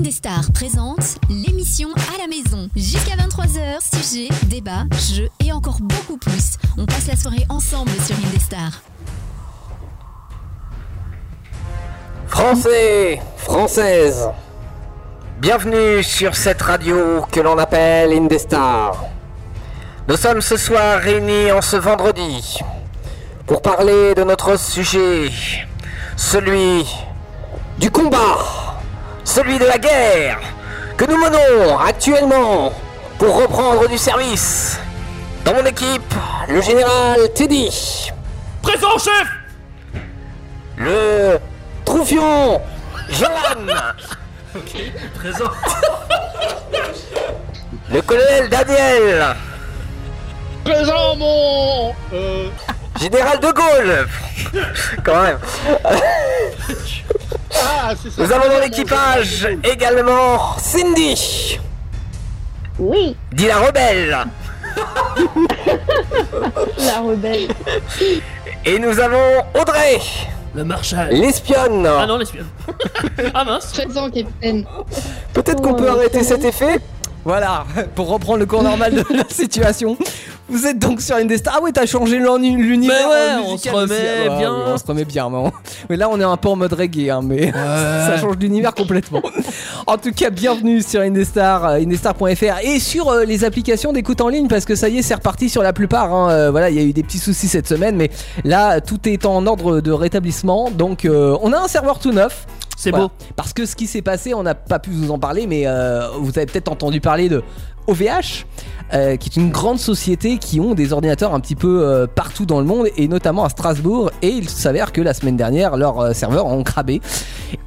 Indestar présente l'émission à la maison. Jusqu'à 23h, sujets, débats, jeux et encore beaucoup plus. On passe la soirée ensemble sur Indestar. Français, Françaises, bienvenue sur cette radio que l'on appelle Indestar. Nous sommes ce soir réunis en ce vendredi pour parler de notre sujet, celui du combat, celui de la guerre que nous menons actuellement pour reprendre du service. Dans mon équipe, le général Teddy, Présent, chef le troufion Johan, Présent le colonel Daniel, Présent mon euh, Général de Gaulle Quand même. Ah c'est ça Nous avons dans l'équipage également Cindy Oui, Dit la rebelle la rebelle. Et nous avons Audrey Le marshal L'espionne Ah non, l'espion Ah mince Présent capitaine Peut-être qu'on peut Oh, arrêter cet effet Voilà, pour reprendre le cours normal de la situation. Vous êtes donc sur Indestar. Ah ouais, t'as changé l'en- l'univers. Mais ouais, euh, on musical se aussi. remet Ah ouais, bien. oui, on se remet bien, maman. Mais là, on est un peu en mode reggae, hein, mais ça change d'univers complètement. en tout cas, bienvenue sur Indestar, euh, indestar.fr et sur euh, les applications d'écoute en ligne parce que ça y est, c'est reparti sur la plupart. hein. Euh, voilà, il y a eu des petits soucis cette semaine, mais là, tout est en ordre de rétablissement. Donc, euh, on a un serveur tout neuf. C'est Voilà. beau Parce que ce qui s'est passé, on n'a pas pu vous en parler, mais euh, vous avez peut-être entendu parler de OVH, euh, qui est une grande société qui ont des ordinateurs un petit peu euh, partout dans le monde, et notamment à Strasbourg. Et il s'avère que la semaine dernière, leurs euh, serveurs ont crabé.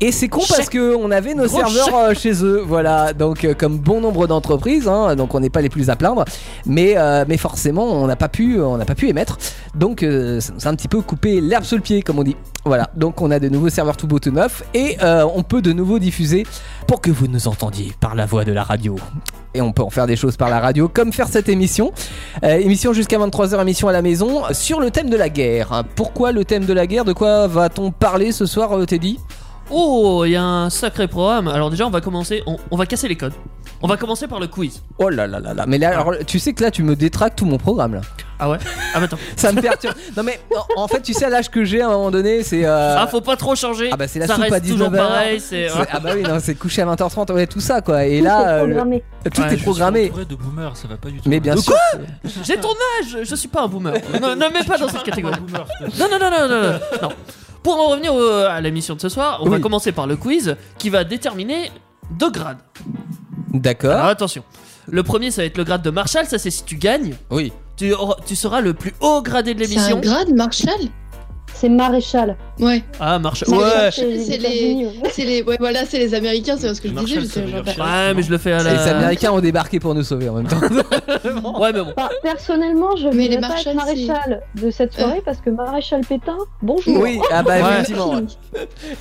Et c'est con parce que on avait nos Gros serveurs euh, chez eux, voilà. Donc euh, comme bon nombre d'entreprises, hein, donc on n'est pas les plus à plaindre, mais euh, mais forcément on n'a pas pu, euh, on n'a pas pu émettre. Donc euh, ça nous a un petit peu coupé l'herbe sous le pied, comme on dit. Voilà, donc on a de nouveaux serveurs tout beau tout neuf et euh, on peut de nouveau diffuser pour que vous nous entendiez par la voix de la radio. Et on peut en faire des choses par la radio, comme faire cette émission. Euh, émission jusqu'à 23h, émission à la maison, euh, sur le thème de la guerre. hein. Pourquoi le thème de la guerre De quoi va-t-on parler ce soir, euh, Teddy Oh, il y a un sacré programme Alors déjà, on va commencer, on, on va casser les codes. On va commencer par le quiz. Oh là là là là. Mais là, alors, tu sais que là, tu me détraques tout mon programme là. Ah ouais Ah bah attends. Ça me perturbe. non mais en, en fait, tu sais, à l'âge que j'ai à un moment donné, c'est. euh, Ah, faut pas trop changer Ah bah, c'est la Ça soupe à reste 19 toujours heures. pareil, c'est... c'est- ah bah oui, non, c'est couché à 20h30, ouais, tout ça quoi. Et là, euh, le- programmé. tout Ouais, je est suis programmé. de boomer, ça va pas du tout. Mais bien De sûr. J'ai ton âge Je suis pas un boomer Ne ne mets pas dans cette catégorie Boomer, Non, non, non, non, non, non, non. Pour en revenir au- à l'émission de ce soir, on va Oui. commencer par le quiz qui va déterminer deux grades. Alors D'accord. attention. Le premier, ça va être le grade de Marshall. Ça, c'est si tu gagnes, Oui. tu, auras- tu seras le plus haut gradé de C'est un l'émission. grade Marshall C'est maréchal. Ouais Ah, Marshall. C'est Ouais. les- c'est les. c'est les ouais, voilà c'est les américains c'est ce que je Marshall, disais ça j'étais veut genre dire bah, Charles. Ouais, mais je le fais à Les la. Américains ont débarqué pour nous sauver en même temps. Ouais, mais bon. Enfin, personnellement, je Mais ne les vais pas être maréchals, c'est- maréchal de cette soirée parce que maréchal Pétain, bonjour. oui, ah bah Ouais. effectivement. ouais.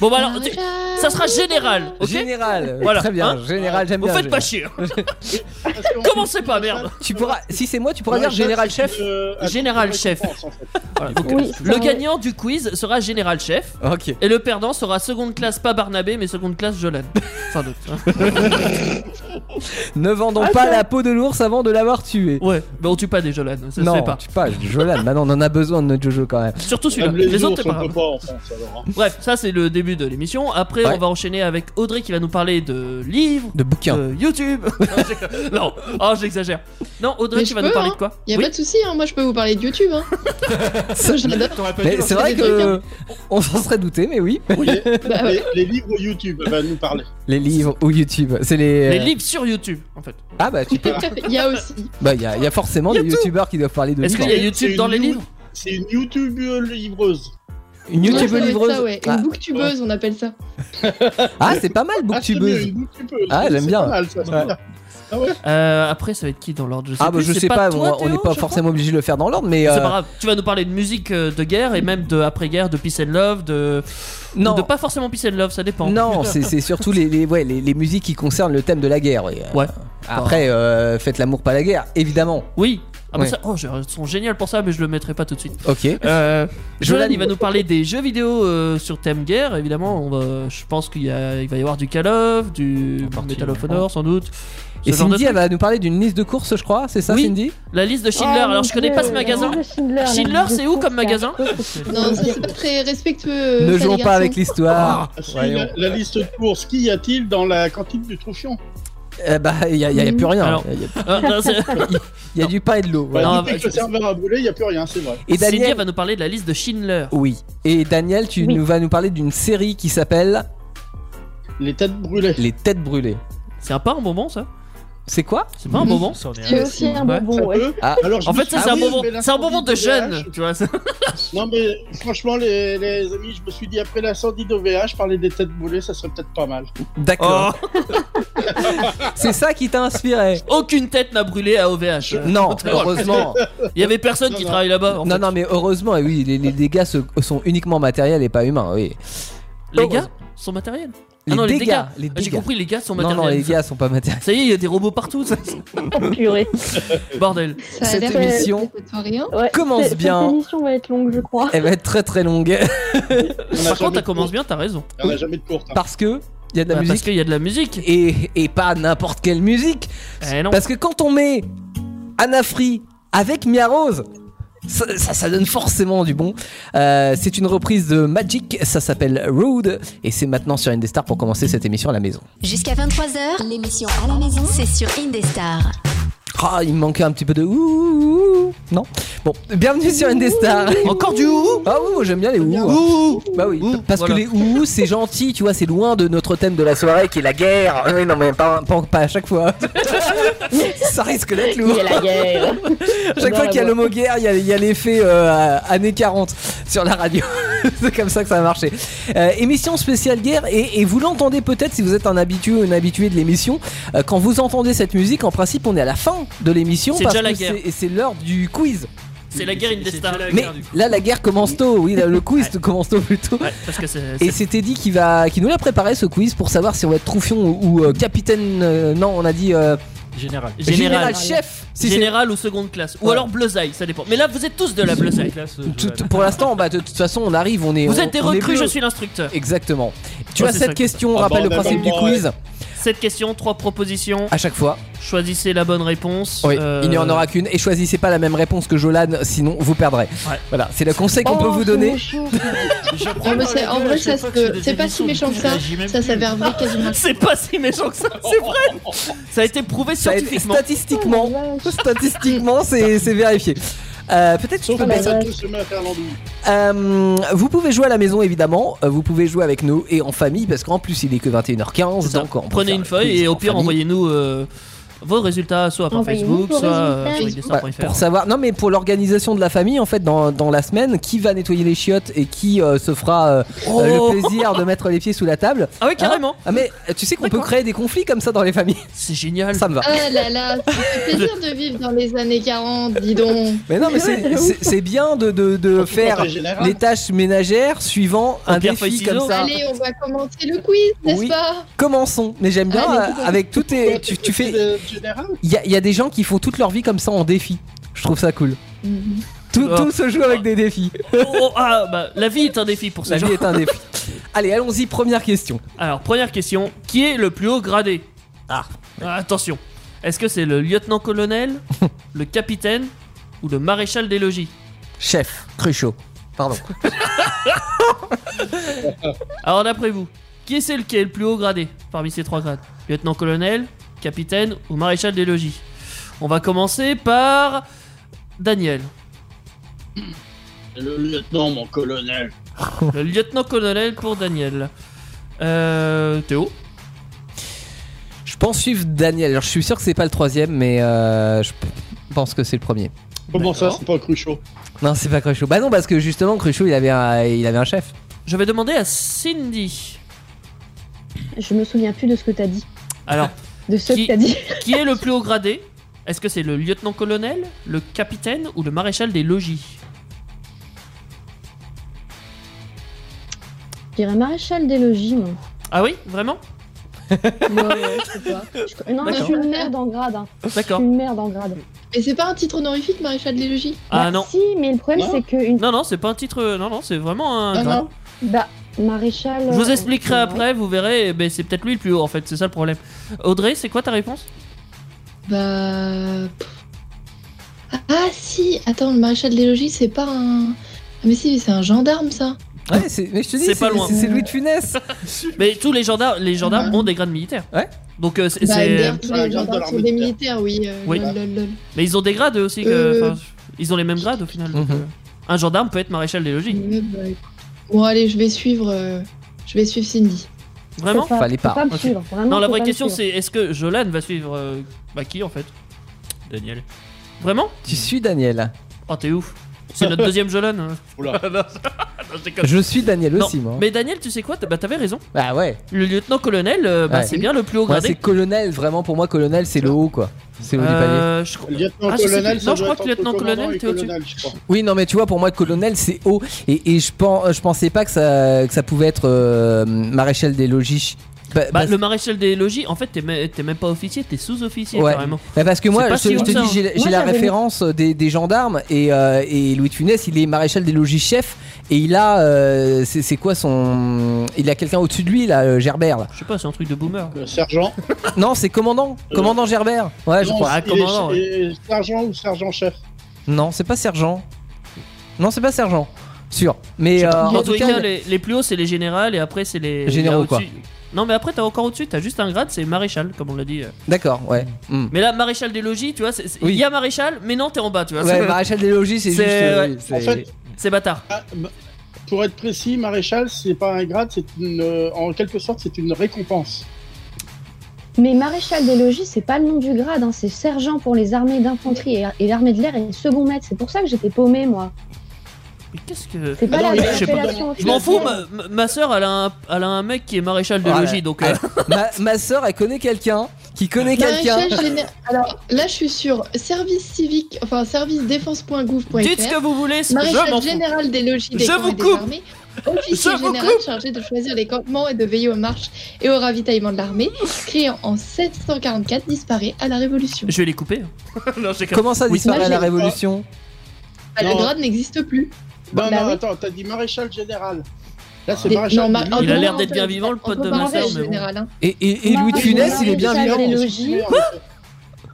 Bon, bah alors, tu- Marshall. ça sera général, ok Général. Voilà, Très bien. hein. général, j'aime Vous bien. faites pas général. chier. Parce qu'on- Commencez pas, merde. Tu pourras, si c'est moi, tu pourras dire Maréchal, général c'est chef. une, euh, attends, Général une chef. récompense, en fait. Voilà, donc, Oui, ça, le ouais. gagnant du quiz sera général chef. Ok. Et le perdant sera seconde classe pas Barnabé mais seconde classe Jolene. Sans doute. hein. Ne vendons Ah, Ok. pas la peau de l'ours avant de l'avoir tué. Ouais, mais on tue pas des Jolene, ça se fait non, pas. tu pas, Jolan. Maintenant, on en a besoin de notre Jojo quand même. Surtout celui-là. Même les, Les autres, autres, c'est pas on grave. peut pas en France alors hein. Bref, ça c'est le début de l'émission. Après, Ouais. on va enchaîner avec Audrey qui va nous parler de livres, De bouquin. de YouTube. Non, j'exagère. non, oh, j'exagère. Non, Audrey, Mais tu je vas nous peux, parler hein. de quoi y a Oui. pas de souci hein moi je peux vous parler de YouTube hein ça je l'adore T'aurais pas Euh, Mais c'est vrai des trucs, que on s'en serait douté, mais oui. hein. Vous voyez Bah ouais. les, les livres YouTube va nous parler Les livres ou YouTube, c'est les. euh, Les livres sur YouTube, en fait. Ah bah tu peux. il y a aussi Bah il y, a- y a forcément Y a des tout. youtubeurs qui doivent parler de Est-ce livres. qu'il y a C'est YouTube une dans les you- livres c'est une YouTube livreuse Une Ouais, ça youtubeuse doit être livreuse. ça, ouais. une Ah, booktubeuse on appelle ça ah, c'est pas mal Ah, c'est mieux, booktubeuse. une booktubeuse. Ah, j'aime C'est bien. pas mal, ça, c'est Ouais. bien. Ah ouais Euh, après, ça va être qui dans l'ordre Je sais Ah bah plus, je c'est sais pas, toi, on on n'est pas Théo, je crois forcément obligé de le faire dans l'ordre, mais. C'est euh, pas grave. Tu vas nous parler de musique euh, de guerre et même de après-guerre, de peace and love, de Non. de pas forcément peace and love, ça dépend. Non, c'est c'est surtout les, les, ouais, les, les musiques qui concernent le thème de la guerre. oui. Ouais. Ah. Après, euh, faites l'amour, pas la guerre, évidemment. Oui. Ah bah Ouais. ça, oh, j'ai un son génial pour ça, mais je le mettrai pas tout de suite. Ok. Euh, Jolan, Jolan, il va nous parler des jeux vidéo euh, sur thème guerre. Évidemment, on va, je pense qu'il y a- il va y avoir du Call of, du partie, Metal of ouais. Honor, sans doute. Et Ce genre de Cindy, elle truc. va nous parler d'une liste de courses, je crois, c'est ça, Oui. Cindy La liste Oh de Schindler. Alors, je connais pas ce magasin. Schindler, Schindler, c'est où comme magasin Non, ça, c'est pas très respectueux. Ne Euh, ça, jouons les pas avec garçons. Ah. l'histoire. Si, Voyons. la, la liste de courses, qu'y a-t-il dans la cantine du Troufion Eh bah, il n'y a, y a- y a plus rien. Alors- Il y a, Ah, non, c'est- y a du pain et de l'eau. Bah, voilà. Non, Depuis bah, que le je- serveur a brûlé, il n'y a plus rien, c'est vrai. Et Cindy Daniel, elle va nous parler de la liste de Schindler. oui. Et Daniel, tu Oui. nous vas nous parler d'une série qui s'appelle Les têtes brûlées. Les Têtes Brûlées. C'est un- pas un bonbon, ça C'est quoi C'est pas un bonbon Ça, on est C'est à- aussi un Ouais. bonbon, Ça ouais. peut Ah. Alors, je En me fait, suis ça, dit, c'est ah un oui, bonbon. mais C'est un bonbon de l'incendie jeune, d'OVH. tu vois. ça. Non, mais franchement, les, les amis, je me suis dit, après l'incendie d'OVH, parler des têtes brûlées, ça serait peut-être pas mal. D'accord. Oh. C'est ça qui t'a inspiré. Aucune tête n'a brûlé à OVH. Non, heureusement. Il y avait personne qui Non, non. travaille là-bas. Ah, en Non, fait. non, mais heureusement, et oui, les, les dégâts se- sont uniquement matériels et pas humains. Oui. Les gars, son matériel. Oh, Les ah non, les dégâts, dégâts. les Ah, J'ai dégâts. compris, les gars sont Non, matériels. non, les gars sont pas matériels. Ça y est, il y a des robots partout. ça. Euh, Oh, purée. Bordel. Ça a Cette l'air de- émission. d'écoute rien. Ouais, Commence c'est- bien. Cette émission va être longue, je crois. Elle va être très très longue Par On a jamais contre, de elle commence courtes. bien, t'as raison. On n'a jamais de courtes. hein. parce que il y a de la Bah, parce musique qu'il y a de la musique. et, et pas n'importe quelle musique. Eh non. Parce que quand on met Anna Free avec Mia Rose, ça, ça- ça donne forcément du bon. Euh, c'est une reprise de Magic, ça s'appelle Road et c'est maintenant sur Indestar pour commencer cette émission à la maison. Jusqu'à 23h, l'émission à la maison, c'est sur Indestar. Ah, il me manquait un petit peu de ouh, ouh, ouh. Non Bon, bienvenue sur Indestar. Encore du ouh Ah ouh, j'aime bien les ouh. hein. Ouh Bah oui, Ouh, parce voilà. que les ouh, c'est gentil, tu vois, c'est loin de notre thème de la Euh, soirée. qui est la guerre. Oui, non, mais pas. Pas, pas à chaque fois. ça risque d'être Il lourd. y a la guerre. À chaque Dans fois la qu'il y a boîte. le mot guerre, il y a- il y a l'effet euh, années 40 sur la radio. c'est comme ça que ça a marché. Euh, émission spéciale guerre, et, et vous l'entendez peut-être si vous êtes un habitué ou une habituée de l'émission. euh, quand vous entendez cette musique, en principe, on est à la fin de l'émission. C'est parce déjà la que guerre. c'est- Et c'est l'heure du quiz. C'est la guerre Indestar. Mais là, la guerre commence tôt. Oui, là, le quiz commence tôt plutôt. Ouais, parce que c'est. Et c'est- c'était dit qui va, qui nous l'a préparé ce quiz pour savoir si on va être Troufion ou, ou, euh, capitaine. euh, non, on a dit euh, Général. Général. chef. Si c'est- Général ou seconde classe. Ou Ouais. alors bleusaille, ça dépend. Mais là, vous êtes tous de la bleusaille. Classe, euh, Tout- Jolan. pour l'instant, bah, de toute façon, on arrive, on est. Vous on- êtes des on est recrues, bleu. je suis l'instructeur. Exactement. Tu Oh, as c'est cette ça. question, on Ah bah, rappelle on le a principe du vraiment, quiz Cette question, trois propositions. à chaque fois. Choisissez la bonne réponse. Oui, Euh, il n'y en aura qu'une et choisissez pas la même réponse que Jolan, sinon vous perdrez. Ouais. Voilà, c'est le conseil qu'on peut Oh, vous c'est donner. méchant. Je prends Ah, mais par c'est- la en gueule à vrai, chaque ça fois se- que je fais des c'est pas si émissions, méchant que je ça. réagis même Ça plus. s'avère vrai quasiment. C'est pas si méchant que ça, c'est vrai. Ça a été prouvé Ça va être scientifiquement. statistiquement, statistiquement, c'est c'est vérifié. Euh, Peut-être que tu Sauf peux que la mettre- ça vache. peut se met à faire l'andouille. Euh, vous pouvez jouer à la maison évidemment, Euh, vous pouvez jouer avec nous et en famille parce qu'en plus il est que 21h15 donc on peut Prenez faire une le feuille quiz et au en pire, famille. envoyez-nous euh, vos résultats, soit par Envoyez-nous Facebook, vos soit euh, sur résultats. Bah, indestar.fr. pour savoir, non mais pour l'organisation de la famille en fait dans, dans la semaine, qui va nettoyer les chiottes et qui euh, se fera euh, Oh. euh, le plaisir de mettre les pieds sous la table. Ah ouais, carrément. Ah mais euh, tu sais qu'on peut créer des conflits comme ça dans les familles, C'est génial. ça me va. Ah là là, ça fait plaisir de vivre dans les années 40, dis donc. Mais non mais c'est- c'est c'est bien de, de, de faire Portée générale. les tâches ménagères suivant un Pierre défi feuille, comme ciseaux. ça. Allez, on va commencer le quiz, n'est-ce Oui. pas Commençons. Mais j'aime bien Allez, euh, avec tout tes, tu, tu fais. Il y, a- il y a des gens qui font toute leur vie comme ça en défi. Je trouve ça cool. Tout, Oh. tout se joue avec des défis. Oh, oh, ah, bah, la vie est un défi pour La ces gens. vie est un défi. Allez, allons-y, première question. Alors, première question qui est le plus haut gradé Ah. Ah, Attention. Est-ce que c'est le lieutenant-colonel, le capitaine ou le maréchal des logis Chef, Cruchot. Pardon. Alors, d'après vous, qui c'est le qui est le plus haut gradé parmi ces trois grades Lieutenant-colonel, capitaine ou maréchal des logis On va commencer par Daniel. Le lieutenant, mon colonel. Le lieutenant-colonel pour Daniel. Euh, Théo Je pense suivre Daniel. Alors, je suis sûr que c'est pas le troisième, mais euh, je p- pense que c'est le premier. Comment ça, D'accord. c'est pas Cruchot Non, c'est pas Cruchot. Bah non, parce que justement, Cruchot, il avait un, il avait un chef. Je vais demander à Cindy. Je me souviens plus de ce que t'as dit. Alors, De ce Qui- que t'as dit. qui est le plus haut gradé Est-ce que c'est le lieutenant-colonel, le capitaine ou le maréchal des logis Je dirais maréchal des logis, moi. Ah oui Vraiment Ouais, ouais, je sais pas. Non, mais je suis une merde en grade. hein. Je D'accord. suis une merde en grade. Et c'est pas un titre honorifique, maréchal des logis Ah Bah, non. Si, mais le problème Non. c'est que une... Non, non, c'est pas un titre. euh, Non, non, c'est vraiment un. Ah grade. non bah, maréchal. Je vous euh, expliquerai euh, après, vous verrez. Mais c'est peut-être lui le plus haut en fait, c'est ça le problème. Audrey, c'est quoi ta réponse Bah. pff. Ah si Attends, le maréchal des logis, c'est pas un. Ah, mais si, c'est un gendarme ça Ouais, c'est- mais je te dis, C'est pas loin. c'est c'est Louis de Funès. Mais tous les gendarmes, les gendarmes ont des grades militaires. Ouais. Donc euh, c'est. Bah, c'est- MDR, tous Ah, les un gendarme gendarmes sont des militaire. militaires, oui. euh, Oui. lol, lol, lol. Mais ils ont des grades aussi. que- Euh. enfin, Ils ont les mêmes grades au final. donc, Mhm. euh, Un gendarme peut être maréchal des logis. Ouais, bah, écoute. Bon, allez, je vais suivre. euh, Je vais suivre Cindy. Vraiment faut pas- Fallait pas. faut me Ok. suivre, vraiment, Non, la faut vraie pas me question suivre. c'est est-ce que Jolan va suivre euh, bah qui en fait Daniel. Vraiment Tu suis Daniel. Oh t'es ouf. C'est notre deuxième Jolan. hein. Oula. Non, je déconne. Je suis Daniel Non, aussi, moi. Mais Daniel, tu sais quoi T'as- Bah t'avais raison. Bah ouais. Le lieutenant-colonel, euh, bah, Ouais. c'est bien le plus haut Moi, gradé. c'est colonel, vraiment pour moi, colonel, c'est le haut quoi. C'est le haut du panier. Euh, je crois- Le Ah, je lieutenant-colonel, sais ça plus. Non, je crois doit être que entre lieutenant-colonel, commandant et t'es au-dessus. colonel, je crois. Oui, non, mais tu vois, pour moi, colonel, c'est haut. Et, et je, pense, je pensais pas que ça, que ça pouvait être euh, maréchal des logis. Bah, Bah, bah, le maréchal des logis, en fait, t'es me- t'es même pas officier, t'es sous-officier Ouais. carrément. bah, parce que c'est moi, pas je, si je haut te que ça, dis, hein. j'ai j'ai Moi, la j'avais- référence euh, des, des gendarmes et, euh, et Louis de Funès, il est maréchal des logis chef. Et il a. euh, c'est c'est quoi son. Il a quelqu'un au-dessus de lui, là, euh, Gerbert. là. Je sais pas, c'est un truc de boomer. Le sergent. non, c'est commandant. Commandant Gerbert. Ouais, je Non, crois. Ah, il est- commandant, ouais. il est Sergent ou sergent-chef Non, c'est pas sergent. Non, c'est pas sergent. Sûr. Mais euh, en, en tout tout cas, cas. les, les plus hauts, c'est les générales, et après, c'est les. Généraux, les au-dessus. Non, mais après, t'as encore au-dessus, t'as juste un grade, c'est maréchal, comme on l'a dit. euh. D'accord, ouais. Hmm. Mais là, maréchal des logis, tu vois, c'est- c'est- il Oui. y a maréchal, mais non, t'es en bas, tu vois. Ouais, Bah, bah. c'est- maréchal des logis, c'est C'est- juste. euh, ouais. oui, c'est- En fait, c'est bâtard. Ah, m- Pour être précis, maréchal, c'est pas un grade, c'est une, euh, en quelque sorte, c'est une récompense. Mais maréchal des logis, c'est pas le nom du grade, hein, c'est sergent pour les armées d'infanterie et, et l'armée de l'air et second maître. C'est pour ça que j'étais paumé moi. Mais qu'est-ce que. C'est pas Ah non, la il vraie est- je sais pas. appellation Je m'en officielle. fous, ma, ma- ma soeur, elle a, un, elle a un mec qui est maréchal des Ouais. logis, donc. euh, ma, ma soeur, elle connaît quelqu'un qui connaît quelqu'un. Maréchal géné- Alors là, je suis sur service civique, enfin service défense.gouv.fr. dites ce que vous voulez, ce que je m'en Maréchal fous. général des logis des Je camps vous et des coupe. armées, officier Je vous général chargé de choisir les campements et de veiller aux marches et au ravitaillement de l'armée, créé en 744, disparaît à la Révolution. Je vais les couper. hein. non, je déconne. Comment ça Oui, disparaît c'est la vrai, j'ai- révolution Bah, le Non. grade n'existe plus. Non, Bah non, oui. attends, t'as dit maréchal général. Là, c'est Des- maréchal. non, mar- des- en Il a gros, l'air d'être en fait, bien vivant, le pote de encore ma sœur, maréchal mais bon. général, hein. Et, et- et Louis de Oh, Funès, il est bien Maréchal vivant. des logis.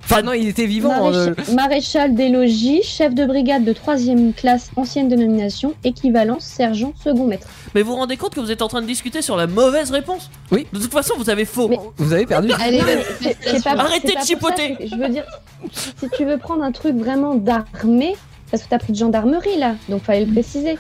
Enfin, non, il était vivant. euh, Maréchal, maréchal des logis, chef de brigade de 3 classe, ancienne dénomination, équivalence sergent second maître. Mais vous vous rendez compte que vous êtes en train de discuter sur la mauvaise réponse Oui. De toute façon, vous avez faux. Mais- Vous avez perdu. Allez, Ah, Non, vas-y, mais vas-y, c'est- c'est vas-y. pas- Arrêtez c'est de pas pour chipoter. ça, c'est- Je veux dire, si tu veux prendre un truc vraiment d'armée, parce que t'as pris de gendarmerie là, donc fallait le préciser.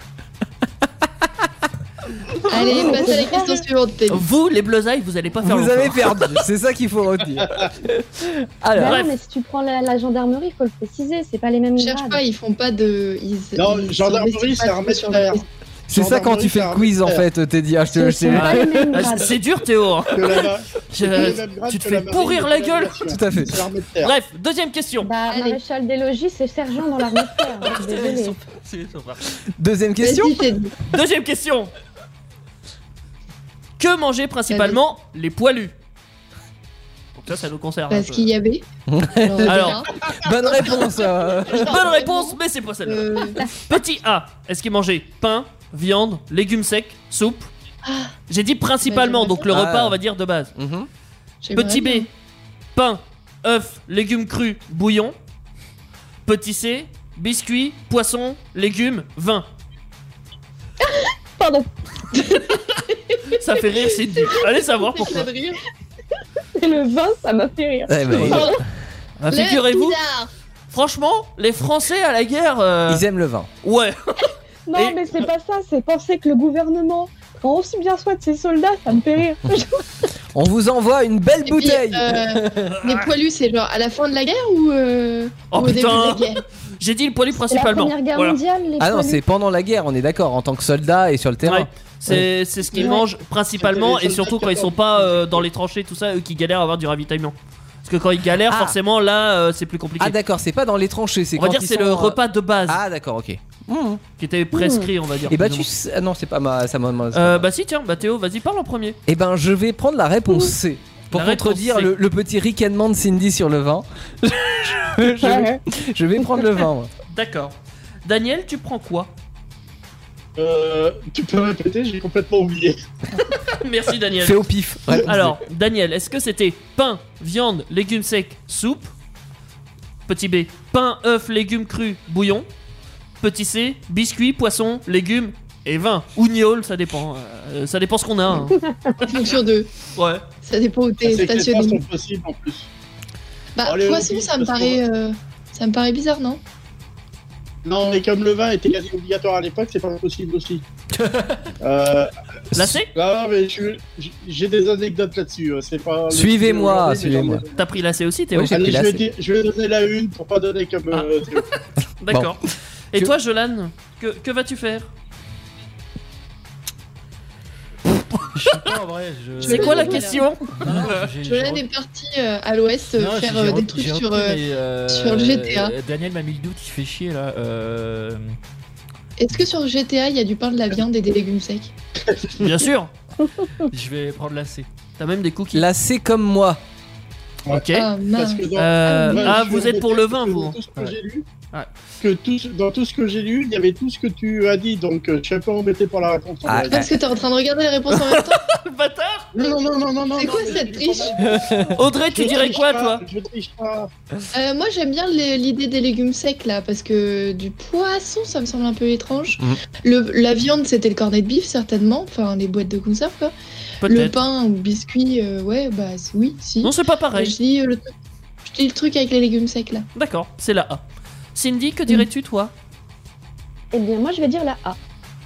Allez, passe à la question suivante. t'es- Vous, les bleusailles, vous allez pas faire Vous l'enfant. avez Ah, perdu. C'est ça qu'il faut retenir. Alors, Bah Euh, bref. non, mais si tu prends la, la gendarmerie, faut le préciser, c'est pas les mêmes Cherche grades. pas, ils font pas de. Ils, Non, ils- gendarmerie, ils- c'est armée de sur terre. le- c'est ça quand tu fais le quiz en fait, Teddy. Ah, je te- Ce je te- sont pas les mêmes Ah, grades. c'est dur, Théo. hein. Que la ma- Je- que les mêmes grades Euh, tu te que fais marine pourrir et la que gueule. nation. Tout à fait. C'est l'armée de terre. Bref, deuxième question. Bah, Allez. maréchal des logis, c'est sergent dans l'armée de terre. je suis désolée. Deuxième question. Vas-y, Teddy. Deuxième question. Que mangeaient principalement les poilus Donc ça, ça nous concerne. hein, un Parce peu. qu'il y avait. Ah, Alors, Bonne réponse. euh. Bonne réponse, mais c'est pas celle-là. Euh, Petit A. Est-ce qu'ils mangeaient pain, viande, légumes secs, soupe Ah. J'ai dit Bah, principalement, j'aimerais donc le bien. repas, Ah. on va dire, de base. Mhm. j'aimerais Petit B, bien. pain, œufs, légumes crus, bouillon. Petit C, biscuits, poissons, légumes, vin. Pardon, Ça fait rire, c'est dur. Allez savoir C'est pourquoi. de rire. c'est le vin, ça m'a fait rire. Eh ben, Pardon. Ah, Le Figurez-vous, bizarre. franchement, les Français à la guerre. euh, Ils aiment le vin. Ouais, Non, Et- mais c'est pas ça, c'est penser que le gouvernement prend aussi bien soin de ses soldats, ça me fait rire. On vous envoie une belle Et puis, bouteille. euh, les poilus, c'est genre à la fin de la guerre ou, euh, Oh, ou au début de putain. la guerre j'ai dit le poilu C'est la principalement. première guerre Voilà. mondiale, les Ah non, poilus. c'est pendant la guerre, on est d'accord, en tant que soldat et sur le terrain. Ouais. C'est c'est ce qu'ils Ouais. mangent principalement C'était et les soldats surtout quand ils sont catholiques. pas euh, dans les tranchées, tout ça, eux qui galèrent à avoir du ravitaillement. Parce que quand ils galèrent, Ah. forcément, là, euh, c'est plus compliqué. Ah d'accord, c'est pas dans les tranchées, c'est on va quand dire ils c'est sont, le euh, repas de base Ah d'accord, ok. Mmh. qui était prescrit, on va dire. Et bah plus tu ou moins. sais- ah non, c'est pas ma ça m'a- m'a- Euh, bah si, tiens, bah Théo, vas-y, parle en premier. Et ben je vais prendre la réponse C pour La réponse contredire C. le, le petit ricanement de Cindy sur le vin. je, vais, je vais prendre le vin. moi. D'accord. Daniel, tu prends quoi Euh, tu peux répéter, j'ai complètement oublié. Merci Daniel. C'est au pif. Ouais. Alors, Daniel, est-ce que c'était pain, viande, légumes secs, soupe Petit B, pain, œufs, légumes crus, bouillon. Petit C, biscuits, poissons, légumes et vin. Ou gnôle, ça dépend. euh, ça dépend ce qu'on a. hein. En fonction d'eux. Ouais. Ça dépend où Ah, t'es c'est que les Oh, trois stationné. sont possibles en plus. Bah, Allez, poisson, on ça me parce paraît. euh, Ça me paraît bizarre, non Non, mais comme le vin était quasi obligatoire à l'époque, c'est pas possible aussi. euh, La C ah, mais je- j'ai des anecdotes là-dessus. euh, C'est pas. Suivez-moi, le sujet aujourd'hui, mais suivez-moi. j'en ai- T'as pris la C aussi, Théo Oui, j'ai- Allez, pris je la vais, C. dire- je vais donner la une pour pas donner comme. euh, Ah. Théo. D'accord. Et Je- toi, Jolan, que, que vas-tu faire Je sais pas en vrai. Je... C'est quoi la question Non, non, j'ai- j'ai- Jolene est partie euh, à l'ouest euh, Non, faire j'ai- euh, j'ai- des trucs j'ai sur. repris euh, les, euh, sur le GTA. euh, Daniel m'a mis le doute, il fait chier là. Euh... Est-ce que sur GTA, il y a du pain, Ah. de la viande et des légumes secs Bien sûr. Je vais prendre la C. T'as même des cookies. Là, c'est comme moi. Ok. Ah, mince. Parce que dans- Euh, Ouais, ah, je vous suis êtes pour le vin, que dans vous tout ce que Ouais. j'ai lu, Ouais. que tout ce- Dans tout ce que j'ai lu, il y avait tout ce que tu as dit, donc euh, je suis un peu embêté pour la réponse. en Ah, vrai. Parce que t'es en train de regarder les réponses en même temps Le bâtard Non, non, non, non, non, non. C'est quoi mais cette je- triche Audrey, je tu dirais triche quoi, pas, toi Je triche pas. Euh, Moi, j'aime bien les- l'idée des légumes secs là, parce que du poisson, ça me semble un peu étrange. Mhm. Le, la viande, c'était le cornet de bif, certainement. Enfin, les boîtes de conserve, quoi. Le Peut-être. pain ou biscuit, euh, ouais, bah c- oui, si. Non, c'est pas Euh, pareil. je, dis, euh, le truc- je dis le truc avec les légumes secs là. D'accord, c'est la A. Cindy, que dirais-tu toi Eh bien, moi, je vais dire la A.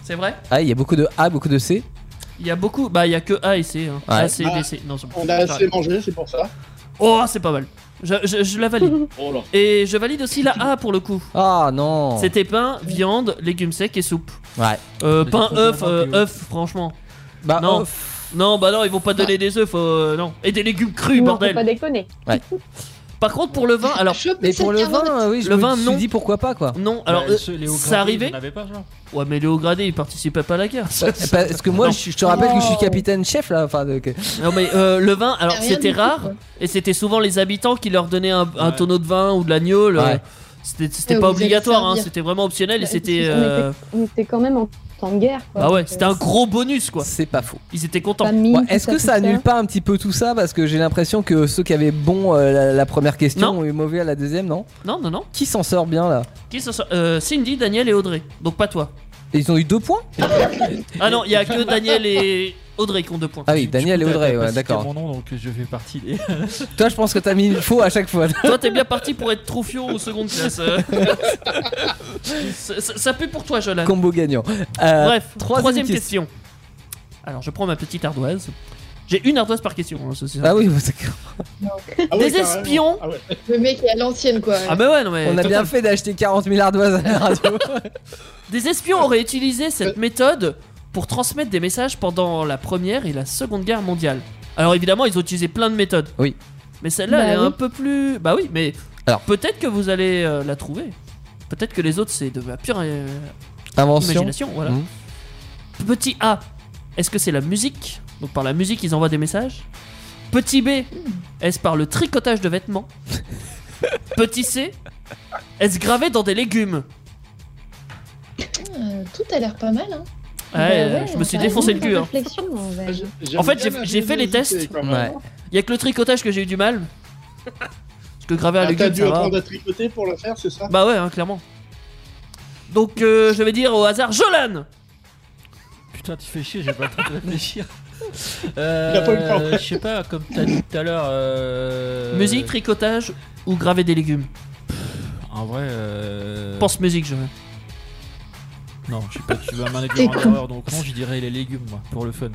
C'est vrai Ah, il y a beaucoup de A, beaucoup de C. Il y a beaucoup, bah il y a que A et C. hein. A, Ouais. C, Ah. D, C. Non, c'est bon. On a assez mangé, c'est pour ça. Oh, c'est pas mal. Je, je- je la valide. Oh là. Et je valide aussi la A pour le coup. Ah non. C'était pain, viande, légumes secs et soupe. Ouais. Euh, Mais pain, c'est œuf, pas euh, bon, œuf, franchement. Bah, Non. oh, Non, bah non, ils vont pas donner des œufs, euh, non. Et des légumes crus, Non, faut bordel. pas déconner. Par contre, pour le vin, alors. Chope Mais cette pour le carotte. vin, euh, oui, je Le me vin, suis non. dit pourquoi pas quoi. Non, alors. Ouais, euh, ce- les hauts ça gradés, arrivait ils en avaient pas, genre. ouais, mais Léo Gradé, il participait pas à la guerre. Pa- Parce que moi, Non. je je te rappelle que je suis capitaine chef là. Enfin, donc, euh, non, mais euh, le vin, alors Rien du c'était tout, rare. quoi. Et c'était souvent les habitants qui leur donnaient un, un Ouais. tonneau de vin ou de l'agneau. le- Ouais. C'était c'était Ouais, pas vous allez obligatoire, hein, servir. c'était vraiment optionnel et Ouais, c'était. parce qu'on euh, On était quand même en temps de guerre. Quoi. Bah ouais, Donc, c'était euh, un gros bonus quoi. c'est pas faux. Ils étaient contents. famille, Bon, tout Est-ce que tout ça annule pas un petit peu tout ça Parce que j'ai l'impression que ceux qui avaient bon euh, la, la première question Non. ont eu mauvais à la deuxième, non Bah. Non, non, non. Qui s'en sort bien là Qui se sort- euh, Cindy, Daniel et Audrey. Donc pas toi. Et Ils ont eu deux points Ah non, il y a que Daniel et Audrey qui ont deux points. Ah oui, Daniel et Du coup, t'as- Audrey, t'as pas ouais, cité d'accord. mon nom, donc euh, je fais partie des. Toi, je pense que t'as mis le faux à chaque fois. Toi, t'es bien parti pour être troufion aux secondes classes. euh. ça, ça- ça pue pour toi, Jolan. Combo gagnant. Euh, Bref, troisième troisième, question. Alors, je prends ma petite ardoise. J'ai une ardoise par question. hein, ceci- Ah oui, d'accord. Ah Des ouais, carrément. espions. Ah ouais. Le mec est à l'ancienne quoi. Ah bah ouais, non mais... on a total. bien fait d'acheter 40 000 ardoises à la radio. Des espions auraient utilisé cette Euh. méthode pour transmettre des messages pendant la Première et la Seconde Guerre mondiale. Alors évidemment, ils ont utilisé plein de méthodes. Oui. Mais celle-là, Bah elle est oui. un peu plus... Bah oui, mais Alors. peut-être que vous allez euh, la trouver. Peut-être que les autres, c'est de la pure euh, Invention. imagination. Voilà. Mhm. Petit A, est-ce que c'est la musique Donc par la musique, ils envoient des messages. Petit B, est-ce par le tricotage de vêtements Petit C, est-ce gravé dans des légumes Euh, tout a l'air pas mal hein. Ouais, Bah euh, ouais, Je me suis ça défoncé le annule cul. la hein. réflexion, en vrai. J'ai- En fait, bien j'ai- j'ai aimé fait les hésiter, tests. quoi. Ouais. Il y a que le tricotage que j'ai eu du mal. Parce que gravé à Ah, T'as légumes, dû ça va. apprendre à tricoter pour le faire, c'est ça Bah ouais, hein, clairement. Donc euh, je vais dire au hasard Jolan. Putain, tu fais chier, j'ai pas le temps de réfléchir. Il a pas eu le temps. Euh, je sais pas, comme t'as dit tout à l'heure. euh, Musique, tricotage ou graver des légumes. En vrai. Euh... Pense musique, Jolan. Non, je sais pas, tu vas T'es m'induire en con. erreur, donc non, je dirais les légumes, moi, pour le fun.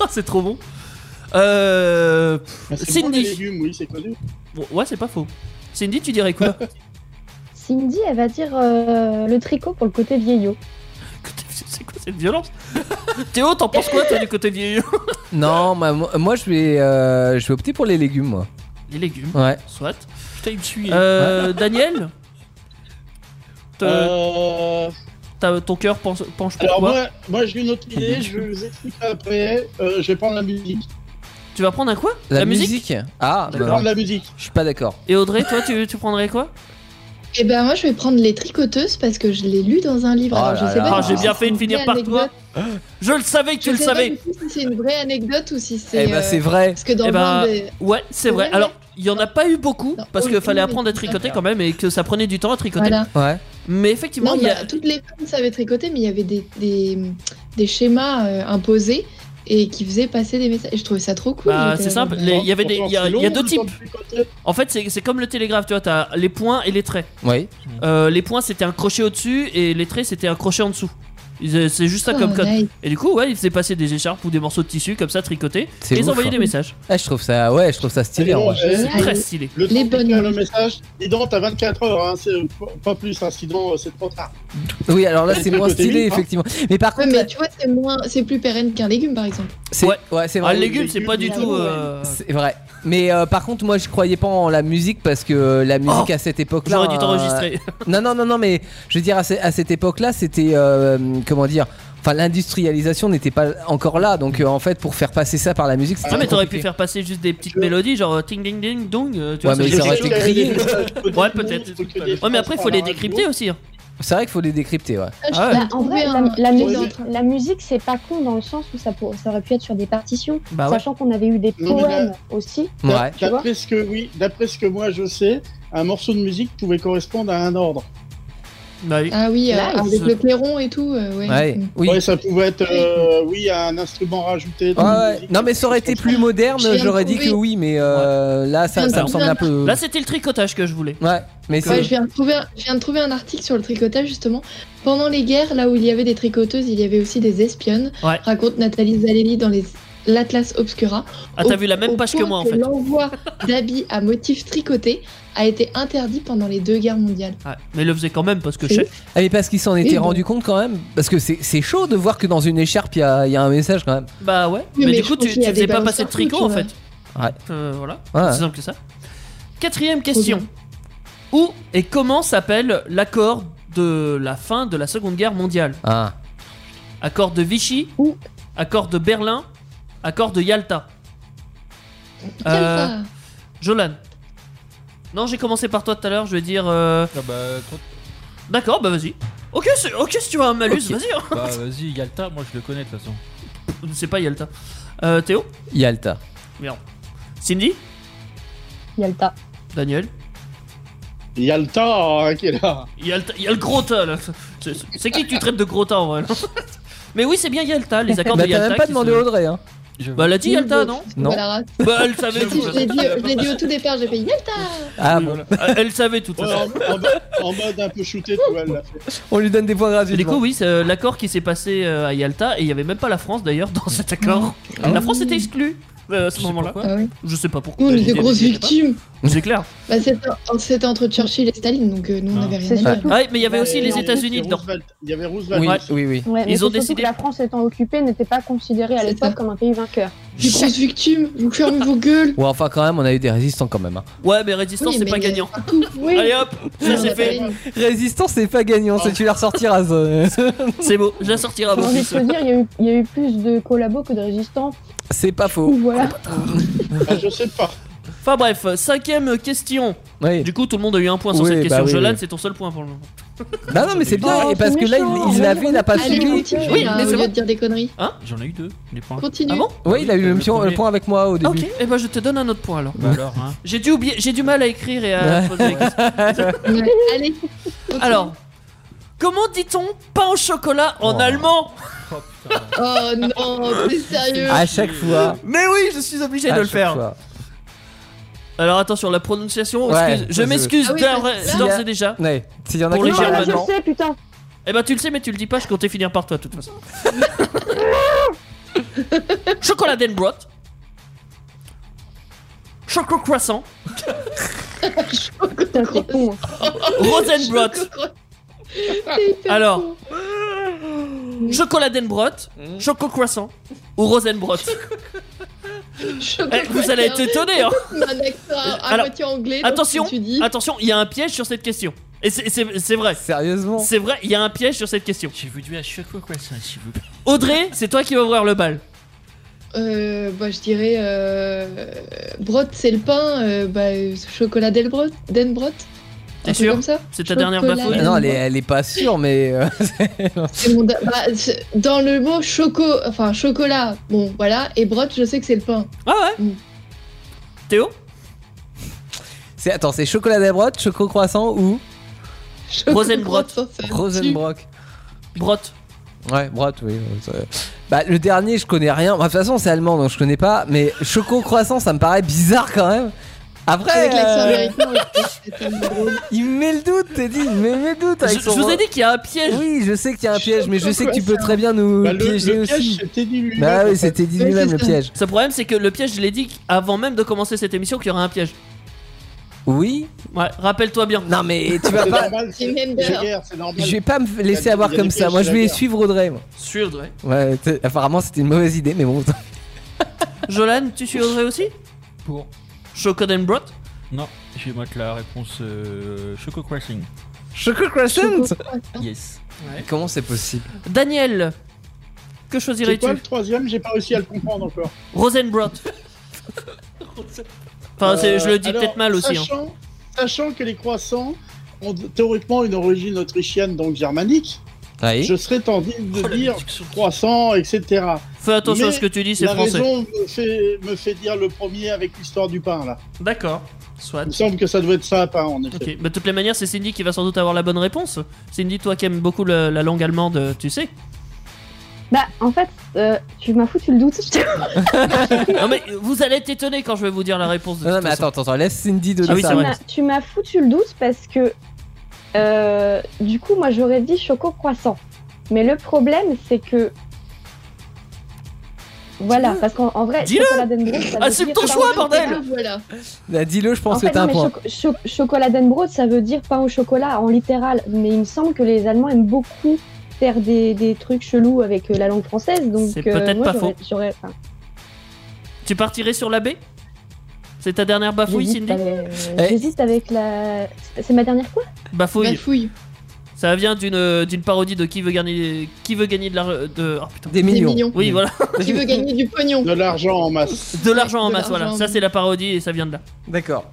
Ah, c'est trop bon. Euh, Ah, c'est bon, Cindy. les légumes, oui, c'est connu. bon, ouais, c'est pas faux. Cindy, tu dirais quoi Cindy, elle va dire euh, le tricot pour le côté vieillot. C'est quoi cette violence Théo, t'en penses quoi toi du côté vieillot Non, bah, moi, moi, je vais, euh, je vais opter pour les légumes, moi. Les légumes, Ouais. soit. Putain, il me suit. Euh, Daniel Te- Euh, t'as- Ton cœur pense- penche pour alors quoi moi, moi j'ai une autre idée, je vous explique après. Euh, je vais prendre la musique. Tu vas prendre un quoi La, musique, Ah, Je vais bah, prendre la musique. je suis pas d'accord. Et Audrey, toi, tu, tu prendrais quoi Et ben moi je vais prendre les tricoteuses parce que je l'ai lu dans un livre. Oh Alors, je là sais là. pas Ah, du j'ai tout bien si fait c'est de une finir vraie par toi. anecdote. Je le savais que tu Je le sais pas savais. du tout si c'est une vraie anecdote ou si c'est. Eh ben, euh, c'est vrai. Parce que dans Eh le ben, monde des- Ouais, c'est Ouais, vrai. ouais. Alors, il y en a pas eu beaucoup Non, parce oui, qu'il fallait oui, apprendre à oui. tricoter quand même et que ça prenait du temps à tricoter. Voilà. Ouais. Mais effectivement, Non, il y a. bah, toutes les femmes savaient tricoter, mais il y avait des, des, des schémas euh, imposés et qui faisaient passer des messages. Je trouvais ça trop cool. Bah, j'étais c'est là, simple. bon, Les- Il y avait des. Il y a, Pourtant, il y a deux c'est types. long, tout le temps de euh, tricoter. En fait, c'est c'est comme le télégraphe, tu vois. T'as les points et les traits. Oui. Euh, les points, c'était un crochet au-dessus et les traits, c'était un crochet en dessous. Ils avaient- C'est juste ça oh, comme code. nice. Et du coup, ouais, ils faisaient passer des écharpes ou des morceaux de tissu comme ça tricotés C'est et ils ouf, envoyaient hein. des messages. Ah, je trouve ça, ouais, je trouve ça stylé. en vrai. Eh, Génial. Très stylé. Le Les temps de bonnes faire le nuits. message, dis donc, t'as 24 heures, hein, c'est pas- pas plus, hein, sinon euh, c'est trop tard. Oui, alors là, c'est Le moins côté stylé, libre, hein. effectivement. Mais par Ouais, contre, mais là, tu vois, c'est moins, c'est plus pérenne qu'un légume par exemple. c'est Ouais. ouais, c'est Ah, vrai. le légume, c'est pas du légumes, tout. ouais. euh, C'est vrai. Mais euh, par contre, moi, je croyais pas en la musique parce que euh, la musique à cette époque-là. Oh, J'aurais dû euh, t'enregistrer. Non, non, non, non, mais je veux dire, à, ce- à cette époque-là, c'était. euh, comment dire Enfin, l'industrialisation n'était pas encore là. Donc, euh, en fait, pour faire passer ça par la musique, c'était. Ah, mais très t'aurais pu compliqué. faire passer juste des petites mélodies, genre euh, ting ding ding dong. euh, Tu Ouais, vois, ça mais faisait ça aurait quelque été chose. grillé. Ouais, peut-être. Ouais, mais après, il faut les décrypter aussi. hein. C'est vrai qu'il faut les décrypter, ouais. Ah ouais. Bah, en Trouver vrai, la, un- la trouver musique, la musique, c'est pas con dans le sens où ça, pour- ça aurait pu être sur des partitions, Bah ouais. sachant qu'on avait eu des Non, mais là- poèmes aussi. Ouais. D'a- D'après ce que oui, d'après ce que moi je sais, un morceau de musique pouvait correspondre à un ordre. Bah oui. Ah oui, euh, Nice. avec le clairon et tout. euh, ouais. Ouais, oui. Ouais, ça pouvait être euh, oui à un instrument rajouté. dans Ouais, une ouais. musique, Non, mais ça aurait été plus moderne, J'ai j'aurais dit que retrouvé. oui, mais euh, là, ça, J'ai ça me semble retrouvé un peu. Là, c'était le tricotage que je voulais. Ouais, mais c'est. Ouais, je viens, de trouver un, je viens de trouver un article sur le tricotage justement. Pendant les guerres, là où il y avait des tricoteuses, il y avait aussi des espionnes, Ouais. raconte Nathalie Zalelli dans les l'Atlas Obscura. Ah, t'as vu la même Au page que point moi en fait. L'envoi d'habits à motifs tricotés a été interdit pendant les deux guerres mondiales. Ouais, mais il le faisait quand même parce que C'est chef. Ah, mais parce qu'ils s'en Oui, étaient bon. rendus compte quand même. Parce que c'est c'est chaud de voir que dans une écharpe, il y a, il y a un message quand même. Bah ouais. Oui, mais, mais du je coup, pense tu, qu'il y tu a faisais des pas balances passer de partout, tu tricot en vois. fait. Ouais. Euh, voilà. Ouais. C'est simple que ça. Quatrième question. Où et comment s'appelle l'accord de la fin de la Seconde Guerre mondiale Ah. Accord de Vichy Où Accord de Berlin Accord de Yalta Quel Euh, ça Jolan Non, j'ai commencé par toi tout à l'heure, je vais dire... euh, Ah bah, toi, D'accord, bah vas-y. Ok, c'est- ok, si tu veux un malus, Ok. vas-y. hein. bah vas-y, Yalta, moi je le connais de toute façon. C'est pas Yalta. Euh, Théo Yalta. Merde. Cindy Yalta. Daniel Il y a le temps hein, qui est là. Yalta, il y a le gros tas là. C'est- C'est qui que tu traites de gros tas en vrai là Mais oui, c'est bien Yalta, les accords Bah, de t'as Yalta. même pas qui demandé se- à Audrey, hein. Je- Bah, elle a dit Yalta, non Non. Voilà, raté. Bah, elle savait Je tout. Si, je l'ai de dit, je l'ai dit au tout départ, j'ai fait Yalta Ah toute bon. façon. Euh, Elle- Elle savait tout. Ouais, en, en mode- en mode un peu shooté, tu vois. elle l'a fait. On lui donne des points gratuits. Et du coup, oui, c'est euh, l'accord qui s'est passé euh, à Yalta, et il y avait même pas la France d'ailleurs dans cet accord. La France était exclue euh, à ce je sais moment-là. pourquoi. Ah oui. Je sais pas pourquoi. Nous, on est Il y des avait- grosses il y avait pas. victimes. C'est clair. Bah, c'était c'était entre Churchill et Staline, donc euh, nous, on Ah. n'avait rien C'est à dire. surtout. Ouais, mais il y avait aussi Ouais, les non, États-Unis dedans. Roosevelt- Il y avait Roosevelt. Oui, aussi. oui, oui. Ouais, mais Ils c'est ont surtout décidé- que la France étant occupée n'était pas considérée à C'est l'époque ça. comme un pays vainqueur. Des grosses victimes, vous fermez vos gueules Ou enfin, quand même, on a eu des résistants quand même. hein. Ouais, mais résistance, Oui, c'est mais pas il y a- gagnant. Tout, oui Allez hop, ça c'est fait. Résistants, c'est pas gagnant. Si tu la ressortiras. ça. Ah, bah, C'est beau, je la sortirai à J'ai mon envie de fils. te dire, il y, a eu- il y a eu plus de collabos que de résistants. c'est pas Ou faux. voilà. Ah, je sais pas. Enfin bref, euh, cinquième question. Oui. Du coup, tout le monde a eu un point sur Oui, cette bah question. oui, Jolan, oui. c'est ton seul point pour le moment. Non, non, mais c'est bien. Oh, et parce c'est que là, méchant. il il l'avait, il a pas Allez, suivi. continue, Ah, Oui, là, mais au c'est lieu bon. de dire des conneries. J'en ai eu deux, les points. Continue. Ah bon Oui, il a eu le, Le pion- le premier. point avec moi au Ok, début. et bah je te donne un autre point alors. Bah alors, hein. J'ai dû oublier, j'ai du mal à écrire et à poser les questions. Ouais, Allez Alors, comment dit-on pain au chocolat en Oh. allemand Oh putain. Oh non, t'es sérieux Ah. À chaque fois. Mais oui, je suis obligé à de le chaque faire. fois. Alors attention, la prononciation, Ouais, excuse- je ça, c'est- m'excuse Ah oui, d'ores- parce que là- d'ores et déjà. Ouais. S'il y en a Pour qui les Non, parlent Germains. là, je allemand. le sais, putain. Eh ben tu le sais, mais tu le dis pas, je comptais finir par toi de toute façon. Chocolat Denbrot. Choco croissant. Putain, c'est con. hein. Rosenbrot. T'es hyper Alors. con. Mm. Chocolat Denbrot. Choco croissant. Ou Rosenbrot. Chocolat Eh, vous allez être Walker. étonnés, hein. Un accent à- à Alors, moitié anglais. donc attention, je me suis dit- Attention, il y a un piège sur cette question. Et c'est- c'est c'est vrai. Sérieusement. C'est vrai, il y a un piège sur cette question. J'ai voulu à chaque fois quoi ça, s'il vous plaît. Audrey, c'est toi qui vas ouvrir le bal. Euh, bah, je dirais euh, Brot, c'est le pain, euh, bah, euh, chocolat d'Elbrot, d'Enbrot. T'es un peu sûr comme ça. C'est ta dernière Chocolat. bafouille Ouais, non, non, elle est, moi- elle est pas sûre, mais. euh, C'est mon da- bah, c'est- dans le mot choco, enfin chocolat, bon voilà, et Brot, je sais que c'est le pain. Ah ouais Mm. Théo c'est- attends, c'est chocolat d'Ebrotte, choco croissant ou Choco- Rosenbrot. Brot, enfin, Rosenbrock Brotte. Ouais, Brotte, oui. ouais, ça- Bah, le dernier, je connais rien. Bah, De toute façon, c'est allemand, donc je connais pas. Mais choco croissant, ça me paraît bizarre quand même. Après, Avec l'accent euh, américain, c'est tellement drôle. il me met le doute, Teddy, il me met le doute Je, avec je son- vous ai dit qu'il y a un piège. Oui, je sais qu'il y a un piège, mais je sais que tu peux Choco-croissant. très bien nous Bah, le, piéger le aussi. piège, c'était dit lui. Bah oui, c'était dit Oui, lui-même c'est le ça. piège. Ce problème, c'est que le piège, je l'ai dit avant même de commencer cette émission qu'il y aurait un piège. Oui. Ouais, rappelle-toi bien. Non mais tu vas C'est pas. normal, c'est C'est même c'est la d'ailleurs. guerre, c'est normal. Je vais pas me laisser Il y a avoir des comme ça. pièges Moi, chez je la vais guerre. suivre Audrey. moi. Sûr, Audrey. Ouais. t'es- Apparemment, c'était une mauvaise idée, mais bon. Jolan, tu suis Audrey aussi Pour. Chocodenbrot Non, je vais mettre la réponse euh, Choco Crossing. Choco Crescent. Choco-croissant. Yes. Comment c'est possible Daniel, que C'est quoi choisirais-tu le troisième J'ai pas réussi à le comprendre encore. Rosenbrot. enfin, c'est- je Euh, le dis alors, peut-être mal aussi. hein. Sachant, sachant que les croissants ont théoriquement une origine autrichienne, donc germanique, Ah, Oui. je serais tenté de Oh, la dire discussion. croissant, etc. Fais attention Mais à ce que tu dis, c'est La français. raison me fait, me fait dire le premier avec l'histoire du pain, là. D'accord. Soit. Il me semble que ça doit être ça, pain, en effet. Ok, bah, de toutes les manières, c'est Cindy qui va sans doute avoir la bonne réponse. Cindy, toi qui aimes beaucoup le- la langue allemande, euh, tu sais. Bah, en fait, euh, tu m'as foutu le doute. je te- non, mais vous allez être étonné quand je vais vous dire la réponse de Non, non, toute mais façon. attends, attends, attends, laisse Cindy donner Ah oui, ça. c'est tu vrai. m'as- tu m'as foutu le doute parce que euh, du coup, moi, j'aurais dit choco croissant. Mais le problème, c'est que voilà, parce qu'en en vrai, Dis-le chocolat d'Enbrot, ça veut Assume dire ton pain choix, au bordel chocolat. Ah, voilà. Bah, Dis-le, je pense En fait, que t'as non, un mais point. choco- cho- chocolat d'Enbrot, ça veut dire pain au chocolat en littéral. Mais il me semble que les Allemands aiment beaucoup faire des, des trucs chelous avec euh, la langue française. Donc, C'est euh, peut-être pas moi, j'aurais- faux. j'aurais- enfin, Tu partirais sur la baie C'est ta dernière bafouille, J'hésite Cindy Eh. avec- euh, j'hésite avec la. C'est c'est ma dernière quoi Bafouille. Bafouille. Ça vient d'une d'une parodie de qui veut gagner qui veut gagner de la de oh, putain. Des Des millions. millions. Oui, voilà, Qui veut gagner du pognon. De l'argent en masse. de l'argent en De masse, voilà. l'argent en Ça masse. c'est la parodie et ça vient de là. D'accord.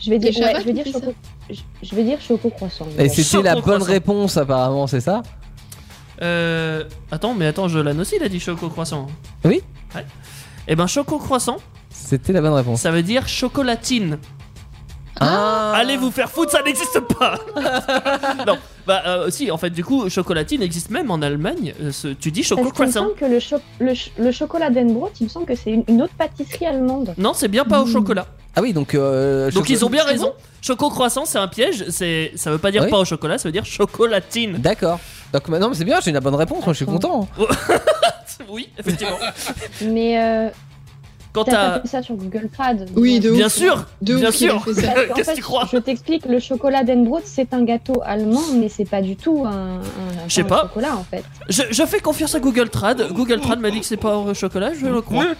Je vais dire, Les ouais, Shabbat je vais dire qui fait choco. Je je vais dire choco croissant. Et c'était Choco la bonne croissant. réponse, apparemment, c'est ça Euh, attends, mais attends, Jolan aussi il a dit choco croissant. hein. Oui. Ouais. Et ben choco croissant, C'était la bonne réponse. ça veut dire chocolatine. Ah Allez vous faire foutre, ça n'existe pas. non, bah euh, si, en fait du coup chocolatine existe même en Allemagne. Euh, ce- tu dis choco Parce qu'il me croissant. semble que le, cho- le, ch- le chocolat d'Enbrot, il me semble que c'est une, une autre pâtisserie allemande. Non, c'est bien pas au Mm. chocolat. Ah oui, donc. euh, Donc choco- ils ont bien raison. Choco croissant, c'est un piège. C'est, ça veut pas dire Ah Oui. pas au chocolat, ça veut dire chocolatine. D'accord. Donc maintenant, mais c'est bien, j'ai la bonne réponse, moi je suis Attends. content. Oui, effectivement. Mais euh, Quand t'as t'as, tapé ça sur Google Trad. Oui, de bien ouf. sûr, De bien ouf qu'il sûr. a fait ça. Parce qu'en Qu'est-ce que fait, tu crois Je t'explique, le chocolat d'Enbrot, c'est un gâteau allemand, mais c'est pas du tout un, un, un Je sais pain au pas. chocolat en fait. Je, je fais confiance à Google Trad. Google Trad m'a dit que c'est pas au chocolat, je le crois.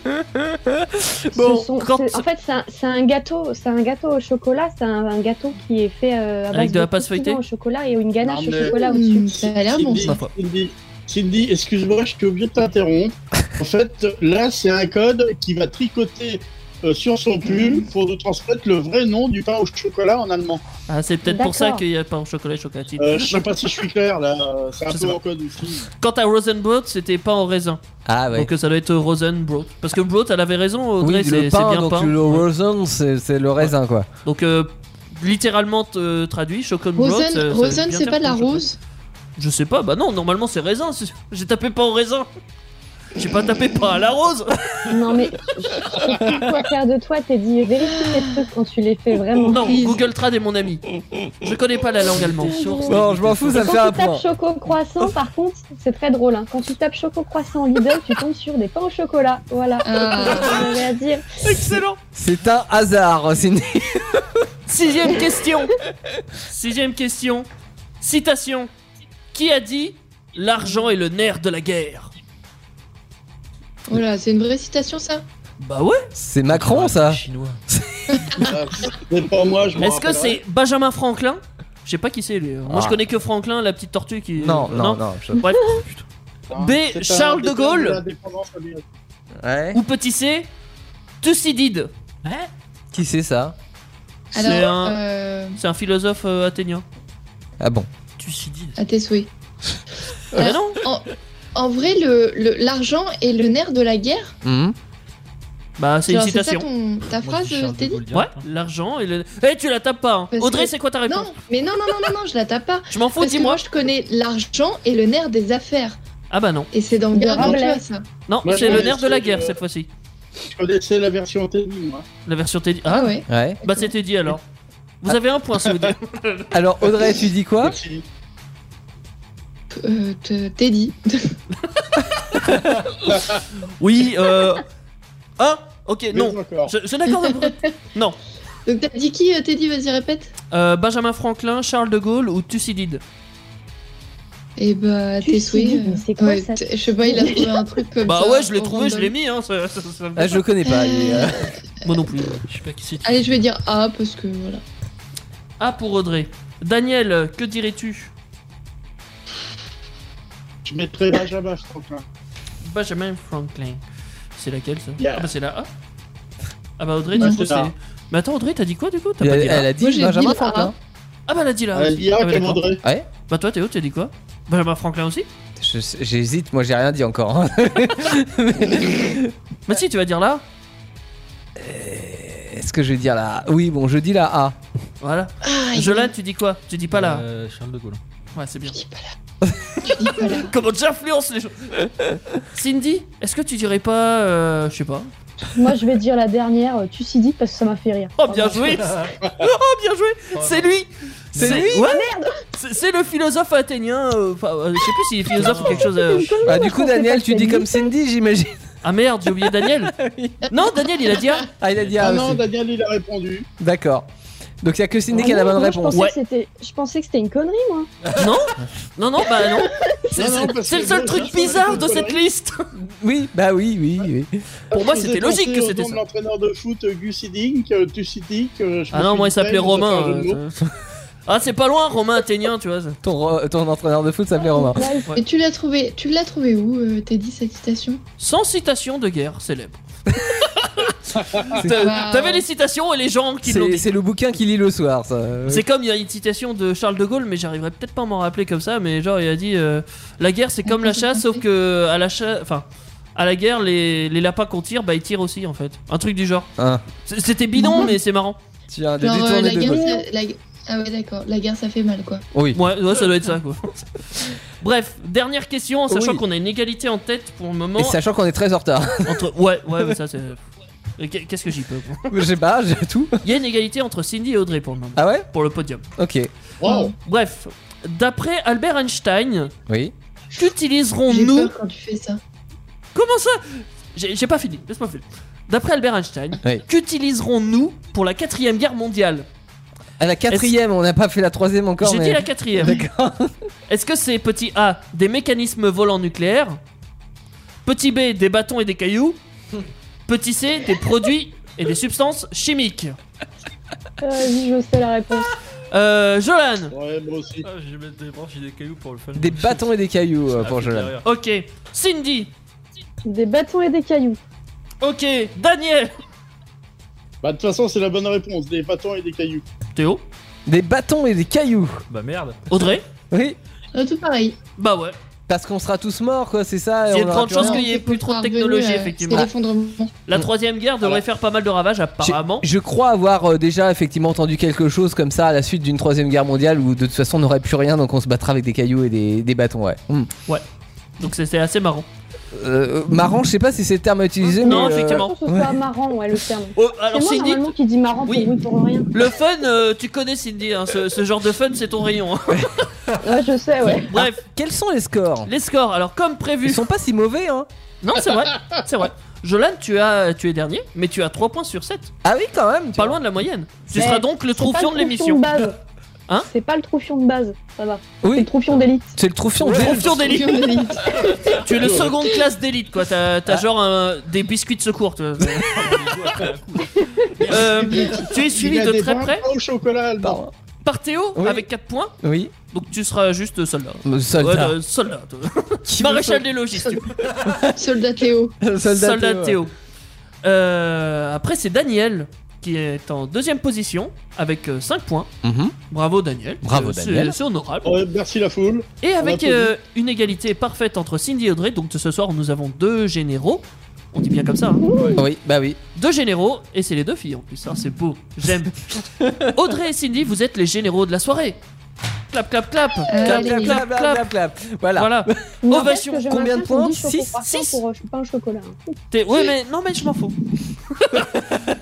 Bon, Ce sont- Ah, quand- c'est- en fait, c'est un, c'est un gâteau, c'est un gâteau au chocolat, c'est un, un gâteau qui est fait euh, à base Avec de la croustillant pâte feuilletée au chocolat et une ganache Non, mais- au chocolat au-dessus. Mmh, ça a l'air bon Cindy, ça. Cindy, Cindy, excuse-moi, je suis obligé de t'interrompre. En fait, là, c'est un code qui va tricoter euh, sur son pull Mm-hmm. pour nous transmettre le vrai nom du pain au chocolat en allemand. Ah, c'est peut-être pour ça D'accord. qu'il y a pas au chocolat et chocolatine. Euh, je sais pas si je suis clair, là. euh, C'est un Je sais peu pas. en code aussi. Quant à Rosenbrot, c'était pas en raisin. Ah ouais. Donc euh, ça doit être Rosenbrot. Parce que Brot, elle avait raison, Audrey, oui, c'est, le c'est pain, bien donc pain. le rosin, c'est c'est le raisin quoi. Donc, euh, littéralement euh, traduit, Chocobrot. Rosen, euh, ça veut Rosen bien c'est dire pas de la pain au chocolat. rose Je sais pas, bah non, normalement c'est raisin. c'est- J'ai tapé pas au raisin. J'ai pas tapé pas à la rose. Non mais je je sais plus quoi faire de toi, t'es dit vérifie ces trucs quand tu les fais vraiment. Non, Google Trad est mon ami. Je connais pas la langue allemande. Non, je m'en fous, ça Et me fait un quand tu point. tapes choco croissant, par contre, c'est très drôle. hein. Quand tu tapes choco croissant Lidl, tu tombes sur des pains au chocolat. Voilà. Ah. C'est ce que j'avais à dire. Excellent. C'est un hasard, c'est une- Sixième question. Sixième question. Citation. Qui a dit l'argent est le nerf de la guerre Voilà, c'est une vraie citation ça. Bah ouais. C'est Macron ça Chinois. Euh, C'est pas moi, je m'en Est-ce que rappellerai. c'est Benjamin Franklin Je sais pas qui c'est lui. Moi je Ah. connais que Franklin, la petite tortue qui. Non, non, non. je- Bref. Hein, B. c'est un Charles de décret Gaulle. l'indépendance américaine. Ouais. ou petit c, Thucydide. Hein? Qui c'est ça C'est Alors, un, euh, c'est un philosophe euh, athénien. Ah bon. Tu s'y dis. à tes souhaits. Ah non En, en vrai, le- le- l'argent est le nerf de la guerre. Mhm. Bah, c'est une Genre, ça citation. ton- ta phrase, t'es dit Ouais, hein. l'argent et le. Eh, tu la tapes pas. hein. Parce Audrey, que- c'est quoi ta réponse Non, mais non, non, non, non, non, je la tape pas. Je m'en fous, Parce que Oh, dis-moi. moi, je connais l'argent et le nerf des affaires. Ah bah non. Et c'est dans De Gargan, tu Rabelais. vois, ça. Non, Moi, c'est je le connais nerf de la celle de- guerre cette fois-ci. Je connaissais la version Teddy, moi. La version Teddy. Ah, Ah ouais. Ouais. bah c'était dit alors. Vous Ah. avez un point, si vous dites. Alors Audrey, tu dis quoi Merci. Euh, te- Teddy. Oui, euh. Ah, ok, Mais non. encore. Je, je n'accorde pas. Non. Donc t'as dit qui, euh, Teddy Vas-y, répète. Euh, Benjamin Franklin, Charles de Gaulle ou Thucydide Et bah, Tu tes sais, souhaits. mais euh, c'est quoi ouais, ça t- Je sais pas, il a trouvé un truc comme Bah ça. ouais, je l'ai en trouvé, je random. l'ai mis, hein. ça- ça- ça me fait Ah, Je le connais pas. lui, euh. Moi non plus. Je sais pas qui c'est. Allez, je vais dire A parce que voilà. Ah, pour Audrey. Daniel, que dirais-tu Je mettrais Benjamin Franklin. Benjamin Franklin. C'est laquelle ça Yeah. Ah bah c'est la A. Ah bah Audrey, Ouais, du coup c'est la c'est. A. Mais attends, Audrey, t'as dit quoi du coup T'as Elle, pas dit elle la A a dit Moi, j'ai dit Benjamin la Franklin. Ah bah elle a dit la A. Ah, aussi. L'IA Ah, bah, comme d'accord. André. bah toi Théo, t'as dit quoi Benjamin Franklin aussi Je- J'hésite, moi j'ai rien dit encore. hein. Bah si, tu vas dire là. Est-ce que je vais dire la A Oui, bon, je dis la A. Voilà. Ah, il- Jolane, tu dis quoi Tu dis pas là. Euh, Charles de Gaulle. Ouais, c'est bien. tu dis pas là. Comment j'influence les gens Cindy, est-ce que tu dirais pas. euh, Je sais pas. Moi, je vais dire la dernière, euh, tu s'y dis parce que ça m'a fait rire. Oh, bien joué Oh, bien joué C'est lui C'est lui Ah, Ouais C'est- C'est le philosophe athénien. euh, enfin, euh, je sais plus s'il est philosophe ou quelque chose. euh, Bah, Moi, du je coup, pensais Daniel, pas tu que dis c'était comme Cindy, j'imagine. Ah merde, j'ai oublié Daniel Non, Daniel, il a dit. ah. Ah, il a dit Ah, A non, aussi. Daniel, il a répondu. D'accord. Donc il y a que Cindy qui a Ah la non, bonne moi, je réponse. pensais Ouais. que c'était- Je pensais que c'était une connerie, moi. Non Non, non, bah non C'est Non, non, c'est- parce c'est que le seul moi, truc ça, ça aurait bizarre été de une cette connerie. liste Oui, bah oui, oui, oui. Pour moi, Je c'était faisais logique penser que au c'était nom de ça. L'entraîneur de foot euh, Gus Hiddink, euh, Thucydic, euh, je Ah me non, suis moi, il dit, s'appelait ils ont fait un Romain. jeu de mots. euh, Ah, c'est pas loin, Romain athénien, tu vois. ça. Ton, re- ton entraîneur de foot s'appelait Romain. Là, Ouais. Mais tu l'as trouvé, tu l'as trouvé où, euh, Teddy, cette citation Sans citation de guerre célèbre. Wow. Bah, Ah. T'as- Euh, T'avais les citations et les gens qui l'ont C'est dit. c'est le bouquin qu'il lit le soir, ça. C'est comme il y a une citation de Charles de Gaulle, mais j'arriverai peut-être pas à m'en rappeler comme ça. Mais genre, il a dit euh, La guerre, c'est comme la chasse, sauf que à la chasse. Enfin, à la guerre, les, les lapins qu'on tire, bah ils tirent aussi en fait. Un truc du genre. Hein. C- C'était bidon, mais c'est marrant. Tiens, de Genre, euh, détourner la de guerre, Gaulle. ça- la gu- Ah ouais, d'accord, la guerre, ça fait mal, quoi. Oui. Ouais, ouais, ça doit être ça quoi. Bref, dernière question, en sachant Oui. qu'on a une égalité en tête pour le moment. Et sachant qu'on est très en retard. Entre... Ouais, ouais, mais ça c'est. Et qu'est- Qu'est-ce que j'y peux quoi. Je sais pas, j'ai tout. Il y a une égalité entre Cindy et Audrey pour le moment. Ah ouais Pour le podium. Ok. Wow. Bref, d'après Albert Einstein, Oui. J'ai qu'utiliserons-nous peur quand tu fais ça. Comment ça J'ai j'ai pas fini, laisse-moi finir. D'après Albert Einstein, Oui. qu'utiliserons-nous pour la quatrième guerre mondiale À la quatrième, on n'a pas fait la troisième encore. J'ai mais... dit la quatrième. D'accord. Est-ce que c'est petit A, des mécanismes volants nucléaires Petit B, des bâtons et des cailloux Petit C, des produits et des substances chimiques Euh, Vas-y, je sais la réponse. Euh, Jolan Ouais, moi aussi. Ah, je vais mettre des branches et des cailloux pour le fun. Ah, Des bâtons et des cailloux euh, pour Jolan. Ok. Cindy Des bâtons et des cailloux. Ok. Daniel Bah, de toute façon, c'est la bonne réponse. Des bâtons et des cailloux. Théo Des bâtons et des cailloux. Bah merde. Audrey Oui. Euh, tout pareil. Bah ouais. Parce qu'on sera tous morts, quoi, c'est ça. et Il on y a de aura grandes plus chances rien. qu'il y ait C'est plus pour trop de faire technologie, venir, euh, effectivement. C'est l'effondrement. La troisième guerre devrait faire pas mal de ravages, apparemment. Je crois avoir euh, déjà effectivement entendu quelque chose comme ça à la suite d'une troisième guerre mondiale où de toute façon on n'aurait plus rien donc on se battra avec des cailloux et des, des bâtons ouais. Hmm. Donc c'était assez marrant. Euh, marrant je sais pas si c'est le terme à utiliser Non, mais, euh, effectivement. Je pense que ce soit marrant, ouais, le terme. Oh, C'est alors moi, Cindy, normalement, qui dit marrant pour Oui. oui pour rien. le fun, euh, tu connais Cindy, hein, ce, ce genre de fun, c'est ton rayon. hein. Ouais, je sais, ouais. Bref, quels sont les scores les scores, alors comme Ils prévu. sont pas si mauvais hein. Non, c'est vrai, c'est vrai. Jolan, tu, as, tu es dernier, mais tu as 3 points sur 7, Ah oui quand même. tu pas vois. loin de la moyenne. Tu Ouais, seras donc le C'est pas troufion de de l'émission. base. Hein C'est pas le troufion de base, ça va. C'est Oui. le troufion d'élite. C'est le troufion. Le de- Troufion d'élite. Tu es le seconde classe d'élite, quoi. T'as t'as Ah. genre un- des biscuits de secours. Euh, tu vois. Euh, tu es Il suivi a de des très pains près au chocolat, Alban. Pardon. par Théo Oui. avec 4 points, Oui. Donc tu seras juste soldat. Le Ouais, Soldat. euh, soldat. toi. Qui veut Maréchal des logistes. tu vois. Soldat Théo. Le Soldat, Théo. Théo. Euh, après, c'est Daniel qui est en deuxième position avec 5 points. Mhm. Bravo Daniel. Bravo, C'est- Daniel. C'est honorable. Ouais, merci la foule. Et avec applaudit. euh, une égalité parfaite entre Cindy et Audrey, donc ce soir nous avons deux généraux. On dit bien comme ça. hein. Oui, bah oui. Deux généraux, et c'est les deux filles en plus. hein, c'est beau, j'aime. Audrey et Cindy, vous êtes les généraux de la soirée. Clap, clap, clap. clap, allez. clap, Euh, clap, clap. Voilà. Voilà. Moi, en fait, Ovation. ce que je Combien de maintiens, points c'est 10 Six, chocos par cent six pour, euh, je pas un chocolat. T'es- Ouais, mais non, mais je m'en fous.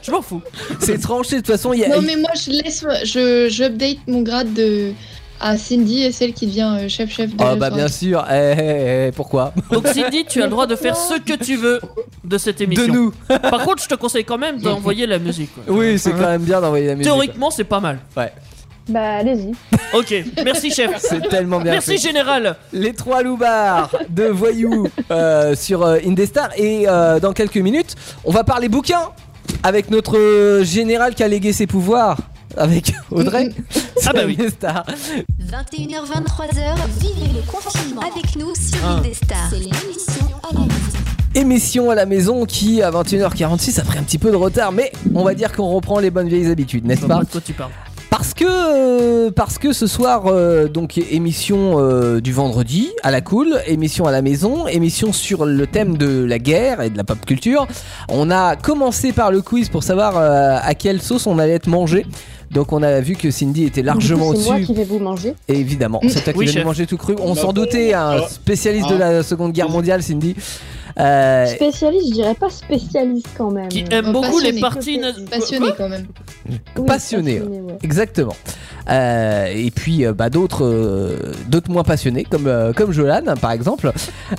je m'en fous. C'est tranché, de toute façon, il y a. Non, mais moi, je laisse. Je, je update mon grade de. à Cindy et celle qui devient chef-chef de. Oh la bah soirée. bien sûr, eh, eh, eh, pourquoi Donc Cindy, tu as le droit de faire ce que tu veux de cette émission. De nous Par contre, je te conseille quand même d'envoyer la musique. quoi. Oui, c'est quand même bien d'envoyer la musique. Théoriquement, c'est pas mal. Bah allez-y. Ok, merci chef. C'est tellement bien Merci fait. général. Les trois loupards de Voyou euh, sur euh, Indestar. Et euh, dans quelques minutes, on va parler bouquin avec notre euh, général qui a légué ses pouvoirs. Avec Audrey sur Ah bah oui. Indestar. 21h, 23h, vivez le confinement avec nous sur Indestar. C'est l'émission à la maison. Émission à la maison qui, à 21h46, a pris un petit peu de retard, mais on va dire qu'on reprend les bonnes vieilles habitudes, Je n'est-ce vois pas pas de quoi tu parles. Parce que, euh, parce que ce soir, euh, donc émission euh, du vendredi à la cool, émission à la maison, émission sur le thème de la guerre et de la pop culture. On a commencé par le quiz pour savoir euh, à quelle sauce on allait être mangé. Donc on a vu que Cindy était largement Du coup, C'est moi au-dessus. qui vais vous manger. Et Évidemment, c'est toi qui Oui, vas nous chef. manger tout cru. On Bah, s'en bon, doutait, un ah. spécialiste de Ah. la Seconde Guerre mondiale, Cindy. Euh, Spécialiste, je dirais pas spécialiste quand même. Qui Euh, aime beaucoup les passionné. parties. na- Passionné quand même. oui, passionné. ouais. Exactement. Euh, et puis euh, bah, d'autres, euh, d'autres moins passionnés, comme, euh, comme Jolan par exemple.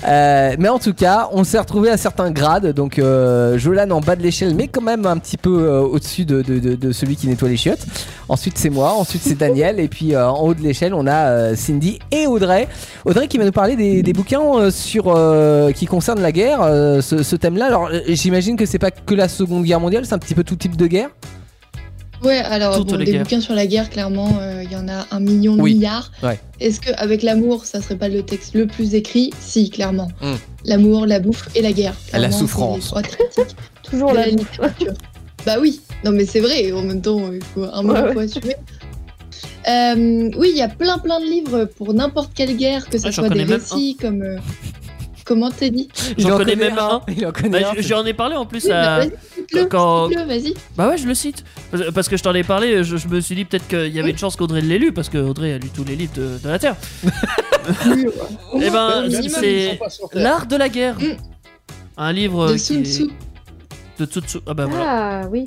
Euh, mais en tout cas, on s'est retrouvé à certains grades. Donc euh, Jolan en bas de l'échelle, mais quand même un petit peu euh, au-dessus de, de- de- de celui qui nettoie les chiottes. Ensuite c'est moi, ensuite c'est Daniel. et puis euh, en haut de l'échelle, on a euh, Cindy et Audrey. Audrey qui va nous parler des, des bouquins euh, sur, euh, qui concernent la guerre, euh, ce, ce thème-là. Alors euh, j'imagine que c'est pas que la Seconde Guerre mondiale, c'est un petit peu tout type de guerre. Ouais, alors Toutes bon, les des guerres. bouquins sur la guerre, clairement, euh, il y en a un million, Oui, milliards. ouais. Est-ce que avec l'amour, ça serait pas le texte le plus écrit Si, clairement. Mm. L'amour, la bouffe et la guerre. Clairement, c'est souffrance. Les trois thématiques Toujours de la la littérature. bah oui, non mais c'est vrai. En même temps, il faut un moment Ouais, ouais. faut assumer. Euh, oui, il y a plein plein de livres pour n'importe quelle guerre, que ce Ouais, soit j'en des connais même récits comme euh, comment t'es dit. Il J'en connais même un. Il en connaît Bah, un, j- J'en ai parlé en plus Oui, à. bah, vas-y, cite-le, quand- cite-le, vas-y. Bah ouais, je le cite. Parce- Parce que je t'en ai parlé, je, je me suis dit peut-être qu'il y avait une chance qu'Audrey l'ait lu, parce qu'Audrey a lu tous les livres de, de la Terre. Eh ben, Même s'ils c'est- sont pas sur Terre. L'art de la guerre. Mm. Un livre de qui Sun est- Tzu, de Sun Tzu. Ah bah voilà. Ah oui.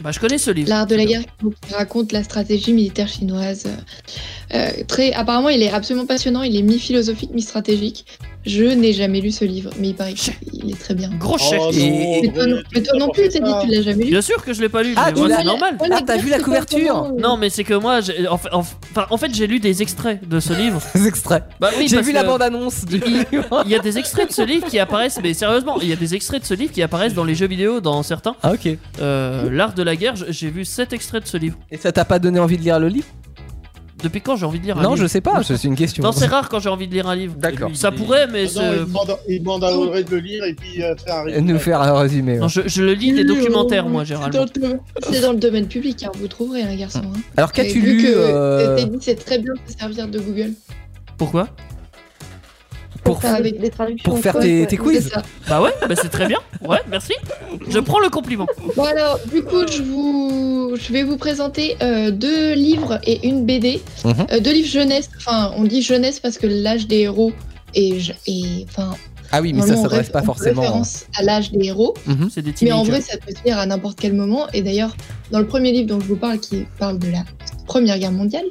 Bah je connais ce livre. L'art de la guerre qui raconte la stratégie militaire chinoise. Euh, très, apparemment, il est absolument passionnant. Il est mi-philosophique, mi-stratégique. Je n'ai jamais lu ce livre, mais il paraît qu'il est très bien. Gros chèque. Oh, Et- non, Mais toi, Audrey, non, mais toi t'as non pas plus, fait t'as ça. dit que tu l'as jamais lu. Bien sûr que je l'ai pas lu, Ah, mais tu moi, l'as- c'est normal. Oh. Ah, t'as vu la couverture Non, mais c'est que moi, j'ai- en fait- en- enfin, en fait, j'ai lu des extraits de ce livre. des extraits. Bah oui, J'ai parce vu que la bande-annonce du livre. Il y a des extraits de ce livre qui apparaissent, mais sérieusement, il y a des extraits de ce livre qui apparaissent dans les jeux vidéo, dans certains. Ah, ok. Et Euh, L'art de la guerre, j- j'ai vu 7 extraits de ce livre. ça t'a pas donné envie de lire le livre Depuis quand j'ai envie de lire un Non, je livre sais pas, c'est une question. Non, c'est rare quand j'ai envie de lire un livre. D'accord. Ah Ça pourrait, mais Non, il c'est- demande- il demande à Audrey de le lire et puis euh, faire un Euh, Nous résumé. faire un résumé. ouais. Non, je, je le lis des Lu, documentaires, euh, moi, généralement. c'est dans le- C'est dans le domaine public, hein, vous trouverez, un garçon. hein. Alors, Et qu'as-tu vu lu que euh, t'as dit, c'est très bien de se servir de Google. Pourquoi pour, faire- avec des traductions pour faire fausses, tes, ouais. tes C'est quiz ça. Bah ouais, bah c'est très bien. Ouais, merci. Je prends le compliment. Bon alors, du coup, je, vous... je vais vous présenter euh, deux livres et une BD. Mhm. Euh, deux livres jeunesse, enfin, on dit jeunesse parce que l'âge des héros est... je- est- Enfin, Ah oui, mais ça normalement, on s'adresse réf- pas on fait forcément. hein. référence à l'âge des héros, C'est des mais en teenagers. vrai, ça peut se lire à n'importe quel moment. Et d'ailleurs, dans le premier livre dont je vous parle, qui parle de la Première Guerre mondiale,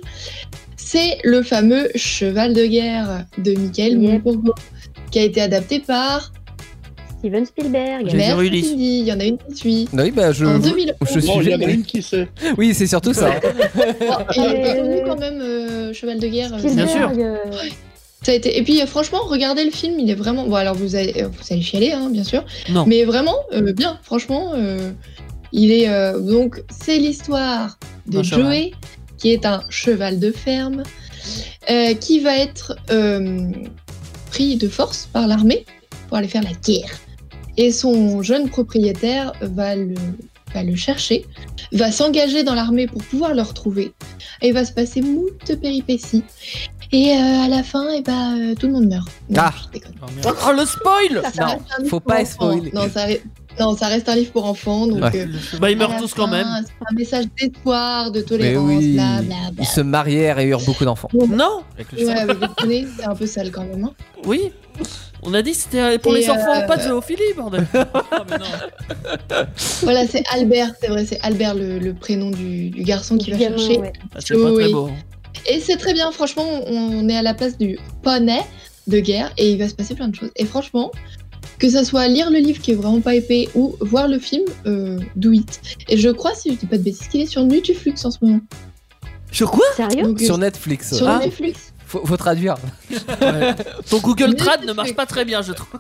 c'est le fameux Cheval de guerre de Michael Yep. Monteiro, qui a été adapté par Steven Spielberg. J'ai Mère zéro Ulysse. Cindy. Il y en a une qui suit. Oui, bah je. En 2000 je suis Non, il y en a gêné. une qui sait. Oui, c'est surtout ça. Et il est Ouais. connu quand même, euh, Cheval de Guerre. euh, Bien sûr. Spielberg. euh, Ça a été... Et puis euh, franchement, regardez le film, il est vraiment... Bon alors vous allez, euh, vous allez chialer, hein, bien sûr. Non. Mais vraiment, euh, bien, franchement, euh, il est... euh, Donc c'est l'histoire de Un cheval. Joey, qui est un cheval de ferme, euh, qui va être euh, pris de force par l'armée pour aller faire la guerre. Et son jeune propriétaire va le, va le chercher, va s'engager dans l'armée pour pouvoir le retrouver. Et il va se passer moult péripéties. Et euh, à la fin, et bah, euh, tout le monde meurt. Non, Ah. je déconne. Oh, merde. Oh le spoil Ça reste un livre faut pour pas enfants. spoiler. Non ça, reste- non, ça reste un livre pour enfants. Donc, Ouais. euh, Bah, ils à meurent la tous quand fin, même. C'est un message d'espoir, de Mais tolérance, oui, bla bla bla. ils se marièrent et eurent beaucoup d'enfants. Oh. Non Avec le Ouais, sang. mais vous comprenez, c'est un peu sale quand même. hein. Oui On a dit que c'était pour Et les enfants, euh, pas de zoophilie, bordel Ah, mais non. Voilà, c'est Albert, c'est vrai, c'est Albert le, le prénom du, du garçon qui va Gamin, chercher. ouais. Ah, C'est pas très Oui. beau. hein. Et c'est très bien, franchement, on est à la place du poney de guerre et il va se passer plein de choses. Et franchement, que ça soit lire le livre qui est vraiment pas épais ou voir le film, euh, do it. Et je crois, si je dis pas de bêtises, qu'il est sur Nutuflux en ce moment. Sur quoi Sérieux Donc, Sur euh, Netflix. sur Ah, Netflix. faut, faut traduire. Ton Google Mais Trad c'est ne marche truc. pas très bien, je trouve.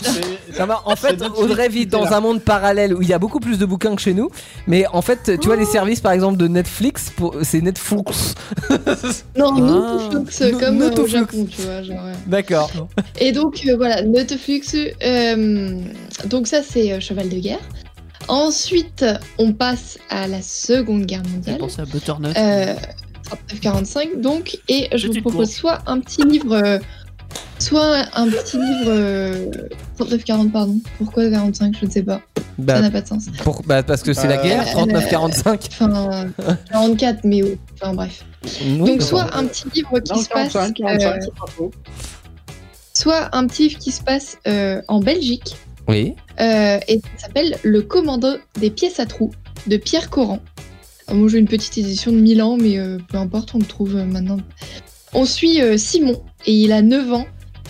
C'est- Ça va, en C'est fait, Netflix Audrey qui vit était dans là. un monde parallèle où il y a beaucoup plus de bouquins que chez nous. Mais en fait, tu vois, Oh. les services par exemple de Netflix, pour- c'est Netflix. Non, Ah. Nutuflux, No- comme euh, au Nutuflux. Japon, tu vois. Genre, ouais. D'accord. Et donc euh, voilà, Nuteflux. euh, donc ça c'est euh, Cheval de guerre. Ensuite, on passe à la Seconde Guerre J'ai mondiale. pensé à Butternut. Euh, 39-45 donc, et je vous Petite propose course. soit un petit livre, euh, soit un petit livre euh, 39-40 pardon. Pourquoi 45 Je ne sais pas. Ça Bah, n'a pas de sens. pour- bah, parce que c'est la Euh, guerre, euh, 39-45. Enfin, 44 mais oui. enfin bref. Oui, Donc bah, soit un petit livre qui Non, se passe. 45, euh, 45, c'est pas faux. soit un petit livre qui se passe euh, en Belgique Oui. euh, et ça s'appelle Le commando des pièces à trous de Pierre Coran. Alors, Moi j'ai une petite édition de Milan mais euh, peu importe, on le trouve euh, maintenant. On suit euh, Simon et il a 9 ans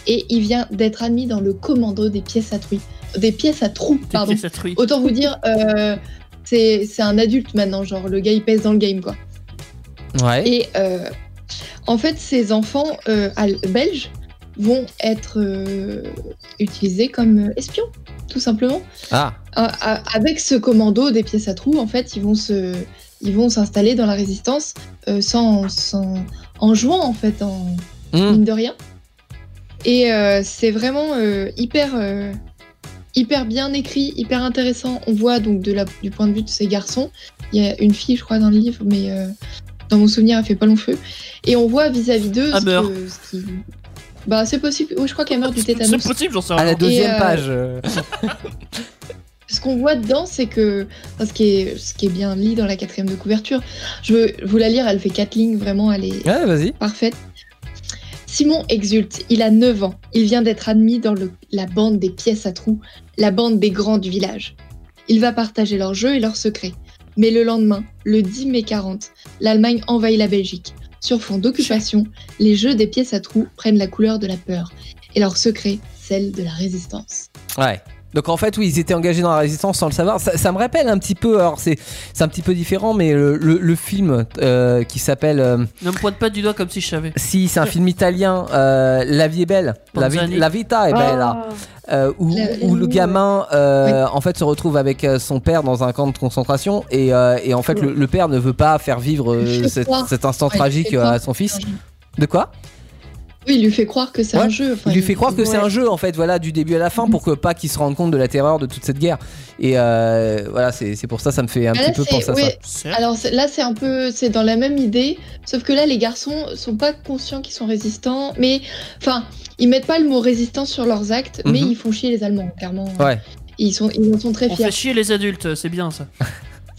et il vient d'être admis dans le commando des pièces à trous. Des pièces à trous, T'es pardon. pièce à truie. Autant vous dire, euh, c'est c'est un adulte maintenant, genre le gars il pèse dans le game quoi. Ouais. Et euh, en fait, ces enfants euh, al- belges vont être euh, utilisés comme euh, espions, tout simplement. Ah. Euh, à- avec ce commando des pièces à trous, en fait, ils vont se, ils vont s'installer dans la résistance euh, sans, sans, en jouant en fait, en Hmm. mine de rien. Et euh, c'est vraiment euh, hyper, euh, hyper bien écrit, hyper intéressant. On voit donc de la, du point de vue de ces garçons. Il y a une fille, je crois, dans le livre, mais euh, dans mon souvenir, elle fait pas long feu. Et on voit vis-à-vis d'eux Elle ce, meurt. que- ce qui. Bah, c'est possible. Oui, je crois qu'elle meurt du C'est tétanos. possible, j'en sais À rien. la deuxième euh, page. euh, Ce qu'on voit dedans, c'est que enfin, ce qui est ce qui est bien lit dans la quatrième de couverture. Je veux vous la lire. Elle fait quatre lignes. Vraiment, elle est Ouais, vas-y. parfaite. Simon exulte, il a 9 ans, il vient d'être admis dans le- la bande des pièces à trous, la bande des grands du village. Il va partager leurs jeux et leurs secrets. Mais le lendemain, le 10 mai 40, l'Allemagne envahit la Belgique. Sur fond d'occupation, les jeux des pièces à trous prennent la couleur de la peur, et leurs secrets, celle de la résistance. Ouais. Donc en fait, oui, ils étaient engagés dans la résistance sans le savoir. Ça, ça me rappelle un petit peu, alors c'est c'est un petit peu différent, mais le, le- le film euh, qui s'appelle... euh, Ne me pointe pas du doigt comme si je savais. si, c'est un film italien, euh, La vie est belle. La, vi- Panzani. la vita Ah. est belle. là. Oh, Euh, où, La- où le la- gamin euh, en fait se retrouve avec euh, son père dans un camp de concentration et, euh, et en fait le, le père ne veut pas faire vivre euh, Je sais cet, pas. cet instant Ouais, je tragique euh, sais pas. à son fils. C'est un jeu. De quoi Oui, il lui fait croire que c'est Ouais, un jeu. enfin, Il lui fait croire que c'est Ouais. Mm. un jeu en fait, voilà, du début à la fin pour que pas qu'il se rende compte de la terreur de toute cette guerre. Et euh, voilà, c'est c'est pour ça, ça me fait un Mais Bah là, petit peu c'est- penser à oui, ça. Certes. Alors c'est- là, c'est un peu, c'est dans la même idée, sauf que là, les garçons sont pas conscients qu'ils sont résistants, mais enfin, ils mettent pas le mot résistant sur leurs actes, mais Mhm. ils font chier les Allemands, clairement. Ouais. Ils sont, ils en sont très On fait fiers. chier les adultes, c'est bien ça.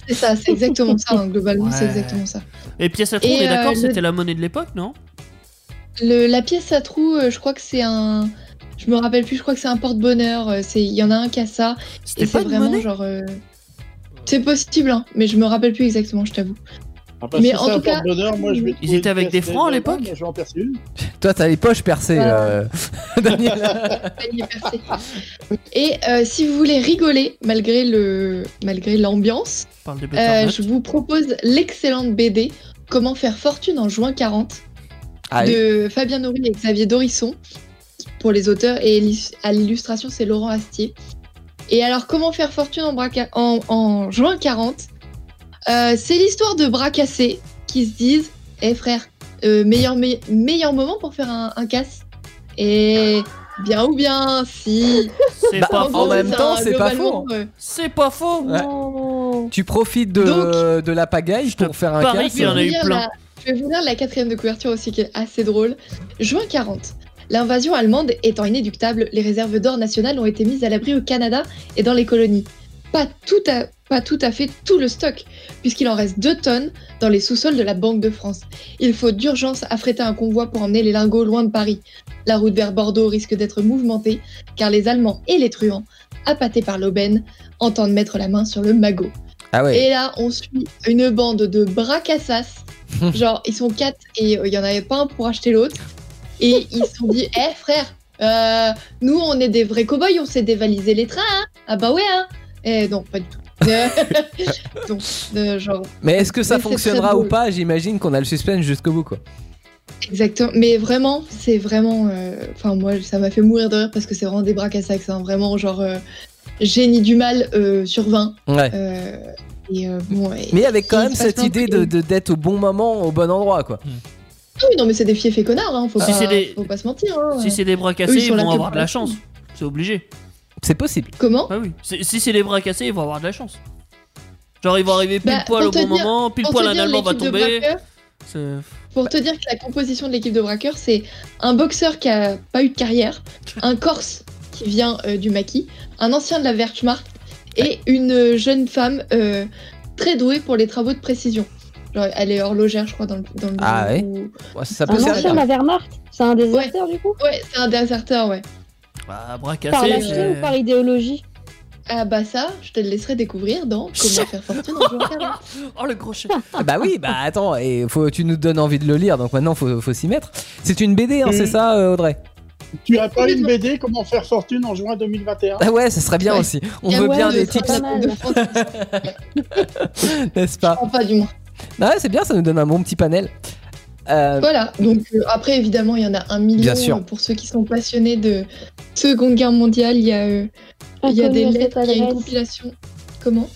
C'est ça, c'est exactement ça. hein, globalement, c'est Ouais. exactement ça. Et pièce à trous, Et, on est euh, d'accord, le- c'était la monnaie de l'époque, non Le, la pièce à trous, euh, je crois que c'est un, je me rappelle plus, je crois que c'est un porte-bonheur. euh, C'est, il y en a un qui a ça, et C'était c'est pas une vraiment monnaie genre. euh, C'est possible, hein, mais je me rappelle plus exactement, je t'avoue. Ah, parce Mais que en c'est un tout cas, porte-bonheur, moi, je vais ils trouver étaient avec une des pièce francs à de- l'époque Je vais en percer une. Toi, t'as les poches percées, Voilà. euh, Daniel. Panier percé. Et euh, si vous voulez rigoler malgré le malgré l'ambiance, On parle des euh, Butternut. je vous propose l'excellente BD Comment faire fortune en juin 40 Allez. de Fabien Nourri et Xavier Dorisson pour les auteurs et l'illus- à l'illustration c'est Laurent Astier. Et alors comment faire fortune en, braca- en, en juin 40 Euh, C'est l'histoire de bras cassés qui se disent "Eh frère, euh, meilleur, me- meilleur moment pour faire un, un casse. Et bien ou bien, si. C'est Bah, pas en faux. même temps, c'est pas globalement, faux. euh, C'est pas faux. Ouais. Non. Tu profites de, Donc- de la pagaille Je te pour faire un parie casse. qu'il y en a eu lire plein. la- je vais vous lire la quatrième de couverture aussi qui est assez drôle. Juin 40. L'invasion allemande étant inéductable, les réserves d'or nationales ont été mises à l'abri au Canada et dans les colonies. Pas tout à, pas tout à fait tout le stock, puisqu'il en reste 2 tonnes dans les sous-sols de la Banque de France. Il faut d'urgence affréter un convoi pour emmener les lingots loin de Paris. La route vers Bordeaux risque d'être mouvementée, car les Allemands et les truands, appâtés par l'aubaine, entendent mettre la main sur le magot. Ah ouais. Et là, on suit une bande de bras cassasses. Genre, ils sont quatre et euh, il y en avait pas un pour acheter l'autre. Et ils se sont dit, hé frère, euh, nous on est des vrais cow-boys, on sait dévaliser les trains. hein. ah bah ouais, hein. Et non, pas du tout. Euh, Donc, euh, genre, Mais est-ce que ça Mais c'est fonctionnera très ou drôle. pas J'imagine qu'on a le suspense jusqu'au bout quoi. exactement. Mais vraiment, c'est vraiment. euh, Enfin, moi, ça m'a fait mourir de rire parce que c'est vraiment des bras cassasses. hein. Vraiment, genre, euh, génie du mal euh, sur 20. Ouais. Euh, et euh, bon, et- Mais avec quand il même se passe cette plein de idée de trucs. de- d'être au bon moment, au bon endroit quoi. Ah oui, non, mais c'est des fiefs et connards, hein. faut, Si pas, c'est des- faut pas se mentir. hein. Si c'est des bras Eux, cassés, ils ils sont là vont que avoir pour de la la chance. C'est obligé. C'est possible. Comment Bah oui. C'est- Si c'est des bras cassés, ils vont avoir de la chance. Genre, ils vont arriver pile Bah, poil pour au te bon dire- moment, pile Pour poil te un dire, Allemand va l'équipe de tomber. braqueurs- C'est- Pour te dire que la composition de l'équipe de braqueurs, c'est un boxeur qui a pas eu de carrière, un Corse qui vient euh, du Maquis, un ancien de la Wehrmacht et une euh, jeune femme euh, très douée pour les travaux de précision. Genre, elle est horlogère, je crois, dans le. Dans le Ah ouais. ou- Ouais, ça peut Un ça ancien servir. de la Wehrmacht C'est un déserteur du coup Ouais, c'est un déserteur, ouais. Bah, bras Par cassés. lâcheté c'est- ou par idéologie Ah bah ça, je te le laisserai découvrir dans Comment faire fortune en jouant à Carrefour. Oh le gros chien. Ah Bah oui, bah attends, et faut, tu nous donnes envie de le lire, donc maintenant faut, faut s'y mettre. C'est une BD, hein, Mm. c'est ça, euh, Audrey Tu as pas une BD Comment faire fortune en juin 2021 Ah ouais, ça serait bien Ouais. aussi. On Et veut ouais, bien le des travail tips, mal. de France, n'est-ce pas Enfin, du moins. Ah ouais, c'est bien, ça nous donne un bon petit panel. Euh, Voilà, donc euh, après évidemment il y en a un million Bien sûr. euh, pour ceux qui sont passionnés de Seconde Guerre mondiale, il y a, euh, il y a des Inconnu à lettres, il cette y a une adresse. compilation. Comment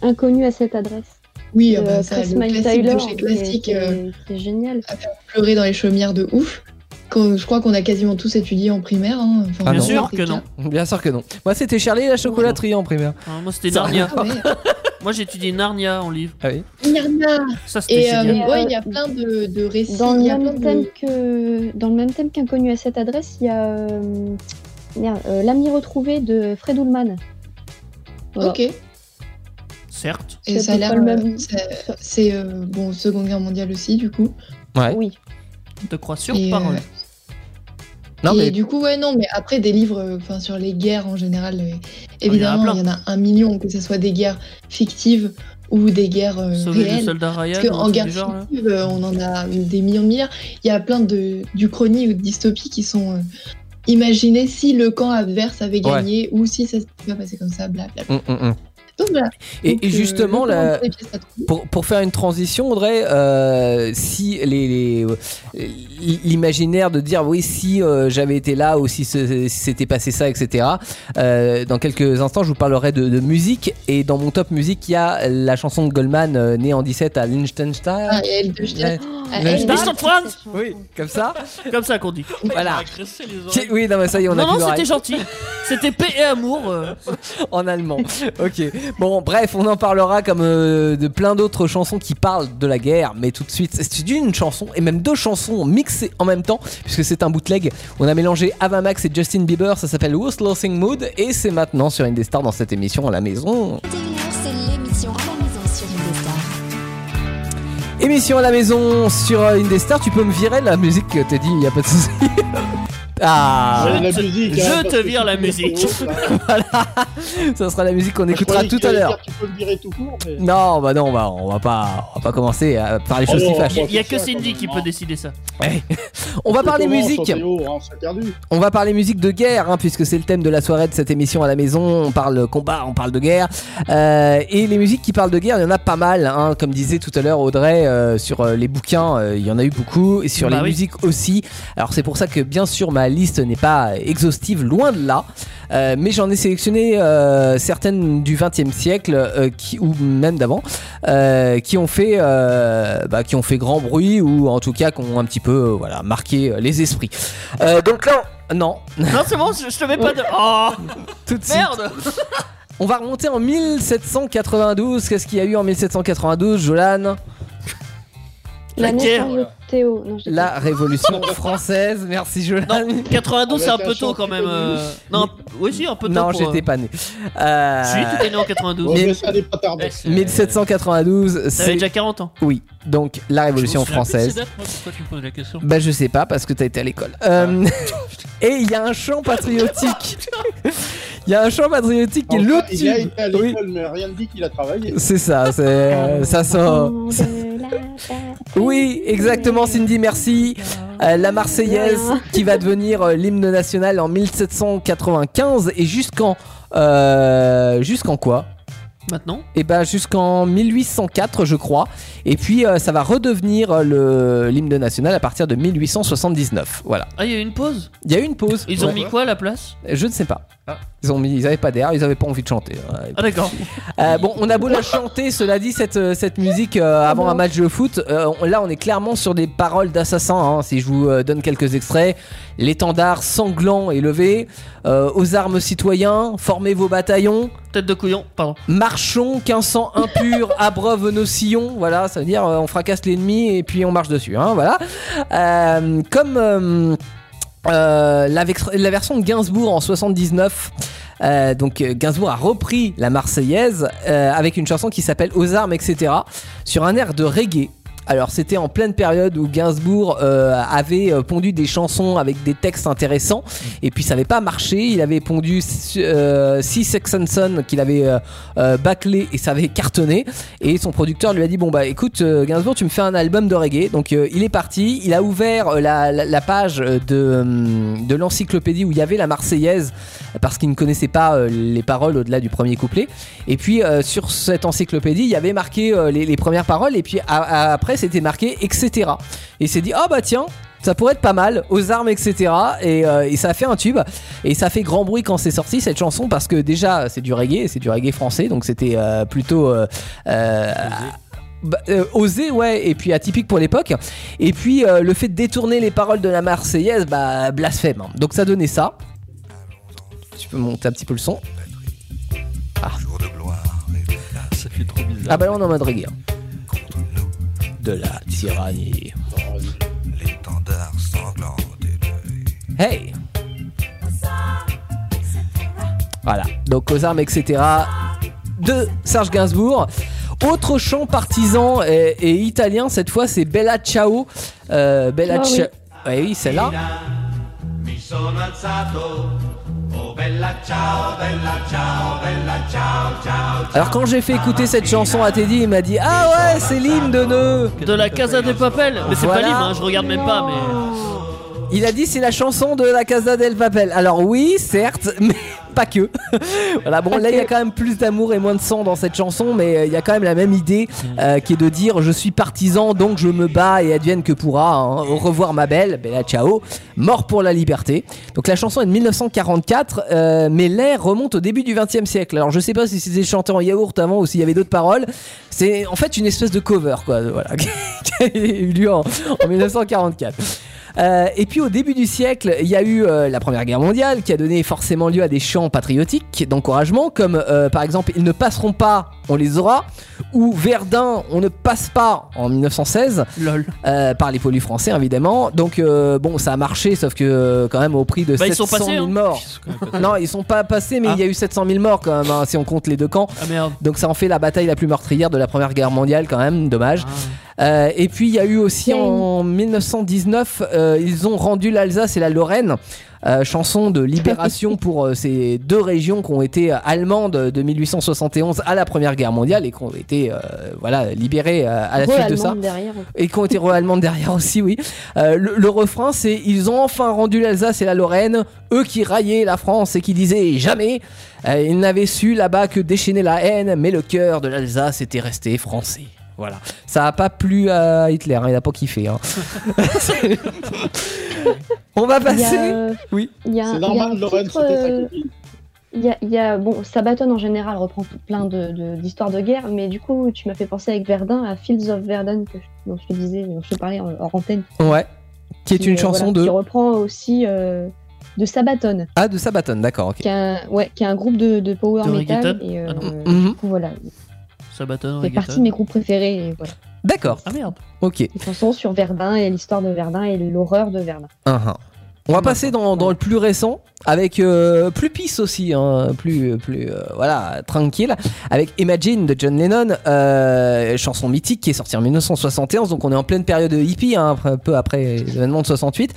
Inconnu à cette adresse. Oui, de ah bah, ça, Euh, Chris le Mike classique Taylor, de chez classique, qui est- euh, qui est génial. pleurer dans les chaumières de ouf. qu'on- je crois qu'on a quasiment tous étudié en primaire. hein. Enfin, Ah vraiment, Bien sûr c'est que le non. cas. bien sûr que non. Moi, c'était Charlie et la chocolaterie en primaire. Ah, moi c'était Ça- Narnia. Ah ouais. Moi j'étudiais Narnia en livre. Ah oui. Il y en a. Ça c'était Et euh, génial. génial. ouais, il y a plein de, de récits. Dans le, il y a plein même de- thème que, dans le même thème qu'Inconnu à cette adresse, il y a euh, merde, euh, L'ami retrouvé de Fred Ullman. Voilà. Ok. euh, Certes. Et C'est ça a l'air. pas le euh, même. c'est- C'est euh, bon, Seconde Guerre mondiale aussi du coup. Ouais. Oui. Je te crois sur Et, euh, parole. Non, et mais du coup, ouais, non, mais après, des livres euh, enfin, sur les guerres en général, euh, il y en a évidemment, plein. il y en a un million, que ce soit des guerres fictives ou des guerres euh, Sauver le réelles. soldat Ryan. Parce ou un qu'en truc guerre du genre, là. fictive, euh, on en a des millions de milliards. Il y a plein de d'uchronies ou de dystopies qui sont euh, imaginées si le camp adverse avait Ouais. gagné ou si ça s'est pas passé comme ça, blablabla. Hum, hum, hum. Donc voilà. Et, Donc, et euh, justement, le la- commandant des pièces à trouver. pour, pour faire une transition, Audrey, euh, si les- les- euh, l'imaginaire de dire oui, si euh, j'avais été là ou si ce- si c'était passé ça, etc. euh, dans quelques instants, je vous parlerai de, de musique et dans mon top musique, il y a la chanson de Goldman euh, née en 17 à Liechtenstein. Ah, et elle, je dirais- Ah, le- elle- Ils sont fans Oui, comme ça. Comme ça qu'on dit. voilà. Agresser les Qui- oreilles. Oui, non, mais ça y est, on a non, plus non, d'oreilles. c'était gentil. C'était paix et amour. euh. en allemand. Ok. Bon, bref, on en parlera comme euh, de plein d'autres chansons qui parlent de la guerre, mais tout de suite, c'est une chanson et même deux chansons mixées en même temps, puisque c'est un bootleg. On a mélangé Ava Max et Justin Bieber, ça s'appelle Who's Losing Mood, et c'est maintenant sur Indestar dans cette émission à la maison. 21h, c'est l'émission à la maison sur Indestar. Émission à la maison sur euh, Indestar, tu peux me virer la musique que t'as dit, il y a pas de souci. C'est Ah, la je- musique, je hein, te parce que vire tu la peux musique. dire trop haut, là. ça sera la musique qu'on Je écoutera croyais tout que à t'allais l'heure. dire, Tu peux le virer tout court. mais- Non, bah non, on va, on va pas, on va pas commencer à faire les choses Oh, qui fâchent. Il y a que Cindy qui peut décider ça. On va Parce que parler comment, musique. Santéo, hein, c'est perdu. On va parler musique de guerre, hein, puisque c'est le thème de la soirée de cette émission à la maison. On parle combat, on parle de guerre. Euh, et les musiques qui parlent de guerre, il y en a pas mal. hein. Comme disait tout à l'heure Audrey, euh, sur euh, les bouquins, euh, il y en a eu beaucoup. Et sur Bah les oui. musiques aussi. Alors c'est pour ça que bien sûr ma liste n'est pas exhaustive, loin de là. Euh, mais j'en ai sélectionné euh, certaines du XXe siècle euh, qui, ou même d'avant, euh, qui ont fait, euh, bah, qui ont fait grand bruit ou en tout cas qui ont un petit peu, euh, voilà, marqué euh, les esprits. Euh, donc là, on- non, Non, c'est bon, je, je te mets pas de. Oh tout de suite. Merde On va remonter en 1792. Qu'est-ce qu'il y a eu en 1792, Jolan La guerre. naissance de Théo. Non, je dis La Révolution française. Merci, Jolan. Non, 92, c'est un Avec peu un tôt quand champ même. euh, Non, oui, si, un peu tôt. Non, pour, euh, j'étais pas né. Euh, Si, tu t'es né en 92. mais ça n'est pas tardé. Eh, c'est- 1792, T'avais c'est. déjà 40 ans. Oui, donc la Je me souviens Révolution plus de ces française. dates, moi, Pourquoi tu me poses la question Bah, je sais pas, parce que t'as été à l'école. Euh, Et il y a un chant patriotique. Il y a un chant patriotique qui est Enfin, le il a été à tube. Oui, l'école, mais rien ne dit qu'il a travaillé. c'est ça, c'est. euh, Ça sort. Nom Ah, de la patrie. Oui, exactement, Cindy, merci. Euh, la Marseillaise qui va devenir euh, l'hymne national en 1795 et jusqu'en. euh, jusqu'en quoi Maintenant Et ben jusqu'en 1804, je crois. Et puis euh, ça va redevenir euh, le- l'hymne national à partir de 1879. Voilà. Ah, il y a eu une pause Il y a eu une pause. Ils ont Ouais. mis quoi à la place Je ne sais pas. Ah. Ils ont mis, ils avaient pas d'air, ils avaient pas envie de chanter. Ouais. Ah, d'accord. Euh, bon, on a beau la chanter, cela dit, cette, euh, cette musique euh, avant un match de foot, euh, on- là on est clairement sur des paroles d'assassins. hein. Si je vous euh, donne quelques extraits, l'étendard sanglant est levé, euh, aux armes citoyens, formez vos bataillons, Tête de couillon, pardon. marchons qu'un sang impur abreuve nos sillons. Voilà, ça veut dire euh, on fracasse l'ennemi et puis on marche dessus. hein, voilà. Euh, comme euh, euh, la, vex- la version de Gainsbourg en 79. euh, donc euh, Gainsbourg a repris la Marseillaise euh, avec une chanson qui s'appelle Aux armes, etc. sur un air de reggae. Alors c'était en pleine période où Gainsbourg euh, avait euh, pondu des chansons avec des textes intéressants et puis ça n'avait pas marché. Il avait pondu euh, Six Sex and Son qu'il avait euh, euh, bâclé et ça avait cartonné. Et son producteur lui a dit Bon, bah écoute, euh, Gainsbourg, tu me fais un album de reggae. Donc euh, il est parti, il a ouvert euh, la, la- la page euh, de, hum, de l'encyclopédie où il y avait la Marseillaise parce qu'il ne connaissait pas euh, les paroles au-delà du premier couplet. Et puis euh, sur cette encyclopédie, il y avait marqué euh, les, les premières paroles et puis a- a- après c'était marqué etc. Et il s'est dit Oh, bah tiens. Ça pourrait être pas mal, aux armes, etc. Et, euh, et ça a fait un tube. Et ça fait grand bruit quand c'est sorti cette chanson parce que déjà c'est du reggae, c'est du reggae français, donc c'était euh, plutôt euh, euh, bah, euh, osé, ouais, et puis atypique pour l'époque. Et puis euh, le fait de détourner les paroles de la Marseillaise, bah blasphème. hein. Donc ça donnait ça. Tu peux monter un petit peu le son. Ça fait trop bizarre. Ah bah là on est en mode reggae. hein. De la tyrannie. Hey Voilà, donc aux armes, etc. de Serge Gainsbourg. Autre chant partisan et, et italien, cette fois c'est Bella Ciao. Euh, Bella Ah oui. Ciao. Ouais, oui, celle-là. Mi sono alzato, oh bella ciao, bella ciao, bella ciao, ciao. Alors quand j'ai fait écouter cette chanson à Teddy, il m'a dit Ah ouais, c'est l'hymne de nœud De la Casa de Papel Mais c'est Voilà. pas libre, hein, je regarde même pas, mais. euh, Il a dit c'est la chanson de la Casa del Papel. Alors oui, certes, mais pas que. voilà, bon, là il y a quand même plus d'amour et moins de sang dans cette chanson, mais euh, il y a quand même la même idée euh, qui est de dire je suis partisan donc je me bats et advienne que pourra. hein. Au revoir ma belle, Bella Ciao, mort pour la liberté. Donc la chanson est de 1944, euh, mais l'air remonte au début du 20e siècle. Alors je sais pas si c'était chanté en yaourt avant ou s'il y avait d'autres paroles. C'est en fait une espèce de cover quoi, voilà, qui a eu lieu en, en 1944. Euh, et puis au début du siècle, il y a eu euh, la Première Guerre mondiale qui a donné forcément lieu à des chants patriotiques d'encouragement, comme euh, par exemple Ils ne passeront pas, on les aura, ou Verdun, on ne passe pas en 1916, Lol. euh, par les poilus français évidemment. Donc euh, bon, ça a marché, sauf que euh, quand même au prix de Bah, ils 700 sont 000 passés, hein. morts. Non, ils sont pas passés, mais Ah. il y a eu 700 000 morts quand même, hein, si on compte les deux camps. Ah merde. Donc ça en fait la bataille la plus meurtrière de la Première Guerre mondiale quand même, Ah, dommage. Euh, et puis il y a eu aussi Yay. en 1919, euh, ils ont rendu l'Alsace et la Lorraine. euh, chanson de libération pour euh, ces deux régions qui ont été euh, allemandes de 1871 à la Première Guerre mondiale et qui ont été euh, voilà, libérées euh, à la suite de ça Re-allemande derrière. et qui ont été allemandes derrière aussi, oui. Euh, le, le refrain, c'est Ils ont enfin rendu l'Alsace et la Lorraine, eux qui raillaient la France et qui disaient jamais. Euh, ils n'avaient su là-bas que déchaîner la haine, mais le cœur de l'Alsace était resté français. Voilà. Ça a pas plu à Hitler, hein, il a pas kiffé. hein. On va Il y a, passer. euh, Oui. il y a- C'est il y a un normal, Lorraine, titre, c'était sa euh, copine. Il y a, il y a- bon, Sabaton en général reprend plein de- de- d'histoires de, guerre, mais du coup, tu m'as fait penser avec Verdun à Fields of Verdun, que je, dont je te disais, dont je te parlais en, en antenne. Ouais. Qui est une euh, chanson voilà, Qui de. reprend aussi euh, de Sabaton, Ah, de Sabaton, d'accord, ok. qui est un, ouais, qui est un groupe de, de power De metal. reggaeton Et, euh, Ah non. euh, Mhm. du coup, voilà, Sabaton, c'est partie de reggaeton. mes groupes préférés. Et, voilà. D'accord, Ah merde. ok. Des chansons sur Verdun et l'histoire de Verdun et l'horreur de Verdun. Hein, hein. On va passer dans, dans le plus récent, avec euh, plus peace aussi, hein, plus, plus euh, voilà, tranquille, avec Imagine de John Lennon, euh, chanson mythique qui est sortie en 1971, donc on est en pleine période hippie, hein, après- un peu après les événements de 68.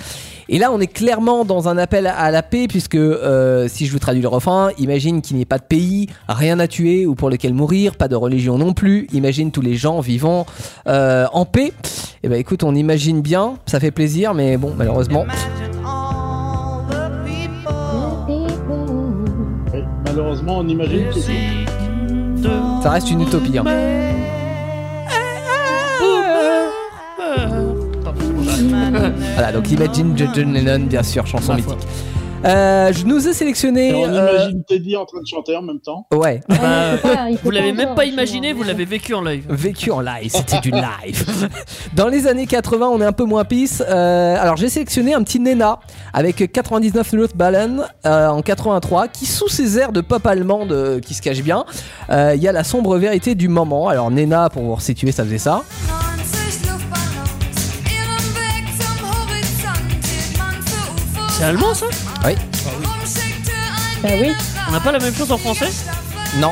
Et là, on est clairement dans un appel à la paix, puisque euh, si je vous traduis le refrain, imagine qu'il n'y ait pas de pays, rien à tuer ou pour lequel mourir, pas de religion non plus, imagine tous les gens vivant euh, en paix. Et ben écoute, on imagine bien, ça fait plaisir, mais bon, malheureusement. Oui, Malheureusement, on imagine que c'est Ça reste une utopie. hein. Voilà, donc Imagine de John Lennon, bien sûr, chanson Ma foi. mythique. Euh, je nous ai sélectionné. Et on euh, imagine Teddy en train de chanter en même temps. Ouais, Bah, Il Vous faut l'avez même encore, pas je imaginé, crois. vous l'avez vécu en live. vécu en live, c'était du live. Dans les années 80, on est un peu moins pisse. Euh, alors j'ai sélectionné un petit Nena avec 99 North Ballon euh, en 83, qui sous ses airs de pop allemande euh, qui se cache bien, euh, il y a la sombre vérité du moment. Alors Nena, pour vous resituer, ça faisait ça. C'est allemand ça Oui. Bah oui. On n'a pas la même chose en français Non.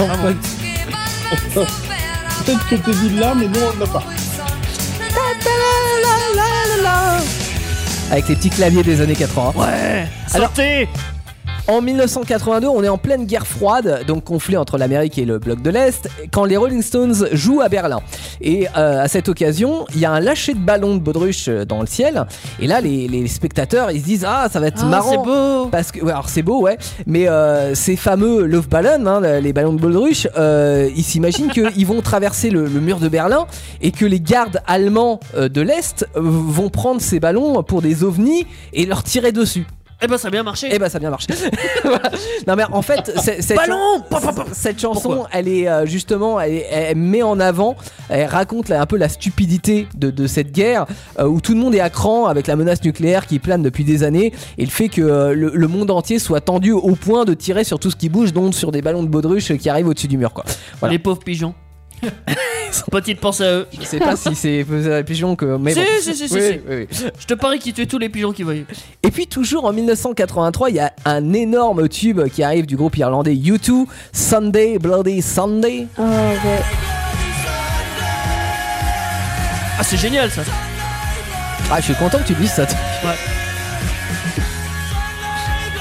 Ah Peut-être que Teddy l'a, mais nous, on ne l'a pas. Avec les petits claviers des années 80. Ouais Alors- Sortez En 1982, on est en pleine guerre froide, donc conflit entre l'Amérique et le bloc de l'Est, quand les Rolling Stones jouent à Berlin. Et euh, à cette occasion, il y a un lâcher de ballon de baudruche euh, dans le ciel. Et là, les, les spectateurs, ils se disent Ah, ça va être Ah, marrant. C'est beau Parce que, ouais, alors c'est beau, ouais, mais euh, ces fameux Love Ballon, hein, le- les ballons de baudruche, euh, ils s'imaginent qu'ils vont traverser le, le mur de Berlin et que les gardes allemands euh, de l'Est euh, vont prendre ces ballons pour des ovnis et leur tirer dessus. Eh ben ça a bien marché Eh ben ça a bien marché. Voilà. Non mais en fait, c'est- cette, Ballon Pa, pa, pa. cette chanson, Pourquoi elle est euh, justement, elle, est- elle met en avant, elle raconte là, un peu la stupidité de, de cette guerre euh, où tout le monde est à cran avec la menace nucléaire qui plane depuis des années et le fait que euh, le, le monde entier soit tendu au point de tirer sur tout ce qui bouge, donc sur des ballons de baudruche qui arrivent au-dessus du mur quoi. Voilà. Les pauvres pigeons. Petite pensée à eux. Je sais pas si c'est faisable à pigeon que, mais Si, bon. si, si, si, Oui, si. oui, oui. Je te parie qu'ils tuaient tous les pigeons qu'ils voyaient. Et puis toujours en 1983, il y a un énorme tube qui arrive du groupe irlandais U2, Sunday Bloody Sunday. Ah ouais. Ah c'est génial ça Ah, je suis content que tu dises ça.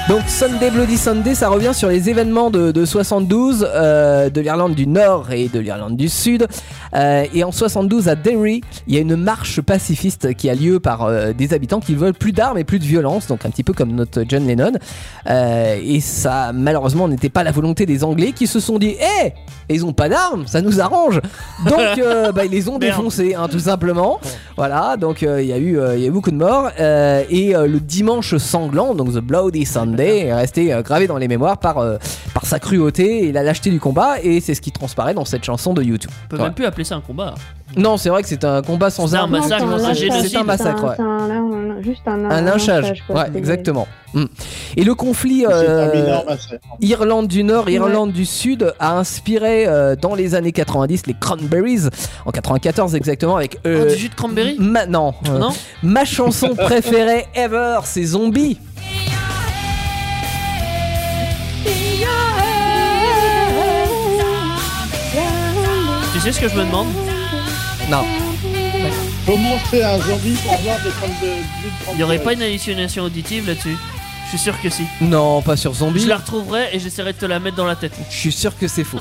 Donc Sunday Bloody Sunday, ça revient sur les événements de, de 72 euh, de l'Irlande du Nord et de l'Irlande du Sud. Euh, et en 72 à Derry, il y a une marche pacifiste qui a lieu par euh, des habitants qui veulent plus d'armes et plus de violence, donc un petit peu comme notre John Lennon. Euh, et ça, malheureusement, n'était pas la volonté des Anglais qui se sont dit, hé, ils ont pas d'armes, ça nous arrange. Donc euh, bah, ils les ont Merde. défoncés, hein, tout simplement. Voilà, donc euh, il y a eu, euh, il y a eu beaucoup de morts. euh, et euh, le dimanche sanglant, donc The Bloody Sunday, est resté euh, gravé dans les mémoires par, euh, par sa cruauté et la lâcheté du combat. Et c'est ce qui transparaît dans cette chanson de YouTube. On peut même plus appeler ça un combat. Non, c'est vrai que c'est un combat sans C'est un armes. Non, massacre, c'est un lynchage, génocide. C'est un massacre, ouais. c'est un- un- Juste un, Un lynchage. quoi, Ouais, c'est- exactement. Mm. Et le conflit. C'est euh, un énorme massacre. Irlande du Nord, Irlande du Sud a inspiré euh, dans les années 90 les Cranberries, en 94 exactement, avec Oh, euh, du jus de cranberry ma, non, euh, Non ma chanson préférée ever, c'est Zombie. Tu sais ce que je me demande Non, Comment fait un zombie pour avoir des formes de. Il y aurait pas une hallucination auditive là-dessus Je suis sûr que si. non, pas sur Je Zombie. la retrouverai et j'essaierai de te la mettre dans la tête. Je suis sûr que c'est faux.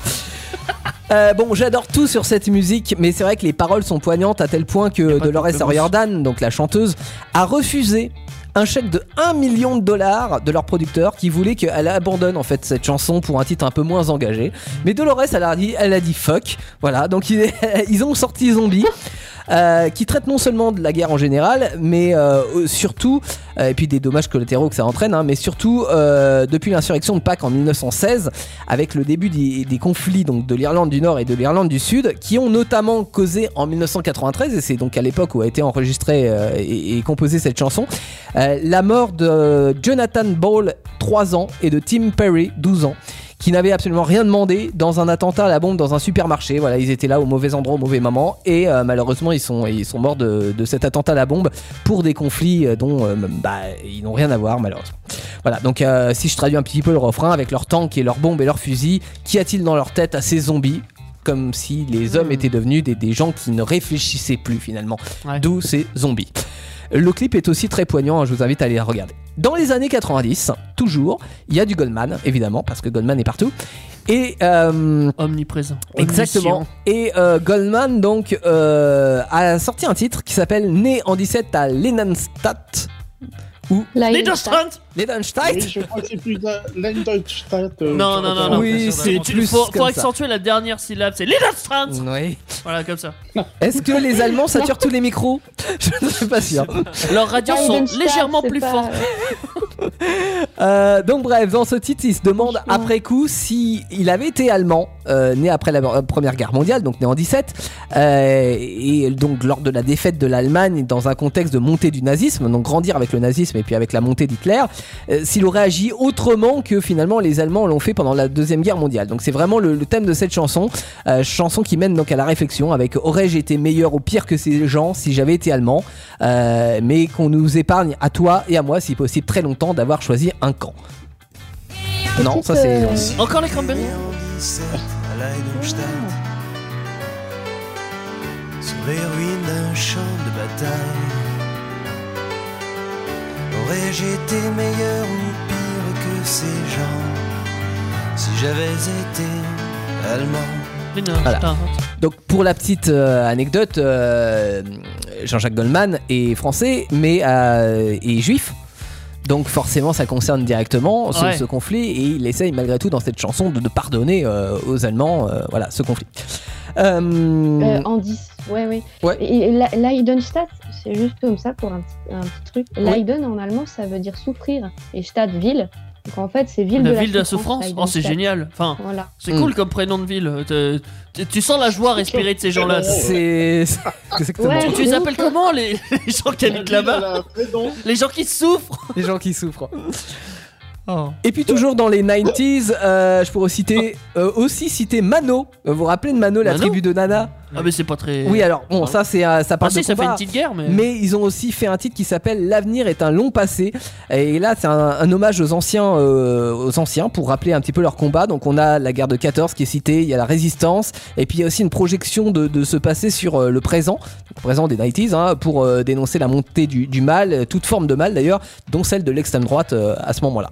Euh, bon, j'adore tout sur cette musique, mais c'est vrai que les paroles sont poignantes à tel point que pas de Dolores concurrence. O'Riordan, donc la chanteuse, a refusé un chèque de 1 million de dollars de leur producteur qui voulait qu'elle abandonne en fait cette chanson pour un titre un peu moins engagé. Mais Dolores, elle a dit, elle a dit fuck. Voilà, donc ils, ils ont sorti Zombie. euh, qui traite non seulement de la guerre en général, mais euh, surtout, euh, et puis des dommages collatéraux que ça entraîne, hein, mais surtout euh, depuis l'insurrection de Pâques en 1916, avec le début des, des conflits donc de l'Irlande du Nord et de l'Irlande du Sud, qui ont notamment causé en 1993, et c'est donc à l'époque où a été enregistrée euh, et, et composée cette chanson, euh, la mort de euh, Jonathan Ball, 3 ans, et de Tim Perry, 12 ans qui n'avaient absolument rien demandé dans un attentat à la bombe dans un supermarché. Voilà, ils étaient là au mauvais endroit, au mauvais moment, et euh, malheureusement ils sont, ils sont morts de, de cet attentat à la bombe pour des conflits euh, dont euh, bah, ils n'ont rien à voir malheureusement. Voilà, donc euh, si je traduis un petit peu le refrain avec leurs tanks et leurs bombes et leurs fusils, qu'y a-t-il dans leur tête à ces zombies comme si les hommes Hmm. étaient devenus des, des gens qui ne réfléchissaient plus finalement, Ouais. d'où ces zombies. Le clip est aussi très poignant, hein, je vous invite à aller le regarder. Dans les années 90, toujours, il y a du Goldman, évidemment, parce que Goldman est partout. Et euh, Omniprésent. Exactement. Omniscient. Et euh, Goldman donc euh, a sorti un titre qui s'appelle Né en 17 à Lennonstadt. Là, il- Les Just Hunt Lennonstadt Oui, je crois que c'est plus euh, l'Eindelstadt. Non, non, non, non. Oui, c'est Tu- plus faut, faut comme ça. Mm. accentuer la dernière syllabe, c'est les Just Hunt Oui. Voilà, comme ça. Est-ce que les Allemands saturent tous les micros Je ne suis pas sûr. Leurs radios sont Weidenstadt, légèrement c'est plus pas- fortes. Euh, donc bref, dans ce titre, il se demande Franchement. après coup si il avait été allemand, euh, né après la euh, Première Guerre mondiale, donc né en 17, euh, et donc lors de la défaite de l'Allemagne dans un contexte de montée du nazisme, donc grandir avec le nazisme et puis avec la montée d'Hitler, euh, s'il aurait agi autrement que finalement les Allemands l'ont fait pendant la Deuxième Guerre mondiale. Donc c'est vraiment le, le thème de cette chanson, euh, chanson qui mène donc à la réflexion avec aurais-je été meilleur ou pire que ces gens si j'avais été allemand euh, mais qu'on nous épargne à toi et à moi, si possible très longtemps, d'avoir choisi un camp. Non, ça c'est. Petite, euh, Encore les cranberries Sur les ruines d'un champ de bataille Aurais-je été meilleur ou pire que ces gens Si j'avais été allemand Les Just Voilà. Hunt. Donc pour la petite euh, anecdote, euh, Jean-Jacques Goldman est français, mais euh, est juif. Donc forcément, ça concerne directement ce, Ouais. ce conflit et il essaye malgré tout dans cette chanson de, de pardonner euh, aux Allemands, euh, voilà, ce conflit. Euh, euh, en 10, ouais, ouais. Ouais. Et, et la- Leidenstadt, c'est juste comme ça pour un petit, un petit truc. Leiden en allemand, ça veut dire souffrir. Et Stadt, ville. Donc en fait, c'est ville de La la ville de la souffrance. Oh, c'est Leidenstadt. génial. Enfin, Voilà. c'est Mm. cool comme prénom de ville. Te- Tu, tu sens la joie respirer de ces gens-là. c'est c'est- exactement Ouais. Tu les appelles comment les, les gens qui habitent là-bas Ah, Les gens qui souffrent les gens qui souffrent. Et puis toujours dans les 90s, euh, je pourrais citer, euh, aussi citer Mano. Vous vous rappelez de Mano, la Mano tribu de Nana Ah, mais c'est pas très. Oui, alors bon, Ah. ça c'est euh, ça Ah, parle de si, ça fait combat. une petite guerre, mais. Mais ils ont aussi fait un titre qui s'appelle L'avenir est un long passé. Et là, c'est un, un hommage aux anciens, euh, aux anciens pour rappeler un petit peu leur combat. Donc, on a la guerre de 14 qui est citée, il y a la résistance, et puis il y a aussi une projection de, de ce passé sur euh, le présent, le présent des 90s, hein, pour euh, dénoncer la montée du, du mal, euh, toute forme de mal d'ailleurs, dont celle de l'extrême droite euh, à ce moment-là.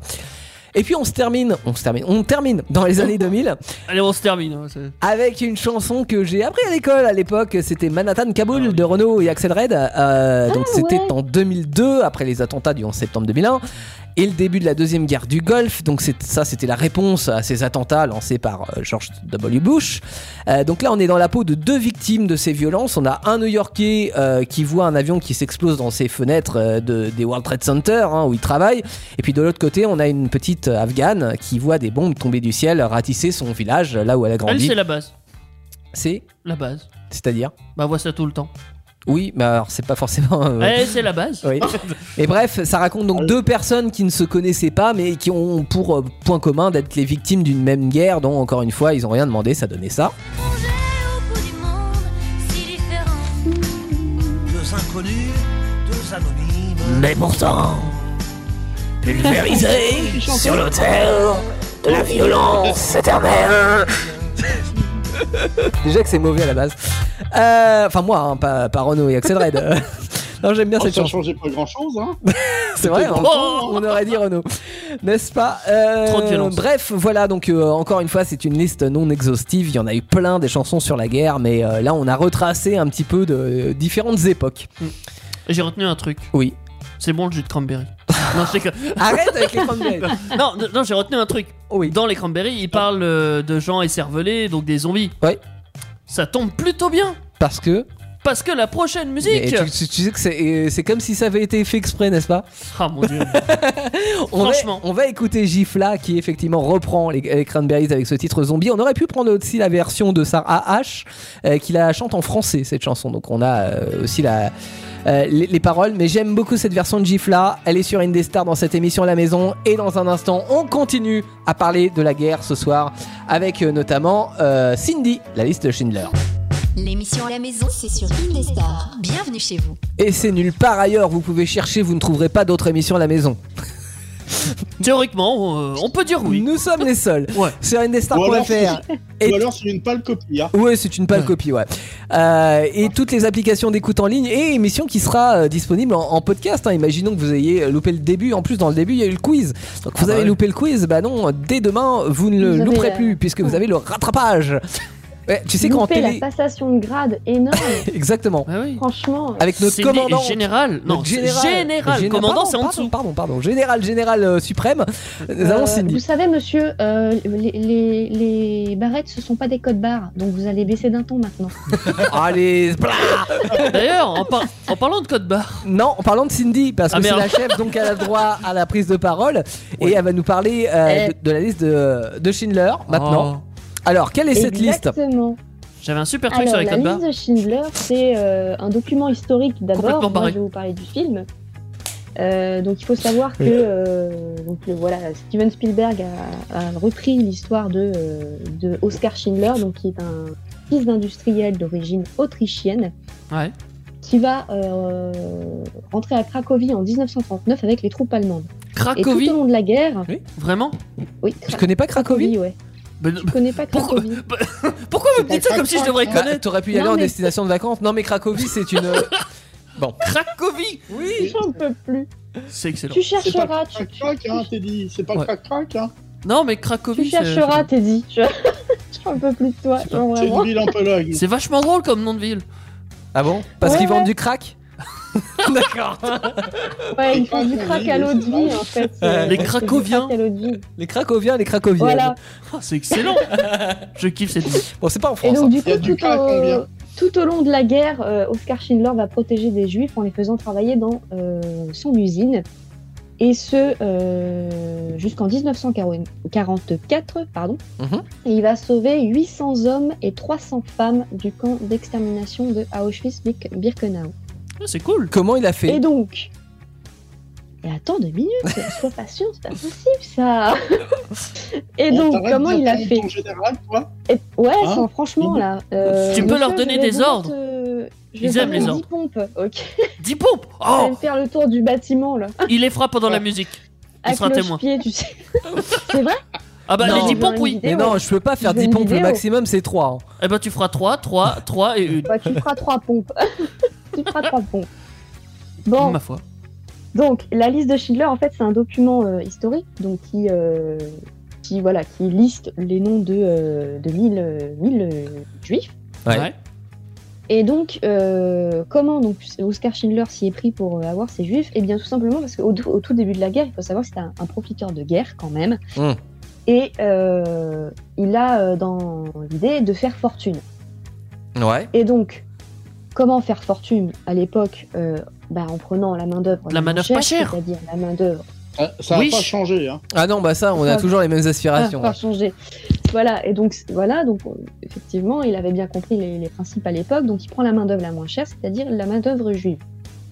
Et puis on se termine, on se termine, on termine dans les années 2000 Allez, on se termine. hein, c'est- avec une chanson que j'ai appris à l'école à l'époque, c'était Manhattan Kaboul de Renault et Axel Red. Euh, donc c'était ouais. en 2002, après les attentats du 11 septembre 2001 et le début de la deuxième guerre du Golfe. Donc c'est- ça, c'était la réponse à ces attentats lancés par euh, George W. Bush. Euh, donc là, on est dans la peau de deux victimes de ces violences. On a un New-Yorkais euh, qui voit un avion qui s'explose dans ses fenêtres euh, de- des World Trade Center hein, où il travaille. Et puis de l'autre côté, on a une petite euh, Afghane qui voit des bombes tomber du ciel ratisser son village euh, là où elle a Elle, grandi. c'est la base. C'est La base. c'est-à-dire Bah, voit ça tout le temps. Oui, mais alors c'est pas forcément. euh, Elle, c'est la base. oui. Et bref, ça raconte donc deux personnes qui ne se connaissaient pas, mais qui ont pour euh, point commun d'être les victimes d'une même guerre, dont encore une fois, ils ont rien demandé, ça donnait ça. Deux inconnus, deux anonymes Mais pourtant, pulvérisés sur l'autel de la violence éternelle. Déjà que c'est mauvais à la base. Euh, Enfin, moi, hein, pas, pas Renaud et Axel Red. Euh, non, j'aime bien cette Ça chanson. changeait pas grand chose, hein. C'est vrai, hein, Oh on aurait dit Renaud. N'est-ce pas Euh, Trop de violence. Bref, voilà, donc euh, encore une fois, c'est une liste non exhaustive. Il y en a eu plein des chansons sur la guerre, mais euh, là, on a retracé un petit peu de euh, différentes époques. J'ai retenu un truc. Oui. C'est bon le jus de cranberry. non, je déconne. Arrête avec les cranberries. non, non, non, j'ai retenu un truc. Oh Oui. Dans les cranberries, ils parlent euh, de gens écervelés, donc des zombies. Ouais. Ça tombe plutôt bien Parce que parce que la prochaine Mais musique. tu, tu- tu sais que c'est euh, c'est comme si ça avait été fait exprès, n'est-ce pas Ah mon dieu. on va, Franchement. on va écouter Gifla qui effectivement reprend les, les Cranberries avec ce titre Zombie. On aurait pu prendre aussi la version de Sarah H euh, qui la chante en français cette chanson. Donc on a euh, aussi la, euh, les, les paroles. Mais j'aime beaucoup cette version de Gifla. Elle est sur Indestar dans cette émission à la maison. Et dans un instant, on continue à parler de la guerre ce soir avec euh, notamment euh, Cindy, la liste de Schindler. L'émission à la maison, c'est sur Indestar. Bienvenue chez vous. Et c'est nulle part ailleurs. Vous pouvez chercher, vous ne trouverez pas d'autres émissions à la maison. Théoriquement, euh, on peut dire oui. Nous sommes les seuls. Ouais. Sur Ou alors, indestar.fr c'est- ou alors c'est une pâle copie. hein. Ouais, c'est une pâle Ouais. copie, ouais. Euh, et toutes les applications d'écoute en ligne et émission qui sera euh, disponible en, en podcast. hein. Imaginons que vous ayez euh, loupé le début. En plus, dans le début, il y a eu le quiz. Donc, vous bah avez ouais. loupé le quiz. Bah non, dès demain, vous ne le Vous avez, louperez euh, plus puisque vous avez le rattrapage. Ouais, tu sais qu'en Louper télé. la passation de grade énorme, Exactement. Ah oui. franchement. Avec notre Cindy est commandant. général. Non, notre général. Géné- Commandant, pardon, c'est en pardon, dessous. Pardon, pardon. Général, général euh, suprême. Nous euh, avons Cindy. vous savez, monsieur, euh, les, les, les barrettes, ce sont pas des codes barres, donc vous allez baisser d'un ton maintenant. Allez, D'ailleurs, en, par- en parlant de code barre, Non, en parlant de Cindy, parce Ah, que c'est merde. la chef, donc elle a droit à la prise de parole. Et elle va nous parler euh, de, de la liste de, de Schindler maintenant. Alors, quelle est cette liste Exactement. Oh, j'avais un super truc Alors, sur les la codes barres. liste de Schindler, c'est euh, un document historique Complètement d'abord. Moi, barré. je vais vous parler du film. Euh, donc, il faut savoir que euh, donc, le- voilà, Steven Spielberg a, a repris l'histoire de, euh, de Oscar Schindler, donc, qui est un fils d'industriel d'origine autrichienne, Ouais. qui va euh, rentrer à Cracovie en 1939 avec les troupes allemandes. Et Cracovie, tout au long de la guerre, vraiment oui, Je Cracovie, connais pas Cracovie ouais. Ben, Je connais pas Pourquoi- Cracovie. Pourquoi vous me dites ça comme si je devrais Bah, connaître T'aurais pu y Non, aller en mais- destination de vacances. Non, mais Cracovie, c'est une. euh, Cracovie oui J'en peux plus. C'est excellent. Tu C'est pas chercheras, tu, crac crac, hein, Teddy. C'est pas Ouais. crac crac, hein. Non, mais Tu Cracovie, c'est- chercheras, Teddy. Je je un peu plus de toi. C'est- non, C'est vraiment. une ville en Pologne. c'est vachement drôle comme nom de ville. Ah bon Parce Ouais, qu'ils vendent ouais. du crack D'accord Ouais, ils font du c'est crack pas à l'eau de terrible, vie, c'est en fait. Euh, C'est- les c'est du cracoviens. crack à l'eau de vie. Les cracoviens, les cracoviennes. Voilà. Ah, c'est excellent. Je kiffe cette ville. Bon, c'est pas en Et France. hein. donc, du Il y coup, a du tout crack, au, combien tout au long de la guerre, euh, Oscar Schindler va protéger des juifs en les faisant travailler dans euh, son usine. Et ce, euh, jusqu'en 1944, pardon. Mhm. Et il va sauver 800 hommes et 300 femmes du camp d'extermination de Auschwitz-Birkenau. Ah, C'est cool. Comment il a fait Et donc Et attends deux minutes, sois patient, c'est pas possible ça Et On donc, t'arrête comment Oh, de il a prendre fait ton général, toi Et- Ouais, Hein sans- franchement là. euh, Tu peux leur monsieur, donner je vais des vous mettre, ordres. euh, je Ils vais aiment vous les mettre ordres. 10 pompes, ok. Dix pompes Je vais Oh me faire le tour du bâtiment là. Il les fera pendant la musique. À seras témoin. cloche-pied, tu sais. c'est vrai Ah bah, Non. les dix pompes, oui. Mais non, je peux pas faire Je veux 10 une pompes, le vidéo. maximum c'est hein. 3. Eh ben, tu feras 3, 3, 3 et une. Bah, tu feras trois pompes. tu feras trois pompes. Bon, Ma foi. Donc, la liste de Schindler, en fait, c'est un document euh, historique donc qui, euh, qui, voilà, qui liste les noms de, euh, de 1000 euh, 1000, euh, juifs. Ouais. Et donc, euh, comment donc Oscar Schindler s'y est pris pour euh, avoir ces juifs Eh bien, tout simplement parce qu'au au tout début de la guerre, il faut savoir que c'était un, un profiteur de guerre quand même. Mm. Et euh, il a euh, dans l'idée de faire fortune. Ouais. Et donc, comment faire fortune à l'époque euh, bah, En prenant la main-d'œuvre. La main-d'œuvre pas chère. C'est-à-dire la main-d'œuvre Ah, Ça n'a Oui. pas changé. Hein. Ah non, bah ça, on a Enfin, toujours les mêmes aspirations. hein. Ah, pas ouais. changé. Voilà, et donc, voilà, donc euh, effectivement, il avait bien compris les, les principes à l'époque, donc il prend la main-d'œuvre la moins chère, c'est-à-dire la main-d'œuvre juive.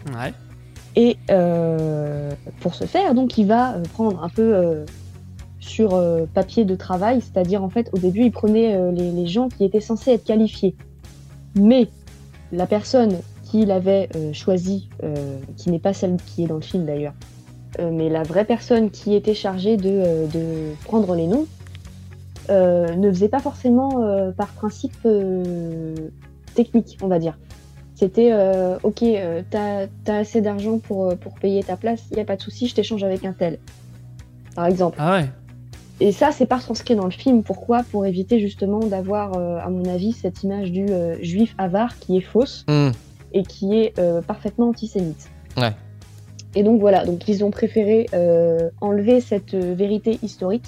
Ouais. Et euh, pour ce faire, donc, il va euh, prendre un peu euh, sur euh, papier de travail, c'est-à-dire en fait, au début, il prenait euh, les, les gens qui étaient censés être qualifiés. Mais la personne qu'il avait euh, choisie, euh, qui n'est pas celle qui est dans le film d'ailleurs, euh, mais la vraie personne qui était chargée de, euh, de prendre les noms, euh, ne faisait pas forcément euh, par principe euh, technique, on va dire. C'était euh, ok, euh, t'as as assez d'argent pour, euh, pour payer ta place, il n'y a pas de souci, je t'échange avec un tel. Par exemple. Ah ouais. Et ça, c'est pas transcrit dans le film. Pourquoi Pour éviter justement d'avoir, euh, à mon avis, cette image du euh, juif avare qui est fausse Hmm. et qui est euh, parfaitement antisémite. Ouais. Et donc voilà, donc ils ont préféré euh, enlever cette euh, vérité historique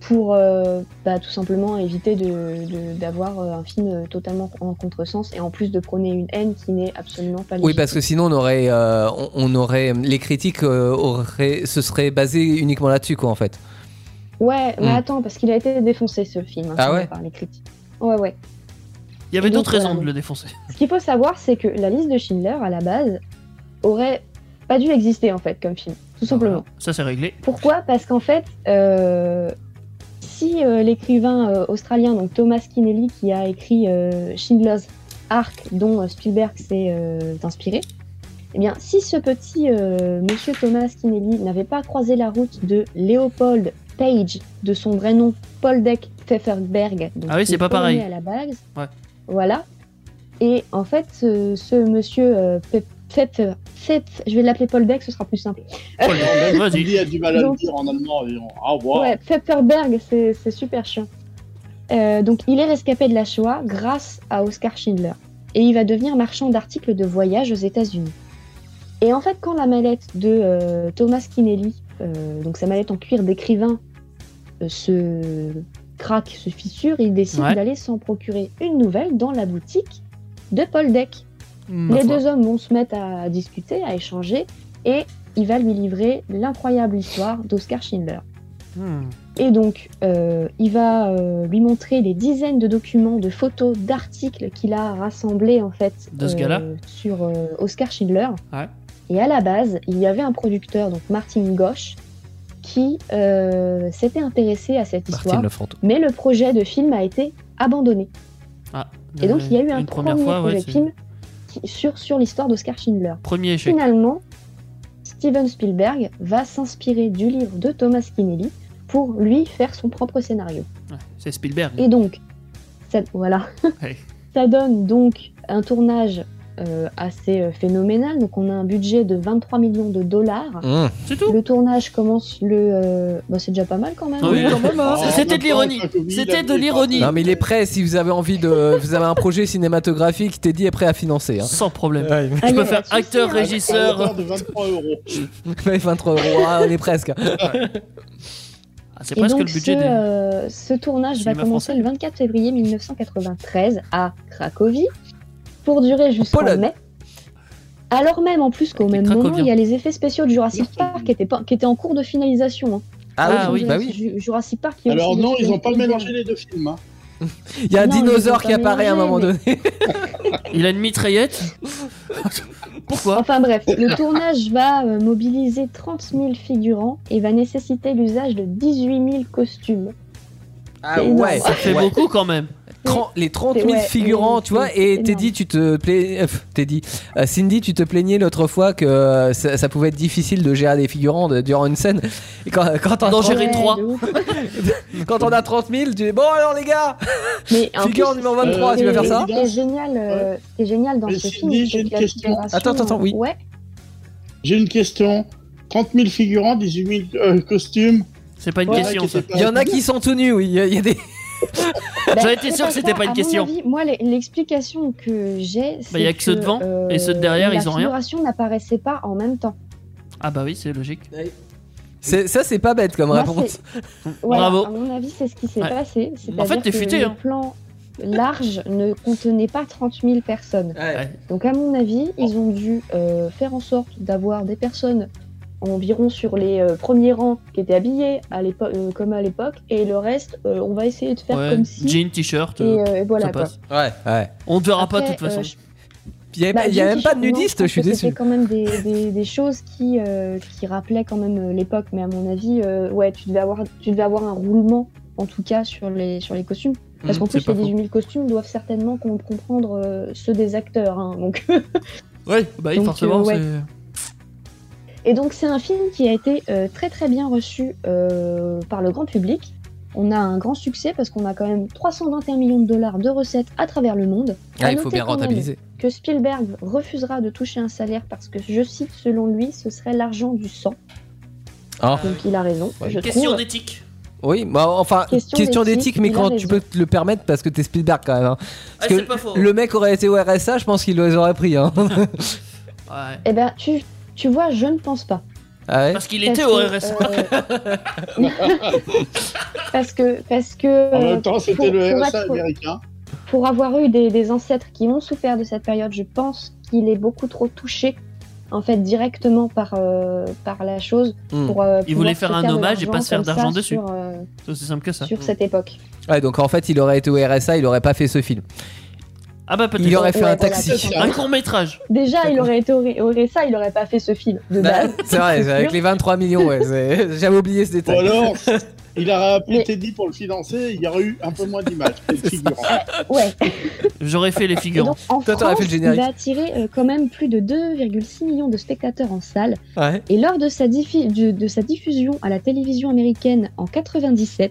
pour euh, bah, tout simplement éviter de- de- d'avoir euh, un film euh, totalement en contresens et en plus de prôner une haine qui n'est absolument pas Oui, parce que légitime. sinon on aurait, euh, on, on aurait les critiques euh, auraient, se seraient basées uniquement là-dessus, quoi, en fait. Ouais, mais Hmm. attends, parce qu'il a été défoncé ce film hein, Ah ouais par les critiques. Ouais, ouais. Il y avait Et donc, euh, d'autres raisons voilà. de le défoncer. Ce qu'il faut savoir, c'est que la liste de Schindler, à la base, aurait pas dû exister en fait comme film, tout simplement. Ah, Ça, c'est réglé. Pourquoi Parce qu'en fait, euh, si euh, l'écrivain euh, australien, donc Thomas Kinelli, qui a écrit euh, Schindler's Ark, dont euh, Spielberg s'est euh, inspiré, eh bien, si ce petit euh, monsieur Thomas Kinelli n'avait pas croisé la route de Léopold Page, de son vrai nom Paul Deck Pfefferberg, donc Ah oui, qui c'est est pas pareil. polonais à la base, Ouais. voilà. Et en fait, ce, ce monsieur euh, Pfeff- Pfeffer, Pfeff- je vais l'appeler Paul Deck, ce sera plus simple. Oh, le- Vas-y. Andy a du mal à le Donc- dire en allemand. environ. Ah, wow. Ouais, Pfefferberg, c'est c'est super chiant. Euh, donc, il est rescapé de la Shoah grâce à Oscar Schindler. Et il va devenir marchand d'articles de voyage aux États-Unis. Et en fait, quand la mallette de euh, Thomas Kinelli, euh, donc sa mallette en cuir d'écrivain, euh, se craque, se fissure, il décide Ouais. d'aller s'en procurer une nouvelle dans la boutique de Paul Deck. Ma Les foi. deux hommes vont se mettre à discuter, à échanger, et il va lui livrer l'incroyable histoire d'Oscar Schindler. Hmm. Et donc, euh, il va euh, lui montrer les dizaines de documents, de photos, d'articles qu'il a rassemblés en fait De ce gars-là sur euh, Oscar Schindler. Ouais. Et à la base, il y avait un producteur, donc Martin Gosch, qui euh, s'était intéressé à cette Martin histoire, le fantôme. mais le projet de film a été abandonné. Ah, Et donc, il y a eu un une premier première fois, ouais, projet de c'est- film qui- sur, sur l'histoire d'Oscar Schindler. Premier échec. Finalement, Steven Spielberg va s'inspirer du livre de Thomas Kinelli pour lui faire son propre scénario. Ouais, c'est Spielberg. Et donc, ça, voilà, Ouais. ça donne donc un tournage euh, assez euh, phénoménal. Donc on a un budget de 23 millions de dollars. Mmh. C'est tout. Le tournage commence le... euh, bah, c'est déjà pas mal quand même. Ah oui, hein. quand même, hein. Ah, C'était de maintenant, l'ironie. avec la Covid, C'était de la- l'ironie. Non, mais il est prêt. Si vous avez envie de, vous avez un projet cinématographique, Teddy est prêt à financer. Hein. Sans problème. Ah, Je y peux a faire pas de souci, acteur, hein. Avec un régisseur. retard de 23 euros. Ouais, 23 euros, ah, on est presque. Ah, c'est Et presque donc le budget ce, des. euh, ce tournage va cinémas commencer français. le 24 février 1993 à Cracovie pour durer jusqu'en Pologne. mai. Alors même, en plus qu'au Avec hein. les même moment, Cracoviens. il y a les effets spéciaux de Jurassic Merci. Park qui étaient, pas- qui étaient en cours de finalisation. hein. Ah oui, Ju- bah oui. Ju- Jurassic Park. il y a Alors aussi non, des ils films n'ont pas bizarres. mélangé les deux films. hein. Il y a un Non, ils ont dinosaure qui pas apparaît à un mélangé, moment mais- donné. Il a une mitraillette. Pourquoi Enfin bref, le tournage va euh, mobiliser 30 000 figurants et va nécessiter l'usage de 18 000 costumes. Ah énorme. ouais. Ça fait ouais. beaucoup quand même. Tren- les 30 000 Ouais, figurants, et tu vois, c'est et énorme. Teddy, tu te plais... euh, Teddy, euh, Cindy, tu te plaignais l'autre fois que euh, ça, ça pouvait être difficile de gérer des figurants de- durant une scène. Et quand, quand, on a D'en 30 gérer trois. de ouf. 000 quand on a 30 000, tu dis bon alors les gars, Mais en figurant plus, numéro 23, tu vas faire ça Ce qui est Euh, génial, euh, ce qui est génial dans Mais ce Cindy, film, j'ai c'est une que la question. figuration, Attends, attends, attends, oui. Ouais. J'ai une question. 30 000 figurants, 18 000 euh, costumes. C'est pas une Ouais, question qui ça. étaient pas- Il y en a qui sont tout nus, oui. Il y a- il y a des. Bah, J'en étais c'est sûr que c'était ça. pas une À mon question. avis, moi, les- l'explication que j'ai, c'est Bah, y a que ceux devant euh, et ceux de derrière, ils ont rien. La figuration n'apparaissait pas en même temps. Ah bah oui, c'est logique. C'est- Ça, c'est pas bête comme Moi, réponse. Voilà, Bravo. À mon avis, c'est ce qui s'est Ouais. passé. En fait, C'est-à-dire t'es que futé, Le hein. plan large ne contenait pas 30 000 personnes. Ouais. Donc, à mon avis, ils ont dû euh, faire en sorte d'avoir des personnes environ sur les euh, premiers rangs qui étaient habillées à l'époque, euh, comme à l'époque, et le reste, euh, on va essayer de faire Ouais, comme si. Jean, t-shirt. Et, euh, euh, et voilà ça quoi. passe. Ouais. ouais. On ne verra pas de Après, toute façon. euh, je- Il y a, bah, Eh ben, il y a Jim même pas de Fisher, non, nudiste, je pense suis que déçu. C'était quand même des, des- des choses qui, euh, qui rappelaient quand même euh, l'époque, mais à mon avis, euh, ouais, tu devais, avoir, tu devais avoir un roulement, en tout cas, sur les, sur les costumes. Parce Mm, qu'en c'est plus, pas les faux. 18 000 costumes doivent certainement com- comprendre euh, ceux des acteurs. hein, donc... Ouais, bah oui, Donc, forcément. euh, ouais. c'est- Et donc, c'est un film qui a été euh, très très bien reçu euh, par le grand public. On a un grand succès parce qu'on a quand même 321 millions de dollars de recettes à travers le monde. Ah, À il faut noter bien quand même rentabiliser. que Spielberg refusera de toucher un salaire parce que, je cite, selon lui, ce serait l'argent du sang. Ah. Donc il a raison. Ouais. Je Question trouve. d'éthique. Oui, bah, enfin, Question question d'éthique, d'éthique, mais il a quand tu raison. peux te le permettre parce que t'es Spielberg quand même. hein. Ah, que c'est pas faux. Le mec aurait été au RSA, je pense qu'il les aurait pris. Hein. Ouais. Eh ben, tu, tu vois, je ne pense pas. Ah ouais Parce qu'il était au E. Parce RSA. que, euh, parce que, parce que En euh, même temps, c'était pour- le pour RSA être- américain. pour avoir eu des, des ancêtres qui ont souffert de cette période, je pense qu'il est beaucoup trop touché en fait directement par euh, par la chose Hmm. pour euh, Il pouvoir voulait se faire un de hommage et l'argent pas se faire comme ça d'argent dessus. sur, euh, C'est aussi simple que ça. Hmm. sur cette époque. Ouais, donc en fait, il aurait été au RSA, il aurait pas fait ce film. Ah bah Il peut-être. aurait fait Ouais, un voilà, taxi. c'est ça. Un court métrage. Déjà, il D'accord. aurait été au au RSA, il aurait pas fait ce film de base. Bah, C'est vrai, c'est avec sûr. les 23 millions, ouais, c'est- j'avais oublié ce Ou détail. alors, il a appelé Mais- Teddy pour le financer, il y aurait eu un peu moins d'images. c'est le figurant. Ah, Ouais. J'aurais fait les Et figurants. donc, en Toi, t'aurais France, fait le générique. il va attirer euh, quand même plus de 2,6 millions de spectateurs en salle. Ouais. Et lors de sa, diffi- du- de sa diffusion à la télévision américaine en 97,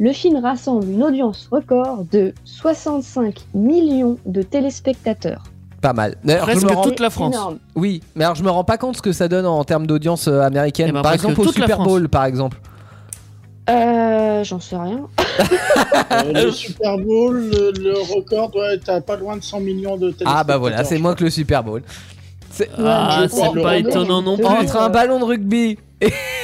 le film rassemble une audience record de 65 millions de téléspectateurs. Pas mal. D'ailleurs, je Presque me rends- toute la C'est France. énorme. Oui, mais alors je me rends pas compte ce que ça donne en termes d'audience euh, américaine. Eh ben, par presque exemple, au toute la Super France. Bowl, par exemple. Euh, J'en sais rien. Euh, le Super Bowl, le, le record doit être à pas loin de 100 millions de téléspectateurs. Ah bah voilà, c'est moins que le Super Bowl. Ah, Ouais, c'est je- pas étonnant non de- plus. Entre un ballon de rugby.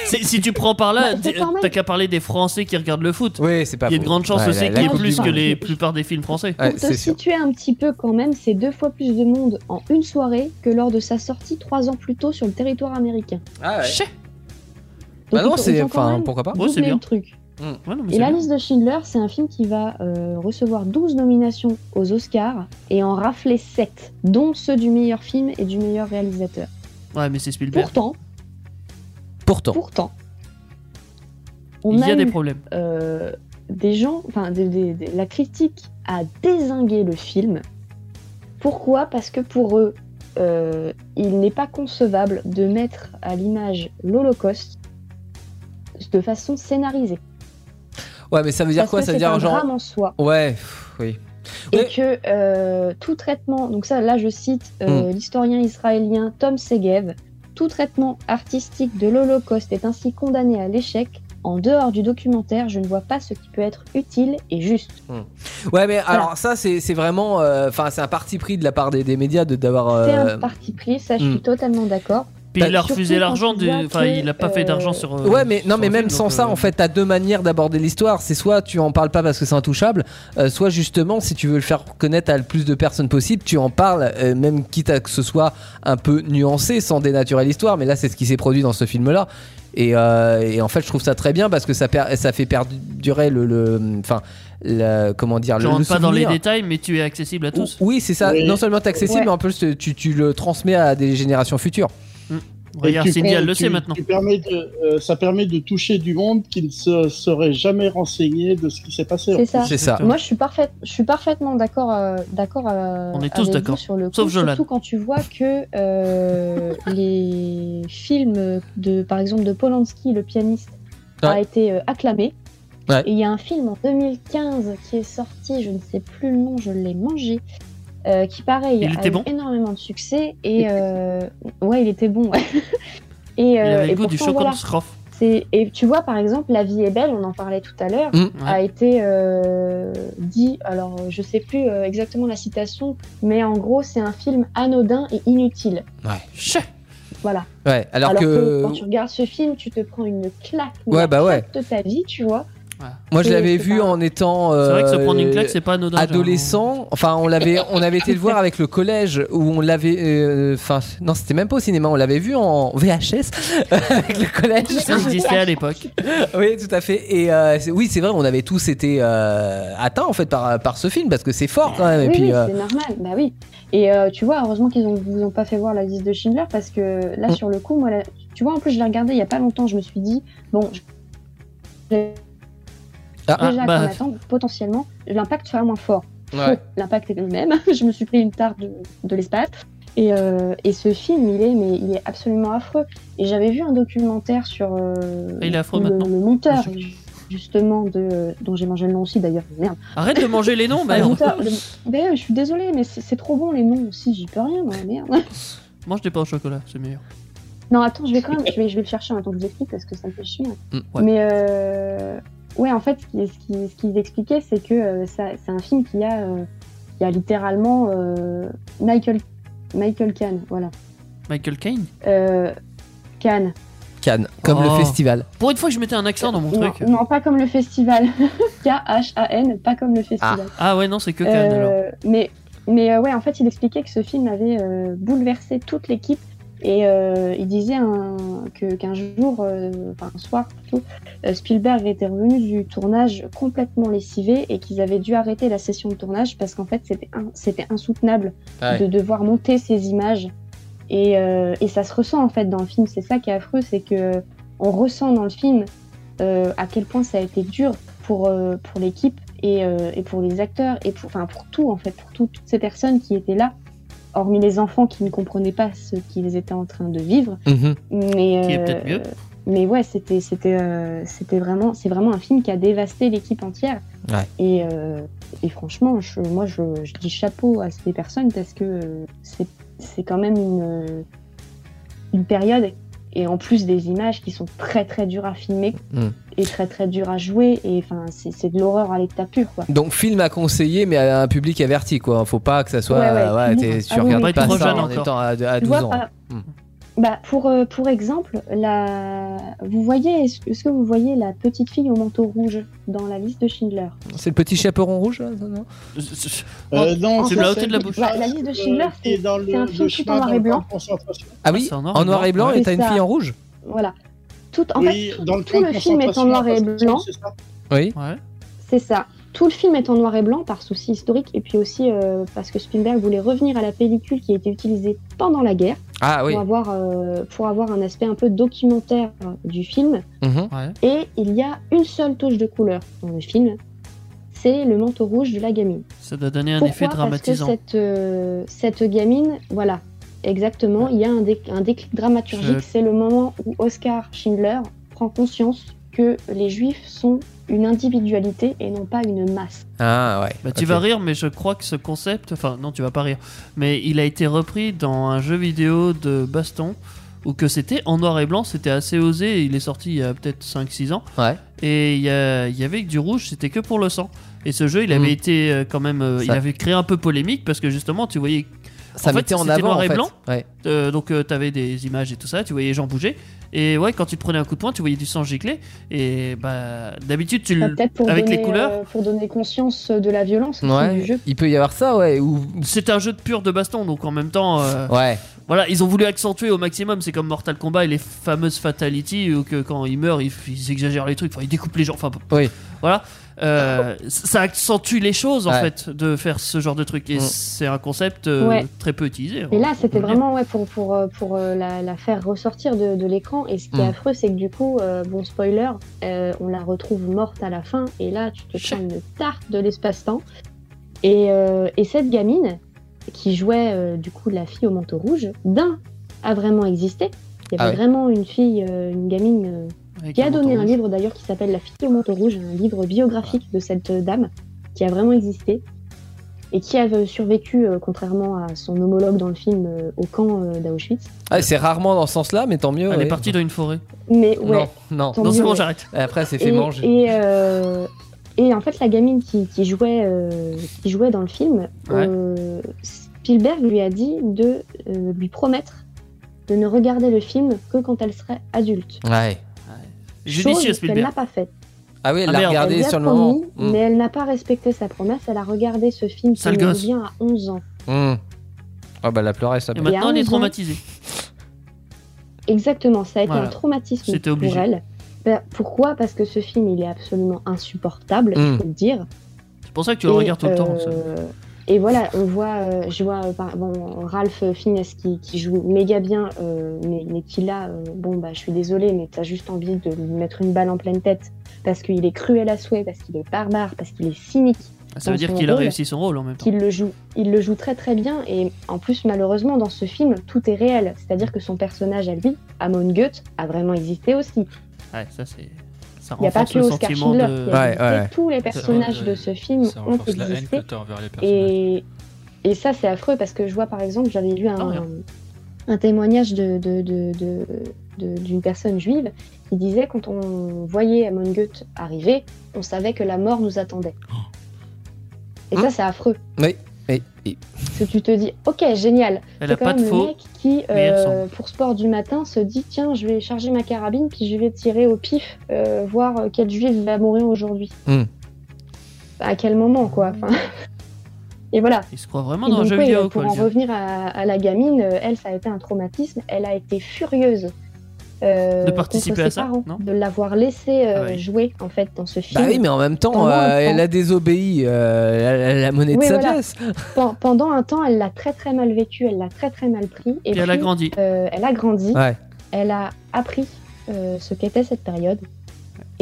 Si, si tu prends par là, Bah, c'est t'es- quand même. t'as qu'à parler des Français qui regardent le foot. Oui, c'est pas. Il y a de faux. grandes chances Ouais, la- aussi la qu'il y ait Coupe plus du que Monde. les Monde. plupart des films français. Ouais, Pour te c'est sûr. situer un petit peu quand même, c'est deux fois plus de monde en une soirée que lors de sa sortie trois ans plus tôt sur le territoire américain. Ah ouais. Chais. Bah non, Donc, ils ont- c'est. ils ont quand Enfin, même pourquoi pas Ouais, c'est doublé bien. le truc. Ouais, non, mais Et c'est La bien. liste de Schindler, c'est un film qui va euh, recevoir 12 nominations aux Oscars et en rafler 7, dont ceux du meilleur film et du meilleur réalisateur. Ouais, mais c'est Spielberg. Pourtant, Pourtant. pourtant, on Il a, y a des eu, problèmes. euh, des gens, enfin, des- des- des- la critique a désingué le film. Pourquoi Parce que pour eux, euh, il n'est pas concevable de mettre à l'image l'Holocauste de façon scénarisée. Ouais, mais ça veut dire Parce quoi que Ça veut c'est dire un genre. drame en soi. Ouais, pff, oui. et Ouais. que euh, tout traitement, donc ça là je cite Hmm. euh, l'historien israélien Tom Segev, tout traitement artistique de l'Holocauste est ainsi condamné à l'échec. En dehors du documentaire, je ne vois pas ce qui peut être utile et juste. Ouais, mais alors ça, c'est c'est vraiment. euh, Enfin, c'est un parti pris de la part des, des médias de d'avoir. C'est euh, un parti pris, ça je hmm. suis totalement d'accord. Puis il a surtout refusé quand l'argent. tu du- vois Enfin, que, il a pas fait euh, d'argent sur. euh, Ouais, mais non, sur mais le même film, sans donc, ça, euh, en fait, t'as deux manières d'aborder l'histoire. C'est soit tu en parles pas parce que c'est intouchable, euh, soit justement, si tu veux le faire connaître à le plus de personnes possible, tu en parles, euh, même quitte à que ce soit un peu nuancé, sans dénaturer l'histoire. Mais là, c'est ce qui s'est produit dans ce film-là. Et, euh, et en fait, je trouve ça très bien parce que ça, per- ça fait perdurer le, le, enfin, la- comment dire, Ah, le, Je le rentre pas dans les souvenir. détails, mais tu es accessible à tous. Oui, c'est ça. Oui. Non seulement t'es accessible, Ouais. mais en plus tu, tu le transmets à des générations futures. Oh. Et Regarde, tu Cindy, prends- elle le tu- sait maintenant. tu permets de- euh, ça permet de toucher du monde qui ne se serait jamais renseigné de ce qui s'est passé. C'est ça. C'est ça. Moi je suis parfaite, je suis parfaitement d'accord, euh, d'accord. euh, On est tous avec d'accord. vous sur le coup, Sauf Jolan. surtout quand tu vois que euh, les films de, par exemple, de Polanski, le pianiste. a Ouais. été euh, acclamé. Ouais. Et il y a un film en 2015 qui est sorti, je ne sais plus le nom, je l'ai mangé, euh, qui pareil Il a était eu bon énormément de succès et euh, ouais il était bon. ouais. et Il euh, avait et le goût du chocolat pourtant, voilà, de Schroff. c'est et tu vois par exemple La vie est belle, on en parlait tout à l'heure, Mm. Ouais. a été euh, dit alors euh, je sais plus euh, exactement la citation, mais en gros c'est un film anodin et inutile. Chais. Voilà. Ouais. Alors, Alors, que... que, quand tu regardes ce film, tu te prends une claque mais Ouais, la bah ouais. claque de ta vie, tu vois. Moi, je C'est- l'avais c'est vu pas- en étant C'est vrai que se euh, prendre une claque, c'est hein. pas anodin. adolescent. Enfin, on l'avait, on avait été le voir avec le collège où on l'avait. euh, Enfin, non, c'était même pas au cinéma. On l'avait vu en VHS avec le collège. genre. Ça existait à l'époque. oui, tout à fait. Et euh, c'est- oui, c'est vrai, on avait tous été euh, atteints en fait par par ce film parce que c'est fort quand même. Et oui, puis, oui, euh, c'est normal, bah oui. Et euh, tu vois, heureusement qu'ils ont, vous ont pas fait voir la liste de Schindler parce que là, Mm. sur le coup, moi, la- tu vois, en plus, je l'ai regardé il y a pas longtemps, je me suis dit, bon, je- j'ai Ah, déjà ah, à bah. quoi m'attendre, potentiellement, l'impact sera moins fort. ouais. Bon, L'impact est le même, je me suis pris une tarte de, de l'espace. Et, euh, et ce film, il est, mais il est absolument affreux. Et j'avais vu un documentaire sur euh, Ah, Il est affreux le, maintenant. le monteur, Bien justement, de, dont j'ai mangé le nom aussi d'ailleurs. Merde. Arrête de manger les noms, Le merde. monteur, Bah, le- Ben, je suis désolée, mais c'est c'est trop bon les noms aussi, j'y peux rien, moi, merde. Mange des pains au chocolat, c'est meilleur. Non, attends, je vais quand même, je vais, je vais le chercher, attends, je vous explique parce que ça me fait chier. Mm, ouais. Mais euh, ouais, en fait, ce qui- ce qui- ce qu'ils expliquaient, c'est que euh, ça- c'est un film qui a, euh, qui a littéralement euh, Michael, Michael Kahn, voilà. Michael Caine Euh, Kahn, Cannes, comme Oh. le festival. Pour une fois, je mettais un accent dans mon Mm. Non, truc. non, pas comme le festival. K-H-A-N, pas comme le festival. Ah ouais, non, c'est que Cannes alors. Euh, Mais, mais euh, ouais, en fait, il expliquait que ce film avait euh, bouleversé toute l'équipe. Et euh, il disait un, que, qu'un jour, euh, enfin un soir plutôt, euh, Spielberg était revenu du tournage complètement lessivé et qu'ils avaient dû arrêter la session de tournage parce qu'en fait c'était, in- c'était insoutenable Ah ouais. de devoir monter ces images. Et, euh, et ça se ressent en fait dans le film. C'est ça qui est affreux, c'est que on ressent dans le film euh, à quel point ça a été dur pour, euh, pour l'équipe et, euh, et pour les acteurs et pour, enfin, pour tout en fait, pour tout- toutes ces personnes qui étaient là, hormis les enfants qui ne comprenaient pas ce qu'ils étaient en train de vivre. Mhm. Mais, Qui est euh, peut-être mieux. Mais ouais, c'était c'était euh, c'était vraiment c'est vraiment un film qui a dévasté l'équipe entière. Ouais. Et, euh, et franchement, je, moi je, je dis chapeau à ces personnes parce que euh, c'est c'est quand même une euh, une période et en plus des images qui sont très très dures à filmer Mm. et très très dures à jouer et enfin c'est c'est de l'horreur à l'état pur quoi. Donc film à conseiller, mais à un public averti, quoi. Faut pas que ça soit. Ouais, ouais, euh, ouais, non. t'es- tu Ah oui, regardes oui. pas Trop ça jeune en encore. étant à, à Tu 12 vois, ans. par- Hmm. Bah, pour, euh, pour exemple, la... vous voyez, est-ce que- est-ce que vous voyez la petite fille au manteau rouge dans la liste de Schindler C'est le petit chaperon rouge, là, ça, non Euh, non, en Tu me c'est l'as celle ôté de la qui bouche. La, la liste de Schindler, euh, qui est c'est dans le, un le film tout chemin en noir dans et le blanc. camp de concentration. Ah oui, c'est en noir, et blanc, et ouais. t'as une C'est ça. fille en rouge. voilà. Tout, en oui, fait, tout, dans le tout camp de le film est en concentration, noir et parce que blanc. c'est ça. Oui. Ouais. C'est ça. Tout le film est en noir et blanc par souci historique et puis aussi euh, parce que Spielberg voulait revenir à la pellicule qui a été utilisée pendant la guerre Ah oui. pour, avoir, euh, pour avoir un aspect un peu documentaire du film. Mhm. Et il y a une seule touche de couleur dans le film, c'est le manteau rouge de la gamine. Ça doit donner un effet Pourquoi Parce que dramatisant. cette, euh, cette gamine, voilà, exactement, il y a un, dé- un déclic dramaturgique. Je- C'est le moment où Oscar Schindler prend conscience que les juifs sont une individualité et non pas une masse. Ah ouais. Bah, tu ok. vas rire, mais je crois que ce concept, enfin non, tu vas pas rire, mais il a été repris dans un jeu vidéo de baston ou que c'était en noir et blanc, c'était assez osé, il est sorti il y a peut-être 5-6 ans, Ouais. et il y, a- il y avait que du rouge, c'était que pour le sang. Et ce jeu, il Mm. avait été euh, quand même, euh, il Ça- avait créé un peu polémique parce que justement, tu voyais Ça en fait, mettait en c'était avant. noir en et fait. blanc. Ouais. Euh, donc euh, t'avais des images et tout ça, tu voyais les gens bouger. Et ouais, quand tu te prenais un coup de poing, tu voyais du sang gicler. Et bah d'habitude tu Enfin, le... Peut-être pour, avec les donner, couleurs euh, pour donner conscience de la violence aussi Ouais. du jeu. Il peut y avoir ça, ouais. Ou... c'est un jeu de pur de baston, donc en même temps, euh, Ouais. voilà, ils ont voulu accentuer au maximum. C'est comme Mortal Kombat et les fameuses fatalities où que quand ils meurent, ils, ils exagèrent les trucs, enfin ils découpent les gens. Enfin Oui. voilà, Euh, ça accentue les choses en Ouais. fait de faire ce genre de truc. Et Mm. c'est un concept euh, Ouais. très peu utilisé. Et là, c'était on peut le vraiment ouais, pour, pour, euh, pour euh, la, la faire ressortir de, de l'écran. Et ce qui est Mm. affreux, c'est que du coup, euh, bon spoiler, euh, on la retrouve morte à la fin. Et là, tu te Chut. prends une tarte de l'espace-temps. Et, euh, et cette gamine, qui jouait euh, du coup la fille au manteau rouge, d'un, a vraiment existé. Il y Ah avait ouais. vraiment une fille, euh, une gamine euh, Avec qui un a donné manteau un rouge. livre d'ailleurs qui s'appelle La fille au manteau rouge, un livre biographique de cette euh, dame qui a vraiment existé et qui avait survécu, euh, contrairement à son homologue dans le film, euh, au camp euh, d'Auschwitz. Ah, c'est rarement dans ce sens-là, mais tant mieux. Elle ouais. est partie dans une forêt. Mais ouais, Non, non. Tant Non, c'est mieux, bon, ouais. j'arrête. Après, elle s'est et, fait manger. et, euh, et en fait, la gamine qui, qui jouait, euh, qui jouait dans le film, Ouais. euh, Spielberg lui a dit de euh, lui promettre de ne regarder le film que quand elle serait adulte. Ouais. Judicieux, Chose qu'elle Spielberg. n'a pas faite. Ah oui, elle Ah, l'a merde. Elle regardé lui a sur le promis, moment. Mm. Mais elle n'a pas respecté sa promesse. Elle a regardé ce film qui Sale lui gosse. revient à 11 ans. Mm. Ah bah la pleurait ça. Et Il y a maintenant, elle est 11 ans. traumatisée. Exactement, ça a été Voilà. un traumatisme C'était obligé. pour elle. Bah, pourquoi Parce que ce film, il est absolument insupportable, il Mm. faut le dire. C'est pour ça que Hmm. tu le Et, regardes tout le temps. ça. euh, Et voilà, on voit, euh, je vois euh, par- bon, Ralph Fiennes qui, qui joue méga bien, euh, mais, mais qui là, euh, bon bah je suis désolée, mais t'as juste envie de lui mettre une balle en pleine tête parce qu'il est cruel à souhait, parce qu'il est barbare, parce qu'il est cynique. Ça veut dans dire son qu'il a rôle, réussi son rôle en même temps. qu'il le joue, il le joue très très bien et en plus malheureusement dans ce film tout est réel, c'est-à-dire que son personnage à lui, Amon Goethe, a vraiment existé aussi. Ouais, ça c'est. Ça Il n'y a pas renforce que le Oscar sentiment Schindler de. qui a Ouais, existé, ouais. tous les personnages ouais. de ce film Ça ont renforce la haine que existé t'as envers les personnages. et, et ça c'est affreux parce que je vois par exemple j'avais lu un, Ah, rien. un témoignage de, de, de- de- de- d'une personne juive qui disait quand on voyait Amon Goethe Oh. Hein arriver, on savait que la mort nous attendait. Et ça c'est affreux. Et- et- Parce que tu te dis, ok, génial. Elle C'est a quand pas de même le faux. mec qui, mais elle euh, semble. pour sport du matin, se dit tiens, je vais charger ma carabine, puis je vais tirer au pif, euh, voir quel juif va mourir aujourd'hui. Bah, Hmm. À quel moment, quoi. enfin. Et voilà. Il se croit vraiment Et dans un donc, jeu ouais, euh, vidéo, pour quoi. en le gars. revenir à, à la gamine, euh, elle, ça a été un traumatisme. Elle a été furieuse. euh, De participer contre à ses ça, parents, non de l'avoir laissé euh, Ah ouais. jouer en fait dans ce film Bah oui, mais en même temps, Pendant un euh, temps. elle a désobéi euh, à la, la monnaie de Oui, sa voilà. pièce. Pen- pendant un temps elle l'a très très mal vécu elle l'a très très mal pris et, Et elle a puis, grandi. euh, elle a grandi Ouais. elle a appris euh, ce qu'était cette période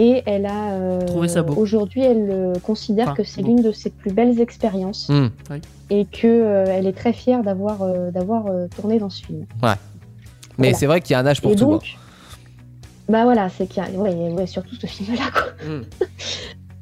et elle a euh, Trouvé ça beau. aujourd'hui elle euh, considère Enfin, que c'est beau. l'une de ses plus belles expériences Hmm. et que euh, elle est très fière d'avoir euh, d'avoir euh, tourné dans ce film. Mais Voilà. c'est vrai qu'il y a un âge pour et tout. hein. donc bah voilà c'est qu'il y a ouais, ouais, surtout ce film là quoi. hein. Hmm.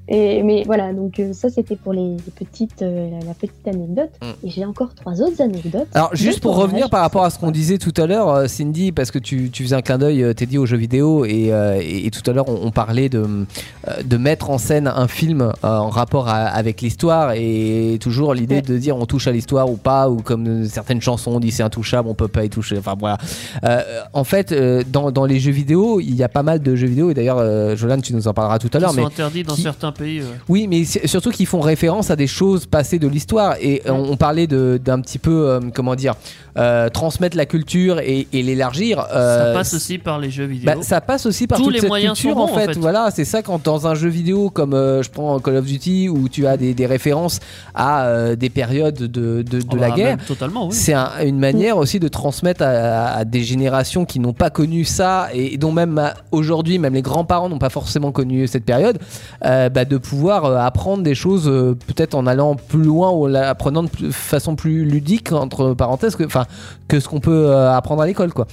Et, mais voilà donc euh, ça c'était pour les, les petites euh, la, la petite anecdote Mm. et j'ai encore trois autres anecdotes. Alors juste de pour tournage. revenir par rapport à ce qu'on disait tout à l'heure, euh, Cindy, parce que tu, tu faisais un clin d'œil, euh, t'es dit aux jeux vidéo, et, euh, et- et tout à l'heure on, on parlait de, euh, de mettre en scène un film euh, en rapport à- avec l'histoire, et toujours l'idée Ouais. de dire on touche à l'histoire ou pas, ou comme euh, certaines chansons on dit c'est intouchable, on peut pas y toucher, enfin voilà. Euh, en fait, euh, dans, dans les jeux vidéo, il y a pas mal de jeux vidéo, et d'ailleurs euh, Jolan, tu nous en parleras tout à Ils l'heure, sont Ah mais interdits dans qui- certains pays. euh, ouais. oui, mais c'est- surtout qu'ils font référence à des choses passées de l'histoire. Et euh, on, on parlait de- d'un petit peu, euh, comment dire, euh, transmettre la culture et, et l'élargir. euh, ça passe aussi par les jeux vidéo. bah, ça passe aussi par Tous toute les cette moyens culture sont bons, en, en fait. fait. Voilà, c'est ça quand dans un jeu vidéo comme euh, je prends Call of Duty où tu as des, des références à euh, des périodes de, de- de Oh, la bah, guerre. même Totalement, oui. C'est un- une manière aussi de transmettre à, à des générations qui n'ont pas connu ça et dont même à- aujourd'hui, même les grands-parents n'ont pas forcément connu cette période, euh, bah, de pouvoir euh, apprendre des choses euh, peut-être en allant plus loin ou en apprenant de plus- façon plus ludique, entre parenthèses, que, enfin, que ce qu'on peut euh, apprendre à l'école. quoi.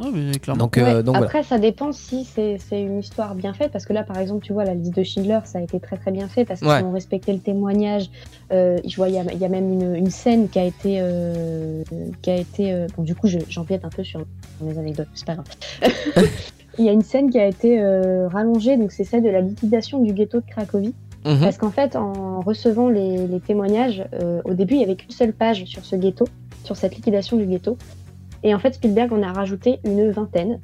Hum, ouais, mais clairement. Donc, euh, Ouais, donc voilà. Après, ça dépend si c'est c'est une histoire bien faite, parce que là, par exemple, tu vois, la liste de Schindler, ça a été très très bien fait, parce qu'ils Ouais. ont respecté le témoignage. Euh, je vois, il y a, il y a même une, une scène qui a été... euh, qui a été euh, bon, du coup, je- j'empiète un peu sur mes anecdotes, c'est pas grave. Il y a une scène qui a été euh, rallongée, donc c'est celle de la liquidation du ghetto de Cracovie. Mhm. Parce qu'en fait, en recevant les, les témoignages, euh, au début, il n'y avait qu'une seule page sur ce ghetto, sur cette liquidation du ghetto. Et en fait, Spielberg en a rajouté une vingtaine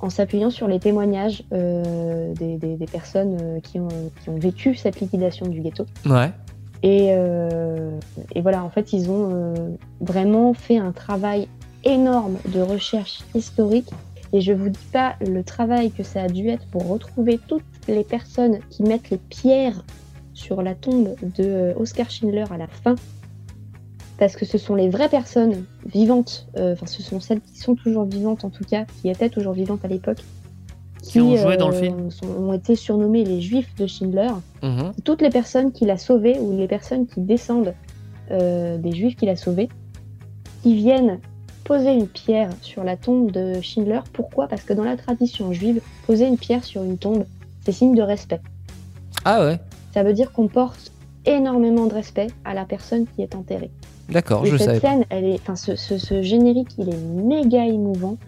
en s'appuyant sur les témoignages euh, des, des- des personnes euh, qui, ont, qui ont vécu cette liquidation du ghetto. Mhm. Ouais. Et, euh, et voilà, en fait, ils ont euh, vraiment fait un travail énorme de recherche historique. Et je vous dis pas le travail que ça a dû être pour retrouver toutes les personnes qui mettent les pierres sur la tombe de euh, Oskar Schindler à la fin. Parce que ce sont les vraies personnes vivantes, euh, enfin ce sont celles qui sont toujours vivantes en tout cas, qui étaient toujours vivantes à l'époque, qui, euh, ont joué dans le film. sont- ont été surnommées les Juifs de Schindler Mhm. toutes les personnes qu'il a sauvées ou les personnes qui descendent euh, des juifs qu'il a sauvés, qui viennent poser une pierre sur la tombe de Schindler. Pourquoi Parce que dans la tradition juive, poser une pierre sur une tombe, c'est signe de respect. Ah ouais, Ça veut dire qu'on porte énormément de respect à la personne qui est enterrée. d'accord, Et je cette savais. pas. scène, elle est, enfin, ce, ce- ce générique, il est méga émouvant.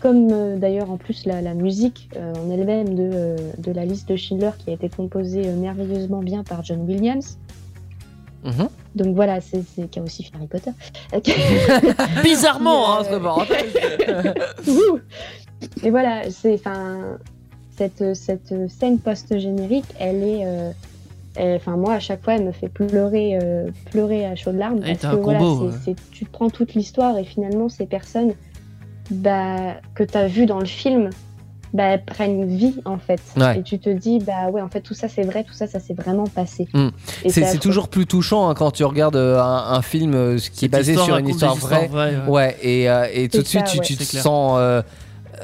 Comme euh, d'ailleurs en plus la, la musique euh, en elle-même de, euh, de la liste de Schindler qui a été composée euh, merveilleusement bien par John Williams. Mhm. Donc voilà, c'est c'est- qui a aussi fait Harry Potter. Bizarrement, hein, Euh, Ouh. Mais voilà, c'est enfin cette cette scène post générique, elle est euh, elle- Enfin, moi, à chaque fois, elle me fait pleurer, euh, pleurer à chaudes larmes. Et parce t'as que un voilà, combo, c'est- ouais. c'est- tu prends toute l'histoire et finalement, ces personnes bah, que tu as vues dans le film, bah, elles prennent vie, en fait. Ouais. Et tu te dis, bah ouais, en fait, tout ça, c'est vrai, tout ça, ça s'est vraiment passé. Mm. Et C'est c'est affreux. toujours plus touchant hein, quand tu regardes euh, un, un film euh, qui est Cette basé sur une Ah, raconte histoire des vraie. histoires vraies, ouais. Ouais, et, euh, et tout de ça, suite, tu, ouais. tu te C'est clair. sens. euh,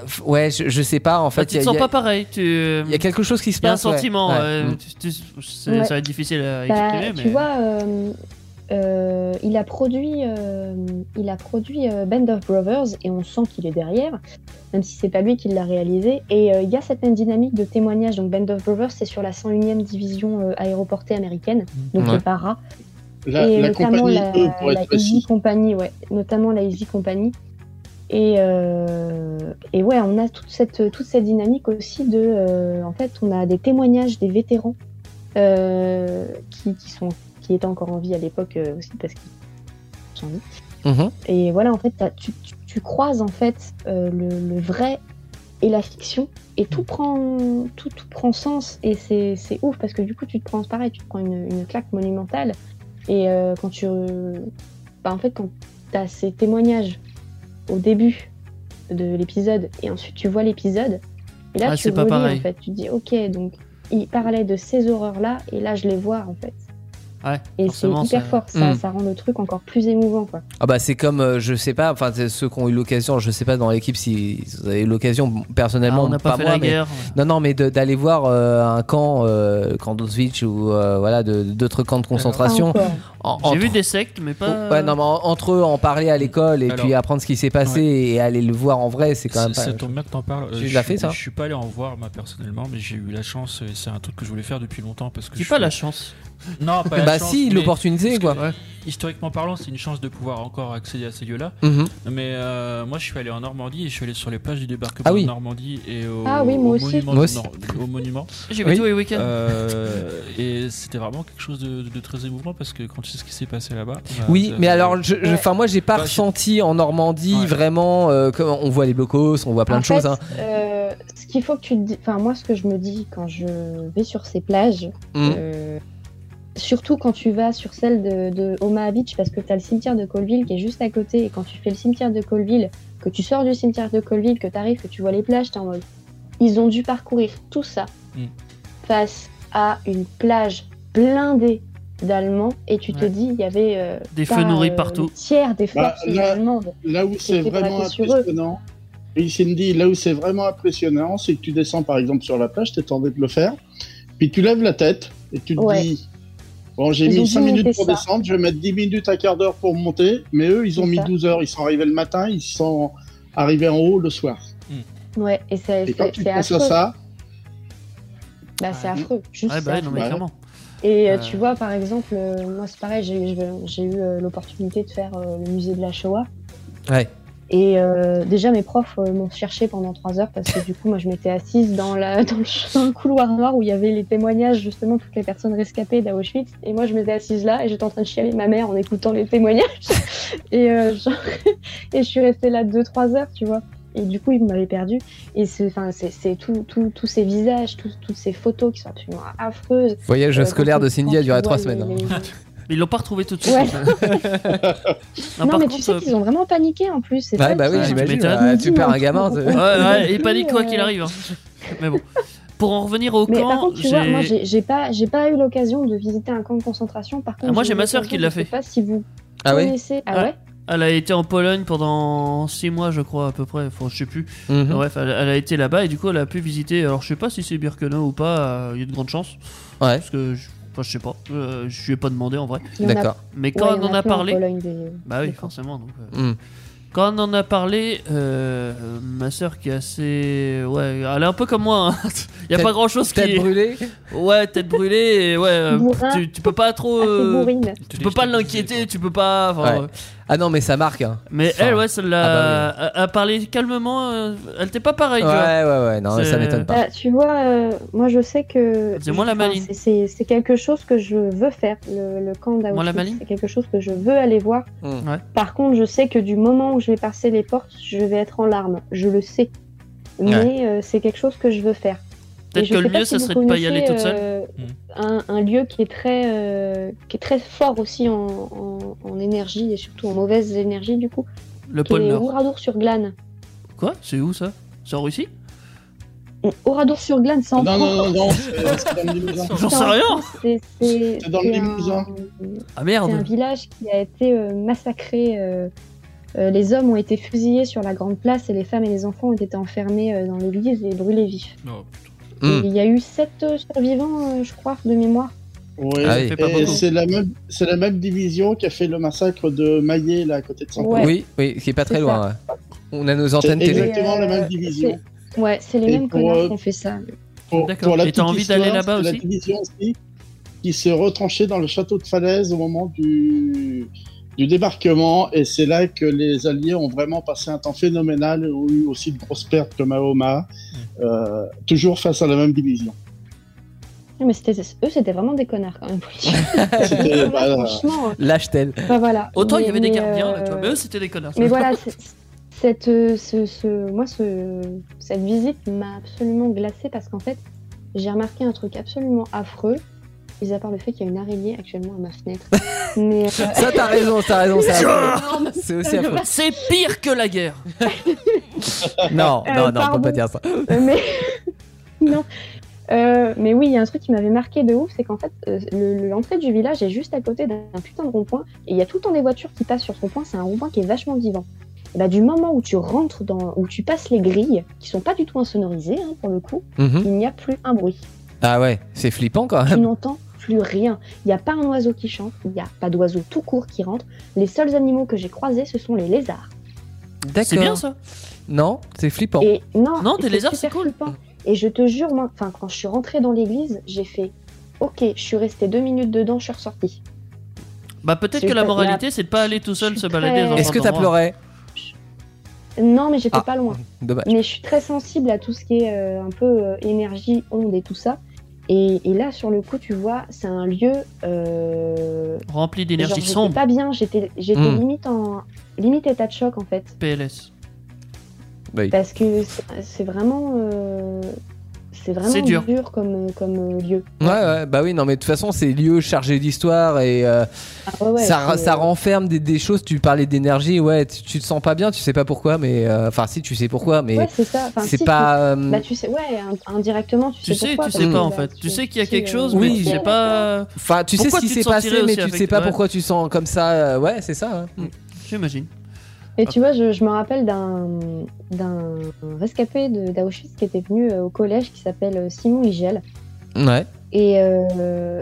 f- ouais, je, je sais pas, en Bah, fait. tu il te y a- sens il y a- pas pareil. Tu... euh, Il y a quelque chose qui se Il y a un passe. ouais. sentiment. Ouais, euh, mm. tu- tu- c'est- Ouais. Ça va être difficile à Bah, exprimer, mais. Tu vois, euh, euh, il a produit, euh, il a produit euh, Band of Brothers et on sent qu'il est derrière, même si c'est pas lui qui l'a réalisé. Et euh, il y a cette même dynamique de témoignage. Donc Band of Brothers, c'est sur la 101e division euh, aéroportée américaine, donc Ouais. les paras. La, et la notamment compagnie la, E, pour la être Easy précis. Company, ouais, notamment la Easy Company. Et, euh, et ouais, on a toute cette, toute cette dynamique aussi de. euh, en fait, on a des témoignages des vétérans euh, qui, qui, sont, qui étaient encore en vie à l'époque euh, aussi, parce qu'ils j'ai envie. Mhm. Et voilà, en fait, t'as- tu, tu- tu croises en fait euh, le, le vrai et la fiction, et tout prend, tout, tout prend sens, et c'est c'est ouf parce que du coup, tu te prends pareil, tu te prends une, une claque monumentale, et euh, quand tu, bah, en fait, quand t'as ces témoignages au début de l'épisode, et ensuite tu vois l'épisode, et là Ah, tu c'est pas relis, pareil. en fait, tu te dis ok, donc il parlait de ces horreurs-là, et là je les vois en fait. Ouais, Et c'est forcément, hyper ça- Hmm. fort, ça, Mm. ça rend le truc encore plus émouvant quoi. Ah bah c'est comme euh, je sais pas enfin c'est ceux qui ont eu l'occasion je sais pas dans l'équipe si vous avez eu l'occasion bon, Ah, personnellement on n'a pas, fait moi, la mais- guerre. non non mais de- d'aller voir euh, un camp euh, le camp d'Auschwitz ou euh, voilà de- d'autres camps de Pas concentration encore. en- J'ai entre- vu des sectes, mais Euh, ah, pas. Ouais, non, mais en- entre eux, en parler à l'école et Alors. puis apprendre ce qui s'est passé et aller le voir en vrai, c'est quand même Ça- pas. Ça tombe bien que t'en parles. Euh, Tu je l'as suis- fait, ça Je suis pas allé en voir moi personnellement, mais j'ai eu la chance. et C'est un truc que je voulais faire depuis longtemps parce que. J'ai je pas suis- la chance. Non, pas la Bah chance, si, mais l'opportunité quoi. parce Historiquement parlant, c'est une chance de pouvoir encore accéder à ces lieux-là. Mhm. Mais euh, moi, je suis allé en Normandie et je suis allé sur les plages du débarquement Ah oui. de Normandie et au, Ah oui, moi au aussi. monument. Moi du aussi. Nord- au monument. J'ai vu Oui. tous les week-ends. Euh, et c'était vraiment quelque chose de, de très émouvant parce que quand tu sais ce qui s'est passé là-bas. bah, Ah, Oui, ça- mais alors, je, je- enfin, moi, j'ai pas Bah, je- ressenti en Normandie Ouais. vraiment. euh, que- on voit les blocos, on voit plein En de choses. fait, hein. euh, ce qu'il faut que tu te dis, enfin moi ce que je me dis quand je vais sur ces plages, Mm. euh, surtout quand tu vas sur celle de, de Omaha Beach parce que tu as le cimetière de Colville qui est juste à côté et quand tu fais le cimetière de Colville, que tu sors du cimetière de Colville, que tu arrives, que tu vois les plages, t'es en mode ils ont dû parcourir tout ça Mm. face à une plage blindée d'Allemands et tu te Ouais. dis il y avait euh, Des pas, feux nourris euh, partout. le tiers des Bah, forces là- allemandes. Là où c'est C'était vraiment braqué sur eux. impressionnant, et Cindy, là où c'est vraiment impressionnant, c'est que tu descends par exemple sur la plage, t'es tenté de le faire, puis tu lèves la tête et tu te Ouais. dis Bon, j'ai Ils ont mis dû 5 minutes monter pour ça. descendre, je vais mettre 10 minutes, un quart d'heure pour monter, mais eux, ils ont C'est mis ça. 12 heures, ils sont arrivés le matin, ils sont arrivés en haut le soir. Ouais, et c'est Et quand c'est- tu c'est penses affreux. à ça, Bah, c'est Ah, affreux. Juste Ouais, c'est bah ouais, non, mais Bah, clairement. Et euh, Euh. tu vois, par exemple, euh, moi, c'est pareil, j'ai je- j'ai eu euh, l'opportunité de faire euh, le musée de la Shoah. Ouais. Et euh, déjà, mes profs euh, m'ont cherché pendant trois heures parce que du coup, moi, je m'étais assise dans, la, dans, le, ch- dans le couloir noir où il y avait les témoignages, justement, toutes les personnes rescapées d'Auschwitz. Et moi, je m'étais assise là et j'étais en train de chialer ma mère en écoutant les témoignages. et, euh, genre, et je suis restée là deux, trois heures, tu vois. Et du coup, ils m'avaient perdue. Et c'est enfin, c'est- c'est tout, tout- tous ces visages, tout- toutes ces photos qui sont absolument affreuses. Voyage Euh, scolaire quand de tu- Cindy quand a tu duré vois 3 les- semaines. hein. les- Mais ils l'ont pas retrouvé tout de suite. Ouais. Non, Non, par mais contre, tu sais euh, qu'ils ont vraiment paniqué en plus. c'est Ouais, ça bah qui- oui, Ouais, tu j'imagine. m'étonnes. ouais, tu perds un gamin. Ouais. c'est- euh, Ouais, ouais, et Oui, pas dit quoi euh. qu'il arrive. hein. Mais bon. Pour en revenir au Mais camp, par contre, tu j'ai- vois, moi, j'ai j'ai pas, j'ai pas eu l'occasion de visiter un camp de concentration. Par contre, Ah, moi, j'ai j'ai eu ma sœur l'occasion, qui l'a je sais fait. pas si vous Ah ouais connaissez. Ouais. Ah ouais. elle a été en Pologne pendant 6 mois, je crois, à peu près. Enfin, je sais plus. Mhm. Bref, elle, elle a été là-bas et du coup, elle a pu visiter. Alors, je sais pas si c'est Birkenau ou pas, euh, il y a de grandes chances. Ouais, Parce que, je, enfin, je sais pas, euh, je lui ai pas demandé en vrai. Il y en a- d'accord. Mais ouais, quand il on y en a plein en parlé. Pologne, des- Bah oui, des camps. forcément. Donc, euh, Mm. Quand on en a parlé, euh, euh, ma soeur qui est assez. Ouais, elle est un peu comme moi. Hein. Il a Tête- pas grand chose qui. Tête brûlée Ouais, tête brûlée. Et ouais, euh, Bourrin. tu, tu peux pas trop. Assez euh, bourrine. tu peux pas l'inquiéter, tu peux pas. enfin, Ouais. euh, Ah non, mais ça marque. hein. Mais Enfin, elle, ouais, celle-là, ah a, a parlé calmement. euh, elle était pas pareille, Ouais, tu vois. ouais, ouais, non, C'est- ça m'étonne pas. Bah, tu vois, euh, moi, je sais que. Dis-moi la enfin, maline. c'est- C'est c'est quelque chose que je veux faire, le, le camp Moi, la d'Auschwitz. maline. C'est quelque chose que je veux aller voir. Hmm. Mm. Ouais. Par contre, je sais que du moment où je vais passer les portes, je vais être en larmes. Je le sais. Mais euh, c'est quelque chose que je veux faire. Et Peut-être je que sais le pas mieux, si ça vous serait de pas y connaissez, aller toute seule. Hmm. euh, Mm. Un, un lieu qui est très, euh, qui est très fort aussi en, en- en énergie et surtout en mauvaise énergie du coup, Le qui pôle est Nord. Oradour sur Glane. Quoi C'est où ça C'est en Russie Oradour sur Glane, c'est en non, non, France. non, non, c'est c'est dans le Limousin. J'en C'est sais en rien France, C'est c'est- C'est dans le hein. c'est un- Limousin. Ah C'est un merde village qui a été euh, massacré. euh, euh, les hommes ont été fusillés sur la grande place et les femmes et les enfants ont été enfermés euh, dans l'église et brûlés vifs. Oh, Et Hmm. Mm. Il y a eu sept euh, survivants, euh, je crois, de mémoire. Ouais. Ah oui. Ça fait pas Et beaucoup. c'est la même, c'est la même division qui a fait le massacre de Maillet là à côté de saint Ouais. Oui, oui, qui est pas très C'est loin. ouais. On a nos C'est antennes télé. exactement Et, la euh, même division. Ouais, c'est les Et mêmes pour, connards euh, qui ont fait ça. Pour, D'accord. pour la Et t'as petite envie d'aller histoire, là-bas c'est aussi La division aussi qui se retranchait dans le château de Falaise au moment du, du débarquement. Et c'est là que les Alliés ont vraiment passé un temps phénoménal et ont eu aussi de grosses pertes comme à Omaha, euh, toujours face à la même division. Non, mais c'était, eux, c'était vraiment des connards quand même. C'était- bah, Franchement, Lâche-t-elle. bah, voilà. Autant il y Mais- avait des mais, gardiens, euh, tu vois, mais eux c'était des connards. Mais voilà, c'est- cette, euh, ce, ce- moi, ce, cette visite m'a absolument glacée parce qu'en fait, j'ai remarqué un truc absolument affreux, mis à part le fait qu'il y a une araignée actuellement à ma fenêtre. mais euh, Ça, t'as raison, t'as raison. c'est affreux. C'est aussi affreux. C'est pire que la guerre. Non, Euh, non, non, on pardon. peut pas dire ça. Euh, mais non. Euh, mais oui, il y a un truc qui m'avait marqué de ouf, c'est qu'en fait, euh, le- l'entrée du village est juste à côté d'un d'un putain de rond-point, et il y a tout le temps des voitures qui passent sur ce rond-point, c'est un rond-point qui est vachement vivant. Et bah, du moment où tu rentres dans, où tu passes les grilles, qui sont pas du tout insonorisées, hein, pour le coup, Mhm. il n'y a plus un bruit. Ah ouais, c'est flippant quand Tu même. n'entends plus rien. Il n'y a pas un oiseau qui chante, il n'y a pas d'oiseau tout court qui rentre. Les seuls animaux que j'ai croisés, ce sont les lézards. C'est bien ça. Non, c'est flippant. Et non, Non, des c'est lézards, super c'est cool. flippant. Et je te jure, moi, enfin, quand je suis rentrée dans l'église, j'ai fait Ok, je suis restée deux minutes dedans, je suis ressortie. Bah peut-être C'est que la pas- moralité c'est de pas aller tout seul Je se suis balader très- dans un Est-ce que t'as endroit. pleuré Non, mais j'étais Ah. pas loin. Dommage. Mais je suis très sensible à tout ce qui est euh, un peu euh, énergie, onde et tout ça. Et, et là, sur le coup, tu vois, c'est un lieu. Euh... Rempli genre, d'énergie j'étais sombre, pas bien, j'étais j'étais Hmm. limite en. limite état de choc en fait. PLS. Bah, Oui. Parce que c'est- c'est vraiment. euh, C'est C'est vraiment dur. dur, comme, comme lieu. Ouais, ouais, bah oui, non, mais de toute façon, c'est lieux chargés d'histoire et euh, Ah ouais, ouais, ça, c'est- ça renferme des, des choses. Tu parlais d'énergie, ouais, tu, tu te sens pas bien, tu sais pas pourquoi, mais. euh, Enfin, si, tu sais pourquoi, mais. Ouais, c'est ça. Enfin, si, c'est tu- pas. euh, Bah tu sais, ouais, ind- indirectement, tu, Tu sais, pourquoi, tu parce sais que, pas en bah, fait. Tu sais qu'il y a si, quelque euh, chose, Oui. mais tu sais pas. euh, Enfin, tu sais Pourquoi ce qui tu te s'est passé, sentirais mais aussi tu sais avec- pas ouais. pourquoi tu sens comme ça. euh, ouais, c'est ça. hein. J'imagine. Et tu vois, je, je me rappelle d'un d'un rescapé de- d'Auschwitz qui était venu euh, au collège qui s'appelle euh, Simon Igel. Mm. Ouais. Et, euh,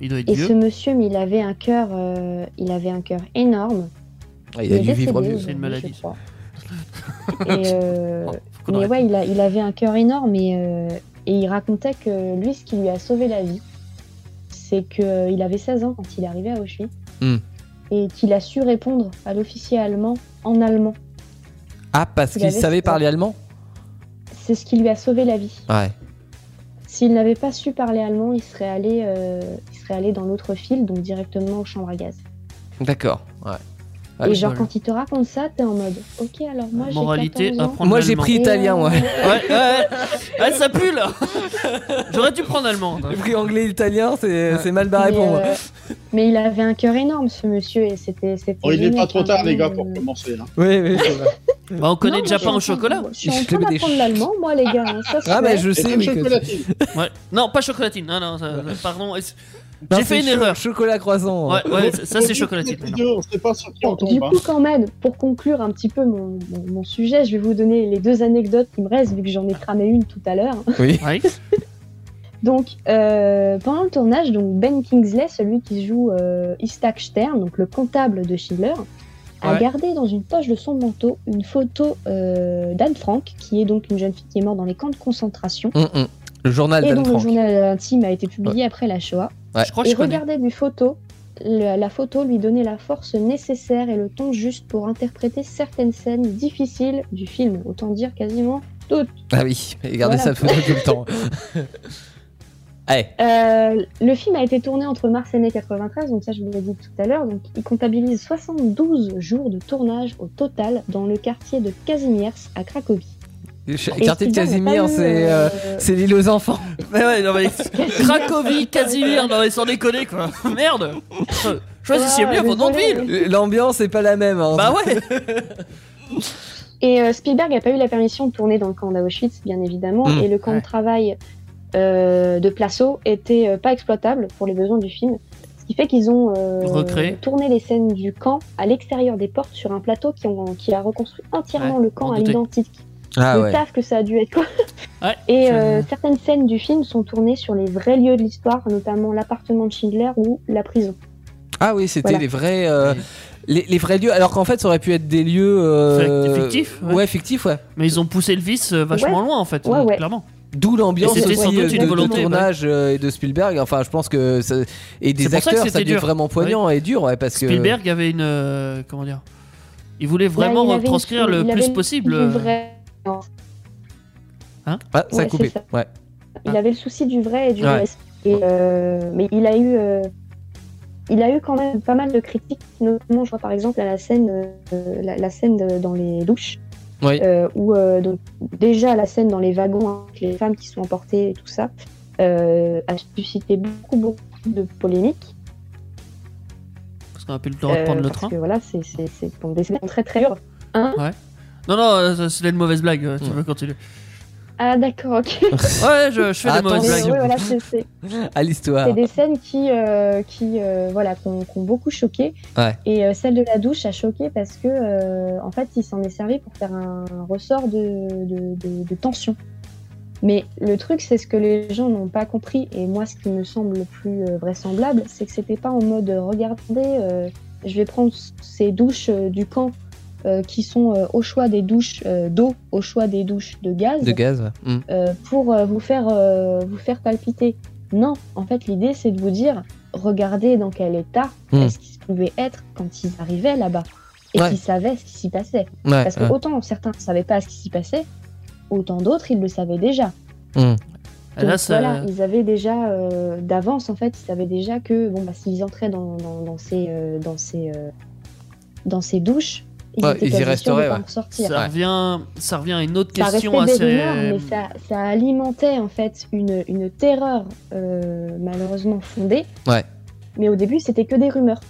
Il doit être et ce vieux. monsieur, mais il avait un cœur, euh, il avait un cœur énorme. Ah, il a est dû vivre décédé mieux. aujourd'hui, C'est une maladie. je crois. Et, euh, Faut qu'on mais arrête. ouais, il, a, il avait un cœur énorme et, euh, et il racontait que lui, ce qui lui a sauvé la vie, c'est qu'il avait 16 ans quand il est arrivé à Auschwitz Hmm. et qu'il a su répondre à l'officier allemand en allemand. Ah, parce Il qu'il avait savait cette- parler allemand C'est ce qui lui a sauvé la vie. Ouais. S'il n'avait pas su parler allemand, il serait allé, euh, il serait allé dans l'autre fil, donc directement aux chambres à gaz. D'accord. Ouais. Ah, et le genre, bol. quand il te raconte ça, t'es en mode Ok, alors moi j'ai. Moralité, 14 ans, apprendre Moi, j'ai l'allemand. pris- et, Italien, euh, ouais. Ouais, ouais, ouais, Ah, ça pue là. J'aurais dû prendre hein. allemand. Le prix anglais-italien, c'est c'est mal barré mais, pour moi. euh, mais il avait un cœur énorme, ce monsieur, et c'était. c'était Bon, Oh, il n'est génial. pas trop tard, les gars, pour Euh, commencer. hein. Oui, oui, c'est vrai. Bah, on connaît Non, déjà pain moi, je suis en au train de- chocolat. Je suis Je en te train mets des d'apprendre l'allemand, moi, les gars. hein, ça, c'est Ah, vrai. mais je Et sais, comme oui. que- chocolatine. Ouais. Non, pas chocolatine. Non, non, ça- pardon. est-ce- Non, Ben, J'ai c'est fait une cho- erreur. Chocolat croissant. hein. Ouais, ouais, ça- ça c'est Au chocolatine. bout de mais non. deux, On sait pas sur qui Bon, on du tombe. hein. coup, quand même, pour conclure un petit peu mon, mon- mon sujet, je vais vous donner les deux anecdotes qui me restent, vu que j'en ai cramé une tout à l'heure. Oui. Ouais. Donc, euh, pendant le tournage, donc Ben Kingsley, celui qui joue euh, Isaac Stern, donc le comptable de Schindler, a Ouais. gardé dans une poche de son manteau une photo euh, d'Anne Frank, qui est donc une jeune fille qui est morte dans les camps de concentration, Hum, hum. Le journal et d'Anne dont le Frank. journal intime a été publié après la Shoah. Ouais. Je crois que Et je connais. regarder du photo, le- la photo lui donnait la force nécessaire et le ton juste pour interpréter certaines scènes difficiles du film, autant dire quasiment toutes. Ah oui, et gardez ça Voilà. photo tout le temps. Eh, Allez. Euh, le film a été tourné entre mars et mai 93, donc ça je vous l'ai dit tout à l'heure, donc il comptabilise 72 jours de tournage au total dans le quartier de Kazimierz à Cracovie. Et Quartier de Spielberg n'a pas Casimir, eu, c'est euh, euh, c'est l'île aux enfants. Mais ouais, non, mais... Cracovie, Casimir, non, mais sans déconner quoi. Merde. Choisissez Ah, bien vos noms de désolé. ville. L'ambiance est pas la même. hein. Bah ouais. Et euh, Spielberg n'a pas eu la permission de tourner dans le camp d'Auschwitz, bien évidemment, Mmh, et le camp ouais. de travail euh, de Plasso était euh, pas exploitable pour les besoins du film. Ce qui fait qu'ils ont euh, Recréé. tourné les scènes du camp à l'extérieur des portes sur un plateau qui, ont- qui a reconstruit entièrement Ouais, le m'en camp à doutais. l'identique. Ah le ouais. taf que ça a dû être quoi. Ouais, et je- euh, certaines scènes du film sont tournées sur les vrais lieux de l'histoire, notamment l'appartement de Schindler ou la prison. Ah oui, c'était Voilà. les vrais euh, les, les vrais lieux. Alors qu'en fait, ça aurait pu être des lieux euh, Fictifs, ouais. Ouais. fictifs, ouais. Mais ils ont poussé le vice euh, vachement Ouais. loin en fait. Ouais, euh, ouais. Clairement. D'où l'ambiance Et aussi c'était sans euh, doute de, une de volonté, tournage euh, et de Spielberg. Enfin, je pense que ça- et C'est des pour ça que acteurs, c'était ça devient dur. vraiment poignant et dur, ouais, parce que Spielberg avait une. euh, comment dire Il voulait vraiment Là, il avait une- retranscrire il le avait plus une- possible. du euh, vrai- Ah, ça a Ouais, coupé. c'est ça. Ouais. Ah. il avait le souci du vrai et du Ouais. reste. Et, euh, mais il a eu, euh, il a eu quand même pas mal de critiques, notamment je vois par exemple à la scène, euh, la, la scène de- dans les douches, Oui. euh, où euh, donc déjà la scène dans les wagons hein, avec les femmes qui sont emportées et tout ça euh, a suscité beaucoup beaucoup de polémiques. Parce qu'on a plus le temps de euh, prendre le parce train. que voilà, c'est c'est- c'est bon, des scènes très très dures. Hein Non, non, euh, c'était une mauvaise blague, euh, tu Ouais. peux continuer. ah d'accord, ok. Ouais, je, je fais des mauvaises Attention. Mais blagues. ouais, voilà, c'est- c'est- à l'histoire. C'est des scènes qui, euh, qui euh, voilà, qui ont, qui ont beaucoup choqué. Ouais. Et euh, celle de la douche a choqué parce que, euh, en fait, il s'en est servi pour faire un ressort de, de, de- de tension. Mais le truc, c'est ce que les gens n'ont pas compris. Et moi, ce qui me semble le plus euh, vraisemblable, c'est que c'était pas en mode euh, regardez, euh, je vais prendre ces douches euh, du camp euh, qui sont euh, au choix des douches euh, d'eau, au choix des douches de gaz De gaz. ouais. Mm. euh, pour euh, vous faire euh, vous faire palpiter. Non, en fait, l'idée c'est de vous dire regardez dans quel état Mm. est-ce qu'ils pouvaient être quand ils arrivaient là-bas et Ouais. qu'ils savaient ce qui s'y passait. Ouais, Parce que ouais. autant certains ne savaient pas ce qui s'y passait, autant d'autres ils le savaient déjà. Ah, Et là, Donc, ça. voilà, ils avaient déjà euh, d'avance en fait, ils savaient déjà que bon bah s'ils entraient dans, dans, dans ces euh, dans ces euh, dans ces douches, ils, Ouais, étaient ils y quasi sûrs de resteraient, pas ouais. en sortir. Ça revient, ça revient à une autre Ça question hein, restait Bah, des assez. rumeurs, mais ça, ça alimentait en fait une, une terreur euh, malheureusement fondée. Ouais. Mais au début, c'était que des rumeurs.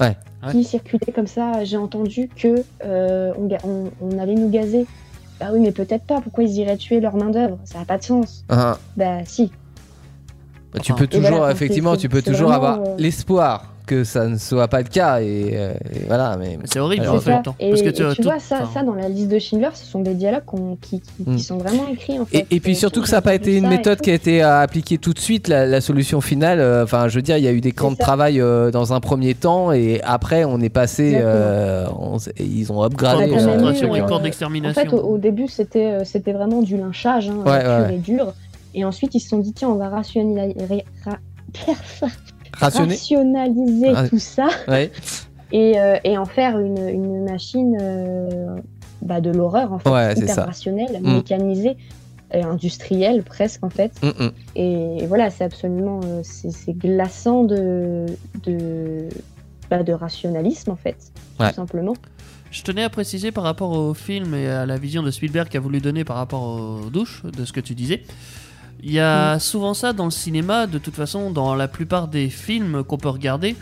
Ouais. Qui circulaient comme ça. J'ai entendu que euh, on, ga- on- on allait nous gazer. Bah oui, mais peut-être pas. Pourquoi ils iraient tuer leur main d'œuvre Ça n'a pas de sens. Ah, Bah si. bah, tu Enfin, peux et toujours, voilà, c'est- effectivement, c'est- tu peux c'est toujours vraiment, avoir euh, l'espoir que ça ne soit pas le cas et, euh, et voilà. Mais Mais C'est horrible Alors, en C'est ça. fait. hein, Et, parce que et tu, as tout- vois ça, enfin, ça dans la liste de Schindler, ce sont des dialogues qu'on- qui, qui- qui Mm. sont vraiment écrits en fait. Et, et puis Euh, surtout on que ça n'a pas raconte été une ça et méthode tout. qui a été euh, appliquée tout de suite, la, la solution finale. euh, Enfin, je veux dire, il y a eu des camps de ça. travail euh, dans un premier temps et après, on est passé. euh, on s- et ils ont camp Ah, de upgradé. t'as euh, le même eu, truc, concentration et euh, hein. camp En d'extermination. fait, au, au début, c'était euh, c'était vraiment du lynchage, hein, Ouais, euh, ouais. pur et dur. Et ensuite, ils se sont dit, tiens, on va rationaliser, Rationné. rationaliser Ah. tout ça Ouais. et, euh, et en faire une, une machine euh, bah, de l'horreur, en fait, Ouais, c'est hyper ça. rationnelle, Mm. mécanisée, euh, industrielle presque, en fait. Mm, mm. Et, voilà, c'est absolument euh, c'est c'est glaçant de, de, bah, de rationalisme, en fait, Ouais. tout simplement. Je tenais à préciser par rapport au film et à la vision de Spielberg qu'a voulu donner par rapport aux douches, de ce que tu disais. Il y a souvent ça dans le cinéma, de toute façon, dans la plupart des films qu'on peut regarder.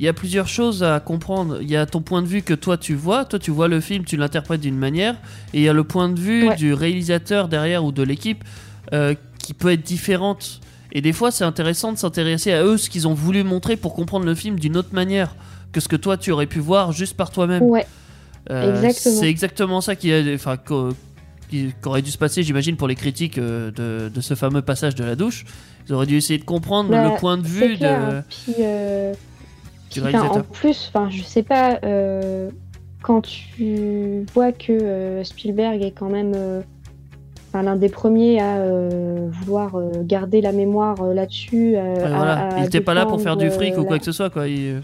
Il y a plusieurs choses à comprendre. Il y a ton point de vue que toi tu vois. Toi tu vois le film, tu l'interprètes d'une manière. Et il y a le point de vue Ouais. du réalisateur derrière ou de l'équipe euh, qui peut être différente. Et des fois c'est intéressant de s'intéresser à eux, ce qu'ils ont voulu montrer pour comprendre le film d'une autre manière que ce que toi tu aurais pu voir juste par toi-même. Ouais, Euh, Exactement. C'est exactement ça qui, a- enfin, qu'au- qui- qu'aurait dû se passer, j'imagine, pour les critiques euh, de, de ce fameux passage de la douche. Ils auraient dû essayer de comprendre Bah, le point de c'est vue clair. de, hein. Puis, euh, du Enfin, en réalisateur. plus, enfin, je sais pas, euh, quand tu vois que euh, Spielberg est quand même euh, enfin, l'un des premiers à euh, vouloir euh, garder la mémoire euh, là-dessus. euh, Ouais, à- Ah, voilà. à Il était pas là pour faire du défendre, fric euh, ou quoi la- que ce soit, quoi. Il-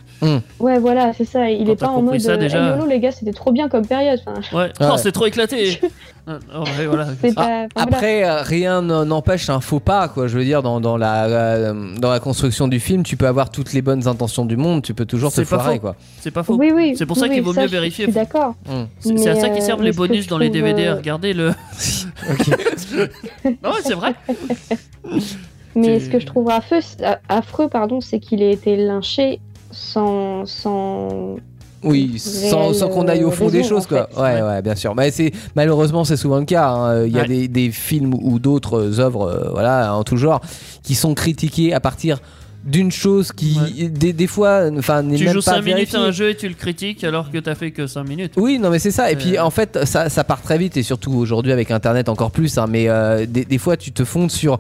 Ouais, voilà, c'est ça. Il Quand est t'as pas en compris mode. ça, euh, déjà- Eh, YOLO, les gars, c'était trop bien comme période. Enfin, Ouais. Oh, c'est trop éclaté. Ah, ouais, voilà. c'est Ah, pas. enfin, voilà. Après, euh, rien n- n'empêche un faux pas, quoi. Je veux dire, dans, dans la, euh, dans la construction du film, tu peux avoir toutes les bonnes intentions du monde, tu peux toujours te C'est pas foirer, faux. quoi. C'est pas faux. Oui, oui. C'est pour ça oui, qu'il vaut ça, mieux je suis- vérifier. Je suis d'accord. Mm. C'est c'est à mais, ça qu'ils euh, servent mais les ce que bonus je dans les trouve, DVD. euh, Regardez le. non, ouais, c'est vrai. Mais Tu- ce que je trouve affreux, à- affreux pardon, c'est qu'il ait été lynché sans, sans... Oui, sans, Réelle, sans qu'on aille au fond euh, des raison, choses, en quoi. fait. Ouais, Ouais. ouais, bien sûr. Mais c'est malheureusement, c'est souvent le cas. hein. Il y a Ouais. des, des films ou d'autres euh, œuvres, euh, voilà, en tout genre, qui sont critiqués à partir d'une chose qui, des, des fois, enfin, n'est Tu même joues pas 5 minutes à vérifiée. un jeu et tu le critiques alors que t'as fait que 5 minutes. Oui, non, mais c'est ça. Et puis, Euh. en fait, ça, ça part très vite, et surtout aujourd'hui avec Internet encore plus. hein, mais euh, des, des fois, tu te fondes sur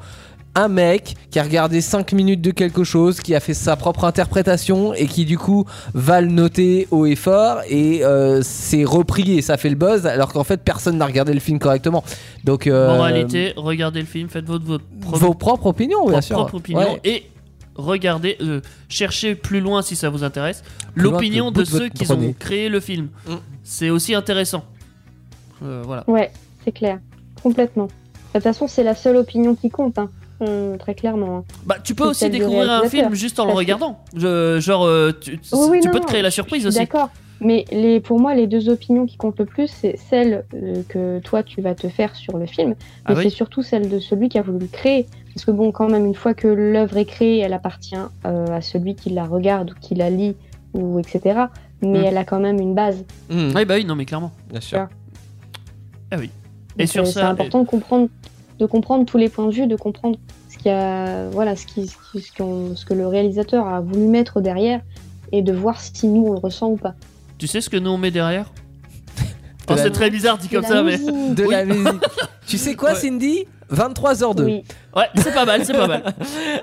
un mec qui a regardé 5 minutes de quelque chose, qui a fait sa propre interprétation, et qui du coup va le noter haut et fort, et euh, c'est repris, et ça fait le buzz, alors qu'en fait, personne n'a regardé le film correctement. Donc, euh, Moralité, regardez le film, faites votre, votre propre vos propres opinions, Oh, bien votre sûr. propre opinion Ouais. et regardez, euh, cherchez plus loin si ça vous intéresse Plus loin que l'opinion le bout de de votre ceux qui nez. ont créé le film. Mm. C'est aussi intéressant. Euh, voilà. Ouais, c'est clair. Complètement. De toute façon, c'est la seule opinion qui compte. hein. Hum, très clairement. hein. Bah, tu peux C'est aussi celle du découvrir un réalisateur, film juste en le parce que- regardant. Je- genre, euh, tu, tu- Oui, oui, tu non, peux te non, créer la Je surprise suis aussi. D'accord. Mais les, pour moi, les deux opinions qui comptent le plus, c'est celle euh, que toi, tu vas te faire sur le film, Ah mais oui. c'est surtout celle de celui qui a voulu le créer. Parce que bon, quand même, une fois que l'œuvre est créée, elle appartient euh, à celui qui la regarde ou qui la lit, ou etc. Mais Mm. elle a quand même une base. Hmm, Oui, bah oui, non, mais clairement. bien sûr. Et Donc, sur euh, ça, c'est important de comprendre, de comprendre tous les points de vue, de comprendre ce qu'il y a, voilà, ce qui, ce qui- ce qu'on- ce que le réalisateur a voulu mettre derrière, et de voir si nous on le ressent ou pas. Tu sais ce que nous on met derrière De Oh, la- C'est très bizarre dit De comme la ça, mais. musique. De Oui. la musique. tu sais quoi, Ouais. Cindy 23h02. Oui. Ouais, c'est pas mal, c'est pas mal.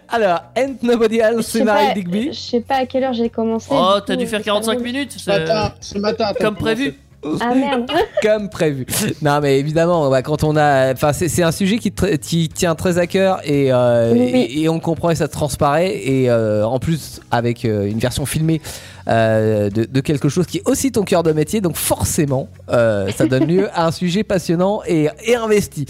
Alors, Ain't Nobody Je Else, sais c'est Marie pas- Digby. Je sais pas à quelle heure j'ai commencé. Oh, du t'as coup, dû euh, faire c'est 45 pas minutes c'est- Ce matin, ce matin. t'as Euh, Comme commencé. prévu. drôle. Ah merde. Comme prévu. Non, mais évidemment, bah, quand on a. Enfin, c'est c'est un sujet qui, te- qui tient très à cœur et, euh, Oui. et, et on comprend et ça transparaît. Et euh, en plus, avec euh, une version filmée euh, de, de quelque chose qui est aussi ton cœur de métier, donc forcément, euh, ça donne lieu à un sujet passionnant et, et investi.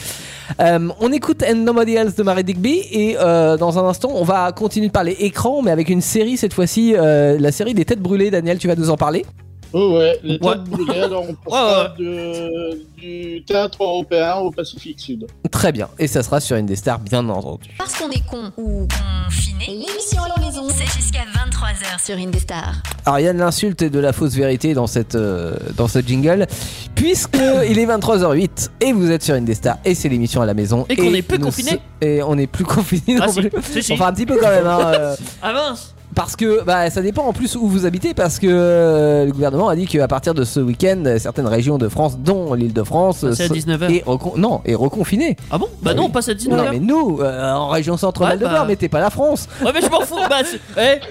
Euh, on écoute And Nobody Else de Marie Digby et euh, dans un instant, on va continuer de parler écran, mais avec une série cette fois-ci, euh, la série des têtes brûlées. Daniel, tu vas nous en parler Oh ouais, les têtes Ouais. brûlées, alors on passera de- du théâtre européen au Pacifique Sud. Très bien. Et ça sera sur une des stars, bien entendu. Parce qu'on est con ou confiné, l'émission à la maison, c'est jusqu'à 23h sur Indestar. Alors il y a de l'insulte et de la fausse vérité dans cette euh, dans ce jingle puisque il est 23h08 et vous êtes sur Indestar et c'est l'émission à la maison Et qu'on est plus nous confinés. se- et on est plus confiné Ah non si, plus. si, si. Enfin un petit peu quand même hein, euh, Ah mince parce que bah ça dépend en plus où vous habitez parce que euh, le gouvernement a dit qu'à partir de ce week-end euh, certaines régions de France dont l'Île-de-France euh, Ah, C'est à sont- 19h. est recon- non est reconfiné. Ah bon Bah Ah non, oui. on passe à 19h. Non mais nous euh, en région centre Ouais, Val de bah. Loire mais t'es pas la France. Ouais, mais je m'en fous. Bah, c'est-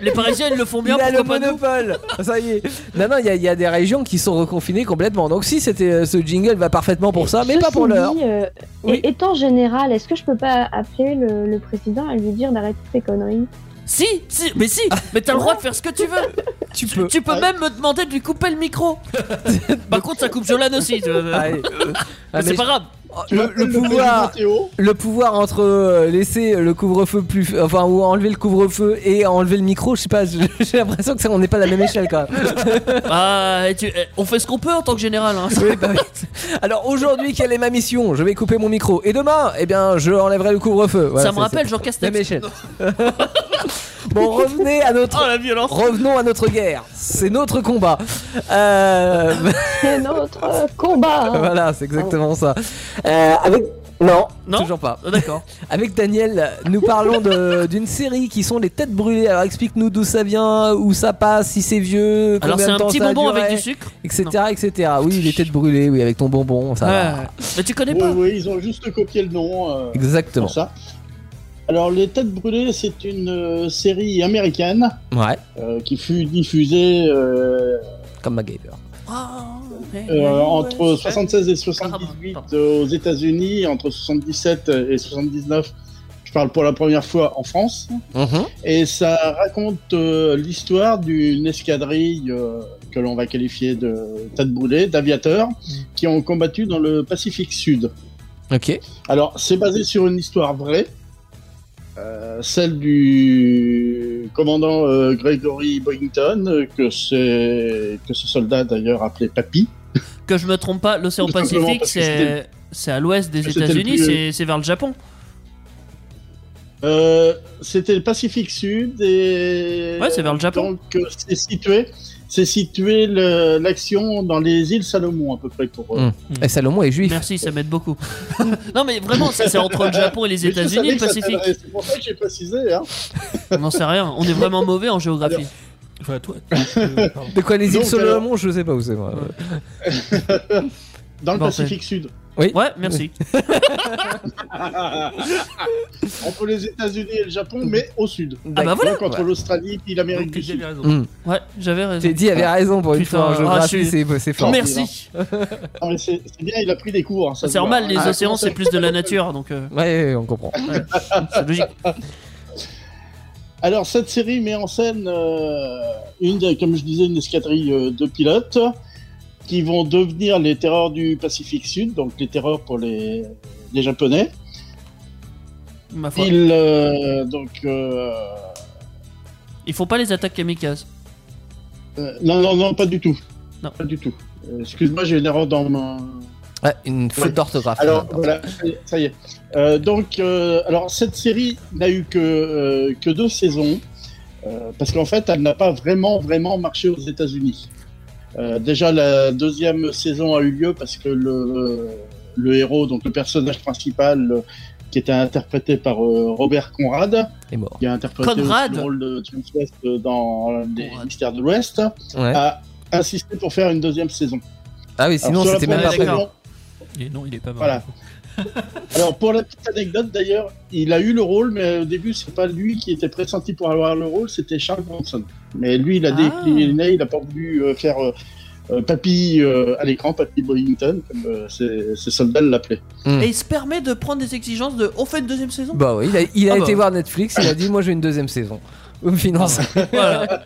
eh, les parisiens ils le font bien, il a le pourquoi pas nous monopole. Ça y est. Non, non, il y, a- il y a des régions qui sont reconfinées complètement. Donc si c'était euh, ce jingle va parfaitement pour ça, mais pas Ceci pour l'heure. dit, euh, Oui. et- Étant général, est-ce que je peux pas appeler le, le président et lui dire d'arrêter ces conneries Si, si, mais si Mais t'as le droit de faire ce que tu veux Tu peux. Tu peux même me demander de lui couper le micro Par contre, ça coupe Jolan aussi. tu vois. Allez. Ah, Mais mais c'est pas grave. Tu le- m'appelles le président pouvoir. Théo le pouvoir entre euh, laisser le couvre-feu plus, enfin ou enlever le couvre-feu et enlever le micro, je sais pas, je- j'ai l'impression que ça, on n'est pas à la même échelle quand même. Ah, et tu- eh, on fait ce qu'on peut en tant que général. Hein. Oui, bah oui. Alors aujourd'hui, quelle est ma mission Je vais couper mon micro. Et demain, eh bien, je enlèverai le couvre-feu. Voilà, ça me c'est- rappelle Jean c'est la Castex. même échelle. bon, revenez à notre Oh la violence Revenons à notre guerre, c'est notre combat. Euh, C'est notre euh, combat voilà, c'est exactement ça. Euh, avec non, Non toujours pas. Oh, D'accord. Avec Daniel, nous parlons de- d'une série qui sont les têtes brûlées. Alors explique-nous d'où ça vient, où ça passe, si c'est vieux, combien Alors, c'est de un temps petit ça a bonbon duré, avec du sucre. etc., etc. Oui, les têtes brûlées, oui, avec ton bonbon, ça. va. Ouais. Mais tu connais Oui, pas oui, ils ont juste copié le nom. euh, Exactement. pour ça. Alors, Les Têtes Brûlées, c'est une euh, série américaine Ouais, euh, qui fut diffusée euh, comme MacGyver. Ah, euh, entre 76 et 78 euh, aux États-Unis, entre 77 et 79. Je parle pour la première fois en France. Mhm. Et ça raconte euh, l'histoire d'une escadrille euh, que l'on va qualifier de tête brûlée, d'aviateurs, Mm. qui ont combattu dans le Pacifique Sud. Ok. Alors, c'est basé sur une histoire vraie, euh, celle du commandant euh, Gregory Boynton, euh, que, c'est- que ce soldat d'ailleurs appelait Papy. Que je me trompe pas, l'océan Tout simplement Pacifique, parce que c'est c'est à l'ouest des c'était le États-Unis, plus- c'est c'est vers le Japon. Euh, C'était le Pacifique Sud et... Ouais, c'est vers le Japon. Donc, euh, c'est situé, c'est situé le- l'action dans les îles Salomon, à peu près, pour... Hmm. euh, Mm. Et Salomon est juif. Merci, ça m'aide beaucoup. non, mais vraiment, c'est c'est entre le Japon et les Mais je États-Unis, savais le que ça Pacifique. t'adresse- C'est pour ça que j'ai précisé. Hein. On n'en sait rien, on est vraiment mauvais en géographie. Enfin, toi. euh, pardon. De quoi les îles Donc, alors- Salomon, je sais pas où c'est moi. Dans le Bon, Pacifique Sud. Ouais, merci. Entre les États-Unis et le Japon, mais au sud. Ah bah voilà Donc entre l'australie et l'Amérique Donc, du t'as Sud. bien raison. Mm. Ouais, j'avais raison. Teddy avait raison pour une Putain, fois en ah, géographie, je suis- c'est- c'est fort. Merci. Ah, mais C'est c'est bien, il a pris des cours. hein, ça C'est se Ah, voit. normal, les Ah, océans, c'est plus de la nature, donc euh, Ouais, ouais, on comprend. c'est logique. Alors cette série met en scène, euh, une, des- comme je disais, une escadrille euh, de pilotes qui vont devenir les terreurs du Pacifique Sud, donc les terreurs pour les, les Japonais. ma foi. Il euh, donc euh, Ils font pas les attaques kamikazes. euh, non non non pas du tout. Non. Pas du tout. Euh, Excuse-moi, j'ai une erreur dans ma. Ouais, une faute Ouais. d'orthographe. Alors Ah, Pardon. voilà, ça y est, ça y est. Euh, donc euh, alors cette série n'a eu que euh, que deux saisons euh, parce qu'en fait elle n'a pas vraiment vraiment marché aux États-Unis. Euh, déjà la deuxième saison a eu lieu parce que le le héros donc le personnage principal euh, qui était interprété par euh, Robert Conrad Il est mort. qui a interprété aussi Conrad le rôle de James West euh, dans les Conrad. mystères de l'Ouest Ouais. a insisté pour faire une deuxième saison. Ah oui, sinon Alors, sur la c'était même pas première prévu. saison, Et non, il est pas mort. Voilà. Alors pour la petite anecdote d'ailleurs, il a eu le rôle, mais au début c'est pas lui qui était pressenti pour avoir le rôle, c'était Charles Bronson. Mais lui il a Ah. décliné, il a pas voulu euh, faire euh, euh, Papy euh, à l'écran, Papy Boyington, comme euh, ses, ses soldats l'appelaient. Mm. Et il se permet de prendre des exigences de on fait une deuxième saison Bah oui, il a, il a Ah été bah. voir Netflix, il a dit Moi, j'ai une deuxième saison. Vous me Ah financez. Voilà.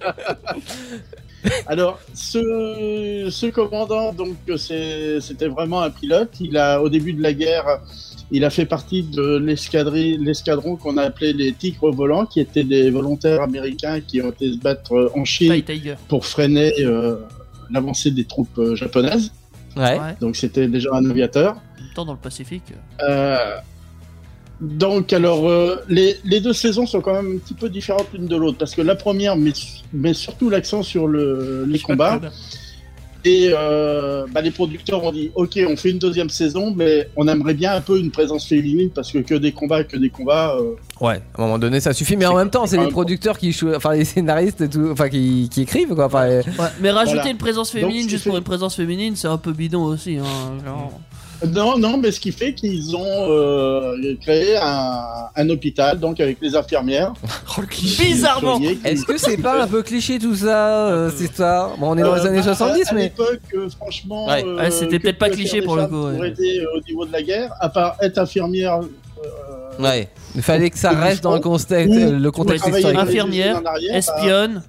Alors ce, ce commandant donc c'est- c'était vraiment un pilote. Il a au début de la guerre, il a fait partie de l'escadrille- l'escadron qu'on a appelé les Tigres volants, qui étaient des volontaires américains qui ont été se battre euh, en Chine. Tie Tiger. pour freiner euh, l'avancée des troupes euh, japonaises. Ouais. Ouais. Donc c'était déjà un aviateur. En même temps, dans le Pacifique. euh, Euh, donc alors euh, les, les deux saisons sont quand même un petit peu différentes l'une de l'autre parce que la première met, met surtout l'accent sur le, les combats et euh, bah, les producteurs ont dit ok on fait une deuxième saison mais on aimerait bien un peu une présence féminine parce que que des combats que des combats euh, Ouais, à un moment donné, ça suffit. Mais en C'est- même temps, c'est c'est les pas- producteurs qui, chou- enfin les scénaristes, et tout, enfin qui, qui écrivent quoi. Enfin, euh, Ouais. Mais rajouter Voilà. une présence féminine Donc, juste c'est- pour une présence féminine, c'est un peu bidon aussi. hein, genre. Non, non, mais ce qui fait qu'ils ont euh, créé un, un hôpital, donc avec les infirmières. Bizarrement. Les soignés qui- Est-ce que c'est pas un peu cliché tout ça, euh, cette histoire Bon, on est dans Euh, les années bah, 70, à, à mais l'époque, euh, franchement, Ouais. euh, Ouais, c'était que peut-être pas faire cliché des pour le femmes coup, ouais. Pour aider euh, au niveau de la guerre, à part être infirmière. euh, ouais, il fallait que ça Ou- reste dans le contexte, ou- le contexte travailler historique. avec les Infirmière, usines en arrière, bah, Espionne,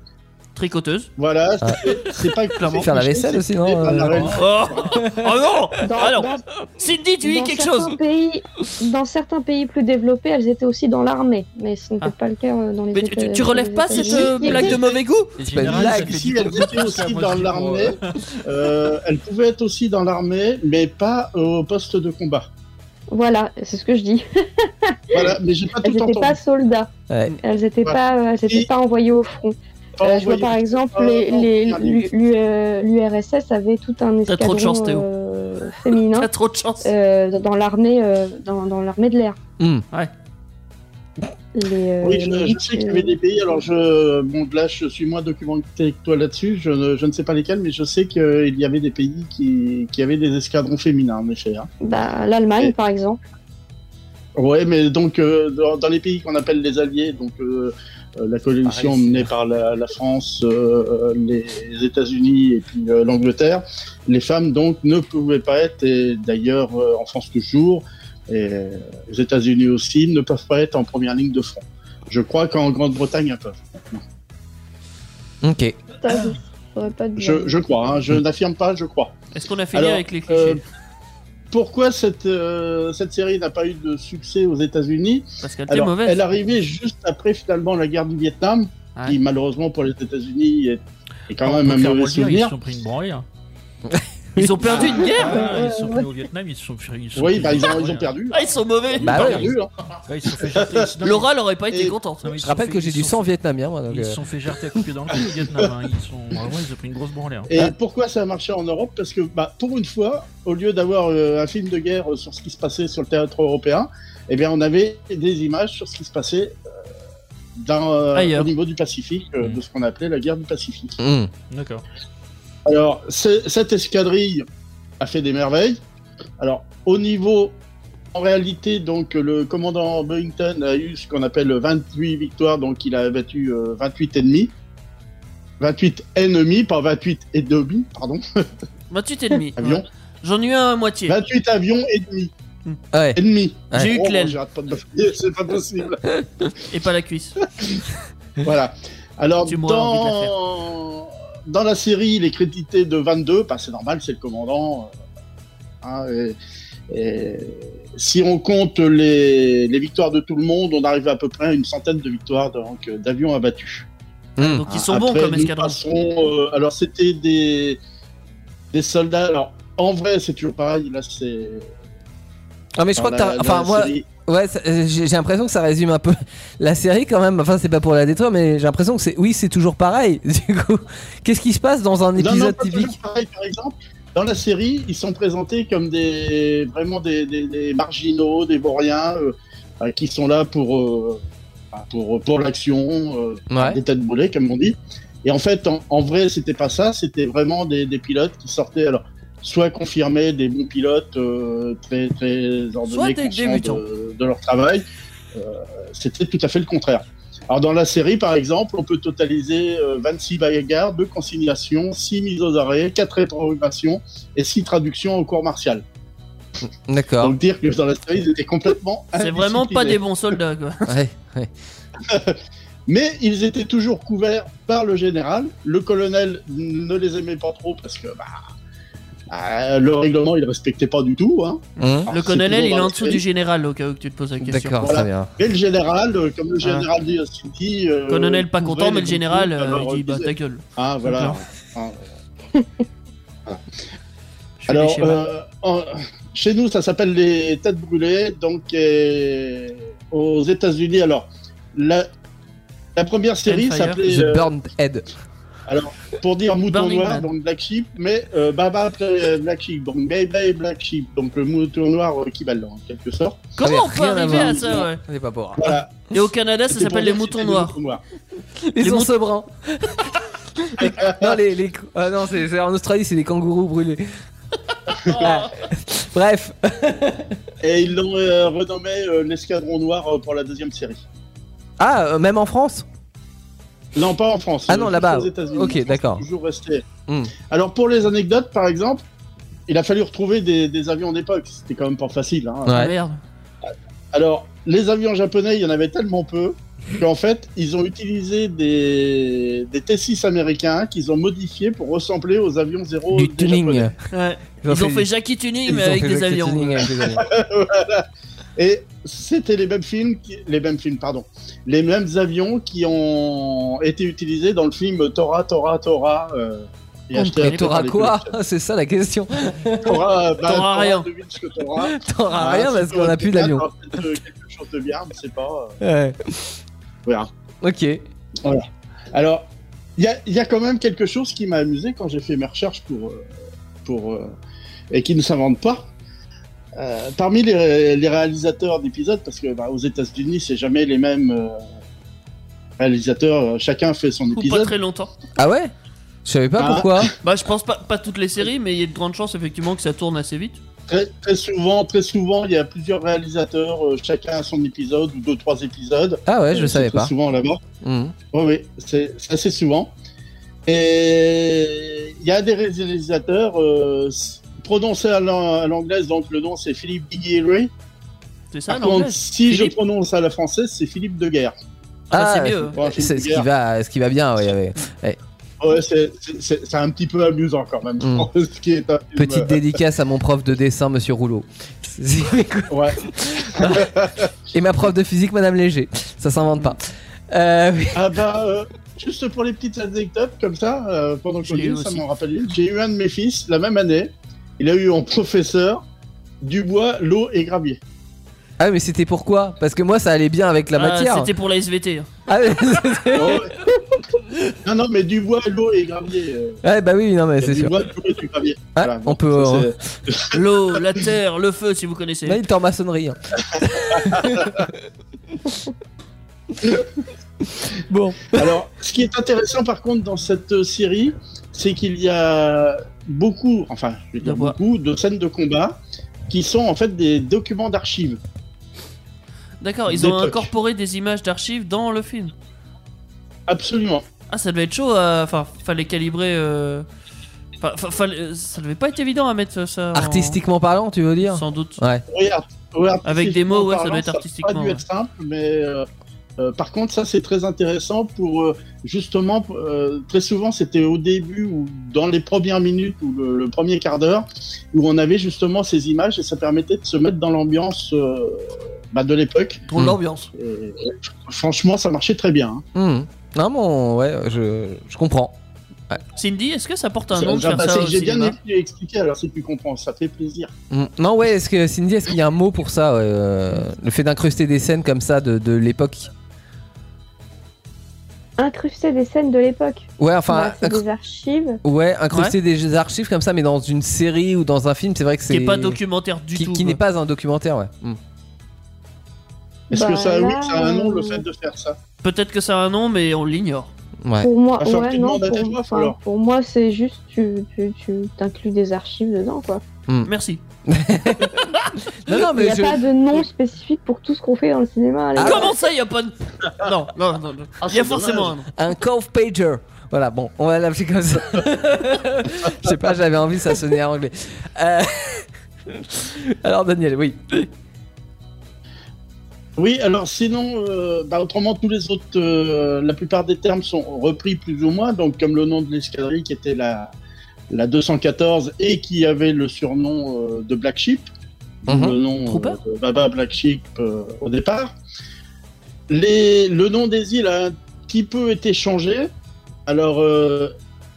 tricoteuse. Voilà, c'est- c'est pas clairement. Ah. Faire la vaisselle aussi, non pas la euh, reine. Oh, oh non Dans- Ah non dans- Cindy, tu dis dans quelque certains chose Pays, dans certains pays plus développés, elles étaient aussi dans l'armée, mais ce n'était Ah. pas le cas euh, dans les Mais tu, États- tu- tu relèves pas dans les cette États-Unis. euh, blague de mauvais goût Et pas une généralement, ça blague. fait Si du elle temps était à aussi moitié dans pour, l'armée, euh, euh, elle pouvait être aussi dans l'armée, mais pas euh, au poste de combat. Voilà, c'est ce que je dis. Voilà, mais j'ai pas Elles tout n'étaient entendu. pas soldats. Ouais. Elles n'étaient Ouais. pas, euh, elles étaient Si. pas envoyées au front. Pas Euh, je vois envoyé. par exemple Ah, les, non, les- regardez. l'U- l'U- euh, l'URSS avait tout un T'as escadron trop de chance, Théo. euh, féminin T'as trop de chance. euh, dans l'armée euh, dans, dans l'armée de l'air. Hmm. Ouais. Les, euh, Oui, les je, je Nordiques, sais qu'il y euh, avait des pays, alors je, bon, là, je suis moins documenté que toi là-dessus, je ne, je ne sais pas lesquels, mais je sais qu'il y avait des pays qui, qui avaient des escadrons féminins, en effet. hein. bah, l'Allemagne Et- par exemple. Ouais, mais donc, euh, dans, dans les pays qu'on appelle les alliés, donc euh, euh, la coalition Pareil, c'est- menée par la, la France, euh, euh, les États-Unis et puis euh, l'Angleterre, les femmes, donc, ne pouvaient pas être, et d'ailleurs, euh, en France toujours, et euh, aux États-Unis aussi, ne peuvent pas être en première ligne de front. Je crois qu'en Grande-Bretagne, elles peuvent. Ok. Ça, je saurais pas dire. Je, je crois, hein, je Mm. n'affirme pas, je crois. Est-ce qu'on a fini Alors, avec les clichés Euh, pourquoi cette, euh, cette série n'a pas eu de succès aux États-Unis Parce qu'elle était Alors, mauvaise. Elle arrivait juste après finalement la guerre du Vietnam, Ouais. qui malheureusement pour les États-Unis est, est quand on même peut un clairement mauvais le dire, Ils se souvenir. sont pris une branlée. hein. Ils ont perdu une guerre Ah, ouais, ils se sont ouais. pris au Vietnam, ils se sont pris. se sont Oui, pris bah, une ils, ont, branlée, ils ont hein. perdu. Ah, ils sont mauvais Bah Ils ont ouais. perdu, hein. Ouais, ils se sont fait jarter. Non, Laura, elle aurait pas été Et- Ah contente. non, mais ils Je se rappelle sont que fait- j'ai ils du se sang sont- vietnamien, moi. Donc, Ils euh, se sont fait jarter à couper dans le cul au Vietnam. hein. Ils sont vraiment, ils ont pris une grosse branlée. hein. Et pourquoi ça a marché en Europe Parce que bah, pour une fois, au lieu d'avoir euh, un film de guerre euh, sur ce qui se passait sur le théâtre européen, eh bien on avait des images sur ce qui se passait euh, dans, euh, Ailleurs. au niveau du Pacifique, euh, de ce qu'on appelait la guerre du Pacifique. hmm. D'accord. Alors, ce- cette escadrille a fait des merveilles. Alors, au niveau, en réalité, donc le commandant Boeington a eu ce qu'on appelle 28 victoires, donc il a battu euh, 28 ennemis. 28 ennemis, pas 28 et demi, pardon, 28 et demi. avions. J'en ai eu un à moitié. 28 avions et demi. Ouais. Ennemis. Ouais. J'ai eu que Oh, l'aile. j'arrête pas de bafouiller, C'est pas possible. Et pas la cuisse. hmm. voilà. Alors, Tu m'aurais envie de la dans... dans la série, il est crédité de 22. Bah, c'est normal, c'est le commandant. euh, hein, et, et si on compte les, les victoires de tout le monde, on arrive à peu près à une centaine de victoires donc, euh, d'avions abattus. Hmm. Donc ils sont Après, bons comme nous escadron. passons, euh, alors c'était des, des soldats. Alors en vrai, c'est toujours pareil. Là, c'est. Non, Ah, mais je crois que t'as. Enfin, moi, ouais, ça- euh, j'ai j'ai l'impression que ça résume un peu la série quand même. Enfin, c'est pas pour la détruire, mais j'ai l'impression que c'est. Oui, c'est toujours pareil. Du coup, qu'est-ce qui se passe dans un Non, épisode non, pas toujours typique pareil, par exemple, dans la série, ils sont présentés comme des vraiment des, des- des marginaux, des vauriens euh, euh, qui sont là pour euh, pour pour l'action, euh, Ouais. des têtes brûlées comme on dit. Et en fait, en, en vrai, c'était pas ça. C'était vraiment des, des pilotes qui sortaient alors soit confirmés, des bons pilotes euh, très très ordonnés, Soit des conscients débutants. de, de leur travail. Euh, c'était tout à fait le contraire. Alors dans la série, par exemple, on peut totaliser euh, 26 bagarres, 2 consignations, 6 mises aux arrêts, 4 réprogrammations et 6 traductions en cours martial. Ah. D'accord. Donc dire que dans la série, ils étaient complètement... C'est vraiment pas des indisciplinés. bons soldats quoi. Ouais, ouais. Mais ils étaient toujours couverts par le général. Le colonel ne les aimait pas trop parce que... Bah, euh, le règlement, il ne respectait pas du tout. Hein. Hmm. Alors, Le c'est colonel toujours il est dans en la dessous série. du général au cas où que tu te poses la question. D'accord, Voilà. très bien. Et le général, euh, comme le général dit à City... euh, Ah. Colonel pas couvrait content, les mais le général euh, conflits, alors, il dit euh, bah ta gueule. Ah, voilà. D'accord. Ah, Je fais des Alors, schémas. euh, en- chez nous, ça s'appelle les têtes brûlées. Donc, euh, aux États-Unis, alors, la, la première série Hellfire. s'appelait, The euh, Burned Head. alors, pour dire mouton Burning noir, Man. donc Black Sheep, mais euh, Baba euh, Black Sheep, donc Baba Black Sheep, donc le mouton noir euh, qui en quelque sorte. Ça Comment on avait peut rien à arriver voir. à ça ouais On est pas pour. hein. Voilà. Et au Canada ça C'était pour s'appelle les dire que c'était moutons des noirs. Les Les ours bruns. Les- non, les, les- ah non, c'est c'est en Australie, c'est des kangourous brûlés. Ah. Bref, Et ils l'ont euh, renommé euh, l'escadron noir euh, pour la deuxième série. ah, euh, même en France Non, pas en France. Ah euh, non, juste là-bas. aux États-Unis. Ok, En France, d'accord. c'est Toujours resté. Hmm. Alors pour les anecdotes, par exemple, il a fallu retrouver des, des avions d'époque. C'était quand même pas facile. hein. Ah, Ouais. Merde. Alors les avions japonais, il y en avait tellement peu qu'en fait, ils ont utilisé des, des T6 américains qu'ils ont modifiés pour ressembler aux avions zéro du des tuning. Japonais. Ouais. Ils ont fait Jackie Tuning mais ils ont avec fait des Jacques avions. Tuning avec des avions. Voilà. Et c'était les mêmes films, qui- les mêmes films, pardon, les mêmes avions qui ont été utilisés dans le film Tora, Tora, Tora. euh, et acheté Et après par t'auras les quoi collectionneurs. C'est ça la question. T'auras T'auras bah, t'auras rien. devine ce que t'auras. T'auras Ah, rien si parce t'auras qu'on a plus peut-être d'avion. peut-être, euh, quelque chose de bien, on ne sait pas. euh, Ouais. on verra. Ok. Alors, il y a, il y a quand même quelque chose qui m'a amusé quand j'ai fait mes recherches pour, euh, pour euh, et qui ne s'invente pas. Euh, parmi les, ré- les réalisateurs d'épisodes, parce que bah, aux États-Unis, c'est jamais les mêmes euh, réalisateurs. euh, Chacun fait son Ou pas épisode. très longtemps. Ah ouais Je savais pas Ah. pourquoi. Bah je pense pas pas toutes les séries mais il y a de grandes chances effectivement que ça tourne assez vite. Très, très souvent, très souvent, il y a plusieurs réalisateurs. euh, chacun a son épisode ou deux, trois épisodes. Ah ouais, je Euh, le c'est savais très pas. Souvent là-bas. Mhm. Oui, oui, c'est c'est assez souvent. Et il y a des réalisateurs euh, s- prononcés à l'an- à l'anglaise, donc le nom c'est Philippe Guilleré. C'est ça Par non contre, si Philippe. je prononce à la française, c'est Philippe de Guerre. Ah, c'est Ah, mieux. Pour un film C'est de ce qui guerre. va, ce qui va bien. ouais, ouais. Ouais, c'est- c'est c'est- c'est un petit peu amusant quand même. Mm. ce qui est un film, Petite dédicace à mon prof de dessin, Monsieur Rouleau. euh, ouais. Et ma prof de physique, Madame Léger. Ça s'invente pas. Euh, oui. Ah bah, euh, juste pour les petites anecdotes comme ça, euh, pendant Je qu'on l'ai eu dit, ça aussi. m'en rappelle une. J'ai eu un de mes fils la même année. Il a eu en professeur Dubois, l'eau et gravier. Ah mais c'était pourquoi Parce que moi ça allait bien avec la Ah, matière. C'était pour la SVT. Ah, mais c'était- Oh, ouais. non, non, mais Dubois, l'eau et gravier. euh, ouais bah oui non mais c'est du sûr. bois, du bois, du gravier. Ah, Voilà, on bon, peut. ça, euh, c'est- L'eau, la terre, le feu si vous connaissez. Là il est en maçonnerie. hein. bon. Alors, ce qui est intéressant par contre dans cette euh, série, c'est qu'il y a beaucoup, enfin, je vais dire D'avoir- beaucoup, de scènes de combat qui sont en fait des documents d'archives. D'accord, ils ont D'époque. incorporé des images d'archives dans le film. Absolument. Ah, ça devait être chaud. à- Enfin, fallait calibrer. euh, enfin, fa- fallait- euh, Ça devait pas être évident à mettre ça. en- Oh. Artistiquement parlant tu veux dire Sans doute. Ouais. Oui, art- oui, Avec des mots, ouais, ça artistiquement doit être parlant, Ça a pas artistiquement, dû ouais. être simple, mais euh, Euh, par contre, ça c'est très intéressant pour euh, justement euh, très souvent c'était au début ou dans les premières minutes ou le, le premier quart d'heure où on avait justement ces images et ça permettait de se mettre dans l'ambiance euh, bah, de l'époque. Pour Mm. l'ambiance. Et, et franchement, ça marchait très bien. hein. Hmm. Non, bon, ouais, je, je comprends. Cindy, est-ce que ça porte un Ça- nom de ça- faire bah, ça c'est au que J'ai bien cinéma expliqué. Alors si tu comprends, ça fait plaisir. Hmm. Non, ouais, est-ce que Cindy, est-ce qu'il y a un mot pour ça euh, Le fait d'incruster des scènes comme ça de, de l'époque Incruster des scènes de l'époque. Ouais, enfin. Bah, c'est incru- des archives. Ouais, incruster des archives comme ça, mais dans une série ou dans un film, c'est vrai que c'est. Qui est pas documentaire du qui- tout. qui n'est quoi. pas un documentaire, ouais. Hmm. Est-ce Bah, que ça, oui, là, ça a un nom le euh, fait de faire ça Peut-être que ça a un nom, mais on l'ignore. Ouais. Pour moi, Bah, faut que ouais, tu non, demandes à tes pour, profs, enfin, alors. pour moi, c'est juste tu tu tu t'inclus des archives dedans quoi. Merci. Non, non, Il n'y Ah, mais a je. Ah, pas de nom spécifique pour tout ce qu'on fait dans le cinéma. Ah les gars. Comment ça, il a pas de. Non, non, non. non. Il y a forcément un nom. Un Cove Pager. Voilà, bon, on va l'appeler comme ça. Je sais pas, j'avais envie, ça sonnait en anglais. Euh, Alors, Daniel, oui. Oui, alors sinon, euh, bah, autrement, tous les autres, euh, la plupart des termes sont repris plus ou moins, donc comme le nom de l'escadrille qui était la, la 214 et qui avait le surnom euh, de Black Sheep, Mhm. le nom euh, Trooper. de Baba Black Sheep euh, au départ. Les, le nom des îles a un petit peu été changé. Alors, euh,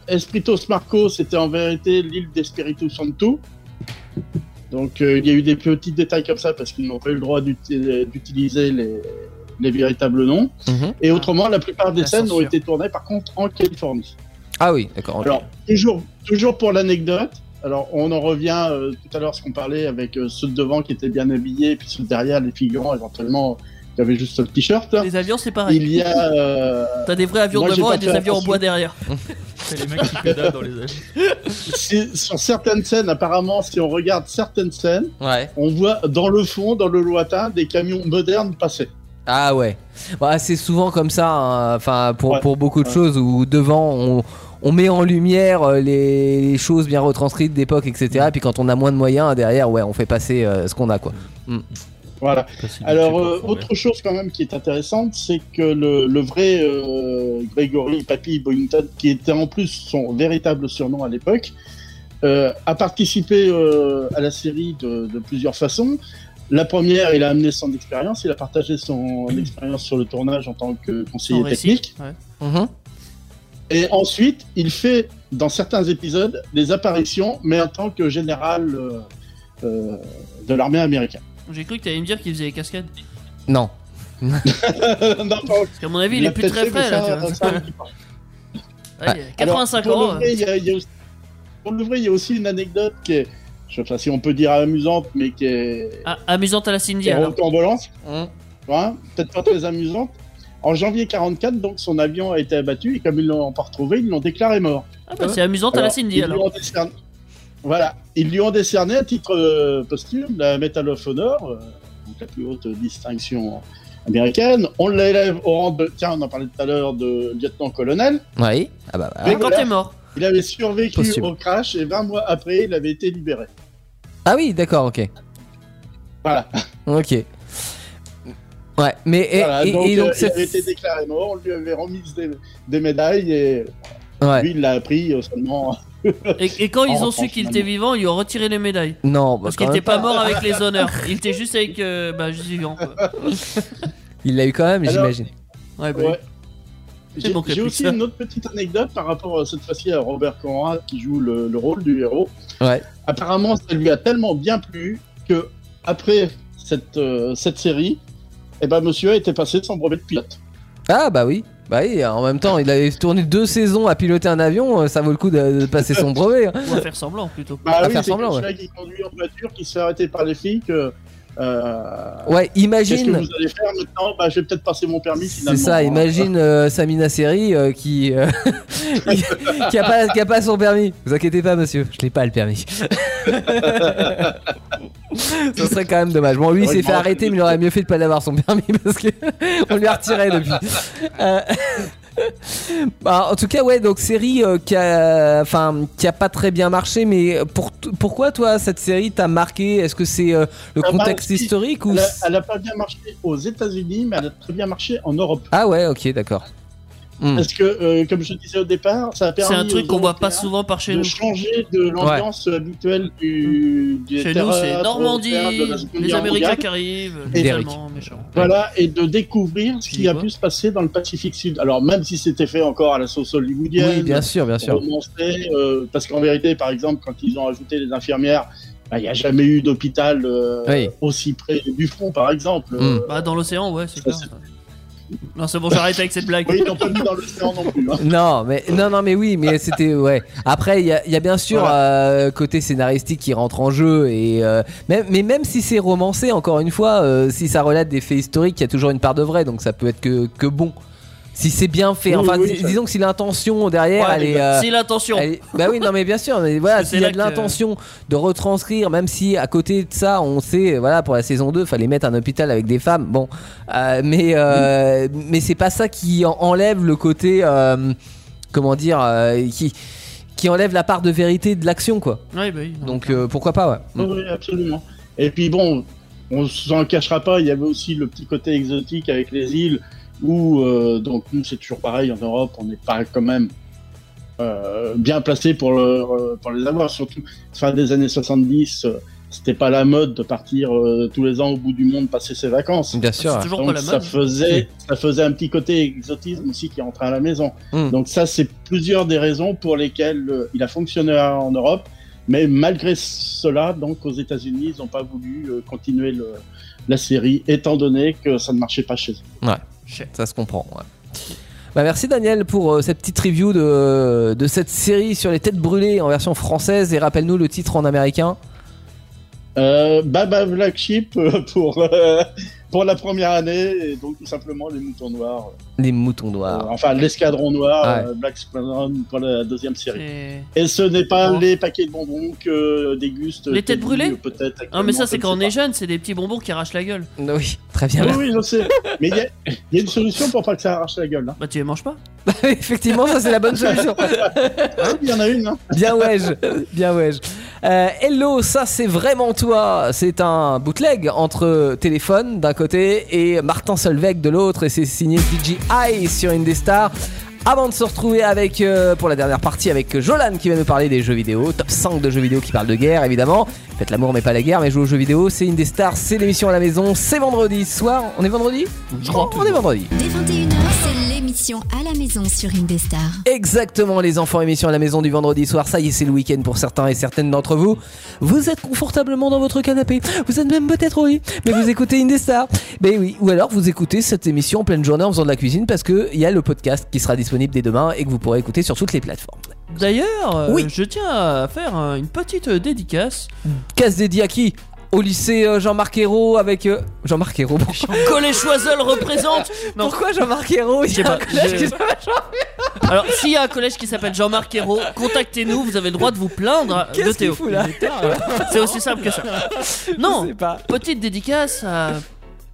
Espritos Marcos, c'était en vérité l'île d'Espiritu Santo. Donc, euh, il y a eu des petits détails comme ça parce qu'ils n'ont pas eu le droit d'uti- d'utiliser les, les véritables noms. Mhm. Et autrement, la plupart des La scènes ont censure. été tournées par contre en Californie. Ah oui, d'accord. ok. Alors, toujours, toujours pour l'anecdote, alors on en revient euh, tout à l'heure ce qu'on parlait avec euh, ceux de devant qui étaient bien habillés, puis ceux de derrière, les figurants éventuellement qui avaient juste le t-shirt. Les avions, c'est pareil. Il y a. euh, T'as des vrais avions Moi, j'ai devant pas et des fait avions en attention. bois derrière. C'est les mecs qui pédalent dans les ailes. si- sur certaines scènes, apparemment, si on regarde certaines scènes, Ouais. on voit dans le fond, dans le lointain, des camions modernes passer. Ah ouais. Bah, c'est souvent comme ça, hein. enfin, pour, Ouais. pour beaucoup de Ouais. choses où devant, on, on met en lumière euh, les, les choses bien retranscrites d'époque, etc. Et puis quand on a moins de moyens, hein, derrière, ouais, on fait passer euh, ce qu'on a, quoi. Voilà. Facile, Ah, Alors, c'est pas euh, fort, autre chose quand même qui est intéressante, c'est que le, le vrai euh, Gregory Papi Boynton, qui était en plus son véritable surnom à l'époque, euh, a participé euh, à la série de, de plusieurs façons. La première, il a amené son expérience, il a partagé son expérience sur le tournage en tant que conseiller En récit. technique. Ouais. Mhm. Et ensuite, il fait dans certains épisodes des apparitions, mais en tant que général euh, euh, de l'armée américaine. J'ai cru que t'allais me dire qu'il faisait les cascades. Non. Non, pas Parce qu'à mon avis, il, a est plus peut-être très fait, mais frais là. tu ça- vois. hein. ça arrive pas. Ouais, il y a 85 Alors, pour euros. le vrai, il y a- il y a aussi- Pour le vrai, il y a aussi une anecdote qui est, je sais pas si on peut dire amusante, mais qui est, Ah, amusante à la qui Cindy est alors. rocambolante, Mhm. hein, peut-être pas très amusante. En janvier 44, donc son avion a été abattu et comme ils l'ont pas retrouvé, ils l'ont déclaré mort. Ah bah c'est amusante à la Alors, Cindy ils lui alors. ont décerné- Voilà, ils lui ont décerné à titre euh, posthume la Medal of Honor, euh, donc la plus haute distinction américaine. On l'élève au rang de, tiens, on en parlait tout à l'heure de lieutenant-colonel. Oui. Ah bah, bah. Mais- Quand voilà. t'es mort. Il avait survécu Possible. au crash et 20 mois après, il avait été libéré. Ah oui, d'accord, ok. Voilà. Ok. Ouais, mais et, Voilà, et- donc, et donc euh, il cette- avait été déclaré mort, on lui avait remis des, des médailles et ouais. lui, il l'a appris euh, seulement. Et, et quand ils Oh, ont su qu'il franchement. était vivant, ils lui ont retiré les médailles. non, bah, Parce quand qu'il même, était pas mort avec les honneurs. Il était juste avec. euh, bah, juste vivant quoi. il l'a eu quand même, Alors- j'imagine. Ouais, bah, oui. Ouais. J'ai manqué j'ai plus aussi que ça. une autre petite anecdote par rapport euh, cette fois-ci à Robert Conrad qui joue le, le rôle du héros. Ouais. Apparemment, ça lui a tellement bien plu que après cette, euh, cette série, eh ben, monsieur était passé sans brevet de pilote. Ah bah oui. Bah oui, en même temps, il avait tourné deux saisons à piloter un avion, euh, ça vaut le coup de, de passer son brevet. hein. Ou à bah, faire semblant plutôt. Bah À oui, faire c'est semblant, celui-là qui conduit en voiture, qui se fait arrêter par les flics. euh, euh, Ouais, Qu'est-ce que imagine. vous allez faire maintenant Bah, je vais peut-être passer mon permis C'est finalement. hein. ça, imagine euh, Samina Seri euh, qui, euh, qui, a pas, qui a pas son permis. Vous inquiétez pas, monsieur, je n'ai pas le permis. Ce serait quand même dommage. Bon, lui, il s'est fait arrêter, mais il aurait mieux fait de pas l'avoir son permis parce que on lui a retiré depuis. Euh, Bah, en tout cas, ouais, donc série euh, qui, a, enfin, qui a pas très bien marché, mais pour, pourquoi toi, cette série t'a marqué Est-ce que c'est euh, le Ah bah, contexte si, historique ou... Elle a- Elle n'a pas bien marché aux États-Unis, mais elle a très bien marché en Europe. Ah ouais, ok, d'accord. Hmm. Parce que, euh, comme je disais au départ, ça a permis. C'est un truc aux qu'on voit pas Européens souvent par chez de nous. changer de l'ambiance habituelle du, du Chez nous, théâtre, c'est au Normandie, théâtre de la Seconde les Guerre Américains mondiale. qui arrivent, Et les Derrick. Allemands, méchants. Voilà, et de découvrir Tu ce qui dis a quoi pu se passer dans le Pacifique Sud. Alors, même si c'était fait encore à la sauce hollywoodienne, Oui, bien sûr, bien sûr. romancé, euh, parce qu'en vérité, par exemple, quand ils ont ajouté les infirmières, bah, il n'y a jamais eu d'hôpital euh, Oui. aussi près du front, par exemple. Mm. Euh, Bah, dans l'océan, ouais, c'est Ça, clair. Non, c'est bon, j'arrête avec cette blague. oui, ils n'ont pas mis dans l'océan non plus. hein. Non, mais non, non, mais oui, mais c'était ouais. Après, il y, a- il y a bien sûr euh, côté scénaristique qui rentre en jeu et euh, même, mais même si c'est romancé, encore une fois, euh, si ça relate des faits historiques, il y a toujours une part de vrai, donc ça peut être que, que bon. Si c'est bien fait, Oui, enfin, oui, dis- ça- disons que si l'intention derrière, Ouais, bah, elle est, euh, Si l'attention. elle est- bah oui, non, mais bien sûr, mais voilà, Parce que s'il y c'est a là de que- l'intention de retranscrire, même si à côté de ça, on sait, voilà, pour la saison 2, fallait mettre un hôpital avec des femmes, bon, Euh, mais, euh, mais c'est pas ça qui en- enlève le côté, euh, comment dire, euh, qui, qui enlève la part de vérité de l'action, quoi. Ouais, bah oui. Donc euh, pourquoi pas, ouais. Oui, absolument. Et puis bon, on s'en cachera pas, il y avait aussi le petit côté exotique avec les îles, où euh, donc nous c'est toujours pareil en Europe, on n'est pas quand même euh, bien placé pour, le- euh, pour les avoir, surtout fin des années 70, euh, c'était pas la mode de partir euh, tous les ans au bout du monde passer ses vacances. Bien C'est sûr. toujours pas Donc la ça mode. faisait, ça faisait un petit côté exotisme aussi qui rentrait à la maison. Mm. Donc ça, c'est plusieurs des raisons pour lesquelles euh, il a fonctionné en Europe. Mais malgré cela, donc aux États-Unis, ils n'ont pas voulu euh, continuer le- la série, étant donné que ça ne marchait pas chez eux. Ça se comprend, ouais. Bah, merci Daniel pour euh, cette petite review de, de cette série sur les têtes brûlées en version française et rappelle-nous le titre en américain. Euh, Baba Black Sheep euh, pour, euh, pour la première année, et donc tout simplement les moutons noirs. Les moutons euh, noirs. enfin, l'escadron noir, Ouais. euh, Black Squadron pour la deuxième série. C'est- Et ce n'est pas Bon. les paquets de bonbons que euh, déguste. Les têtes Teddy, brûlées euh, Peut-être. Ah, mais ça, actuellement, c'est je quand ne on sais est jeune, c'est des petits bonbons qui arrachent la gueule. Oui, très bien. Oui, oui, je sais. Mais il y, a- il y a une solution pour pas que ça arrache la gueule. Hein. Bah, tu les manges pas Effectivement, ça c'est la bonne solution. Il y en a une. Hein. Bien ouais, bien ouais. hello, ça c'est vraiment toi. C'est un bootleg entre téléphone d'un côté et Martin Solveig de l'autre, et c'est signé DJI sur Indestar. Avant de se retrouver avec euh, pour la dernière partie avec Jolan qui va nous parler des jeux vidéo, top 5 de jeux vidéo qui parle de guerre évidemment. Faites l'amour mais pas la guerre, mais jouez aux jeux vidéo, c'est Indestar, c'est l'émission à la maison, c'est vendredi soir. On est vendredi On est vendredi. Dès 21h, c'est l'émission à la maison sur Indestar. Exactement les enfants, émission à la maison du vendredi soir, ça y est c'est le week-end pour certains et certaines d'entre vous. Vous êtes confortablement dans votre canapé, vous êtes même peut-être au lit, mais vous écoutez Indestar. Ben oui, ou alors vous écoutez cette émission en pleine journée en faisant de la cuisine parce qu'il y a le podcast qui sera disponible dès demain et que vous pourrez écouter sur toutes les plateformes. D'ailleurs, euh, Oui. je tiens à faire euh, une petite euh, dédicace. Casse dédiée à qui Au lycée euh, Jean-Marc Hérault avec... euh, Jean-Marc Hérault bon. Collet Choiseul représente Non. Pourquoi Jean-Marc Hérault Il y Je sais a un pas, collège je- qui s'appelle Jean- Alors, s'il y a un collège qui s'appelle Jean-Marc Hérault, contactez-nous, vous avez le droit de vous plaindre euh, Qu'est-ce de qu'il Théo. fout là C'est aussi simple que ça. hein. Non, Je sais pas. petite dédicace à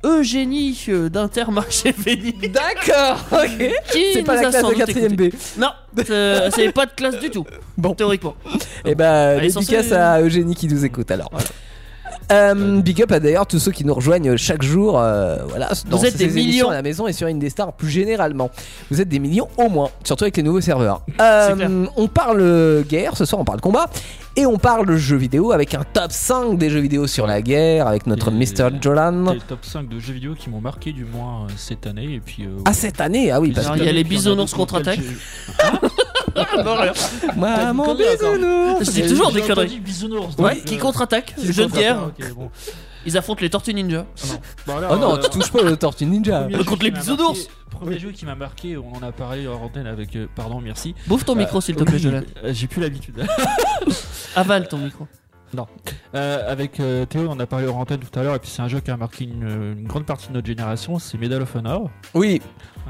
Eugénie euh, d'Intermarché Vénier D'accord, ok. qui C'est nous pas la a classe sans de doute 4ème écoutés. B. Non, c'est c'est pas de classe du tout, Bon. théoriquement. Et bah, Allez, dédicace censé- à Eugénie qui nous écoute alors. Euh, big up à d'ailleurs tous ceux qui nous rejoignent chaque jour. euh, voilà, dans êtes ces des émissions millions. à la maison et sur Indestar plus généralement. Vous êtes des millions au moins, surtout avec les nouveaux serveurs. C'est clair. on parle euh, guerre, ce soir on parle combat et on parle jeux vidéo avec un top 5 des jeux vidéo sur la guerre avec notre Et- Mr. C'est Jolan. le top 5 de jeux vidéo qui m'ont marqué du moins euh, cette année. Et puis. euh, Ah, cette année, ah oui, parce Alors, il y a les bisounours contre-attaque. Hein Ah, bah, que. Maman, connerie, encore. bisounours. Je dis toujours des conneries. Bisounours. euh, Ouais, qui contre-attaque, jeu de guerre, bon. Bah, euh, ils affrontent les Tortues Ninja. Oh non, tu touches pas aux tortues ninja. Premier contre jeu qui les m'a bisounours. marqué- Premier jeu qui m'a marqué, on en a parlé en antenne avec. euh, Pardon, merci. Bouffe ton Euh, micro s'il te plaît, oui, Jolan. euh, J'ai plus l'habitude. Avale ton micro. Euh, avec euh, Théo, on en a parlé en antenne tout à l'heure, et puis c'est un jeu qui a marqué une, euh, une grande partie de notre génération, c'est Medal of Honor, Oui,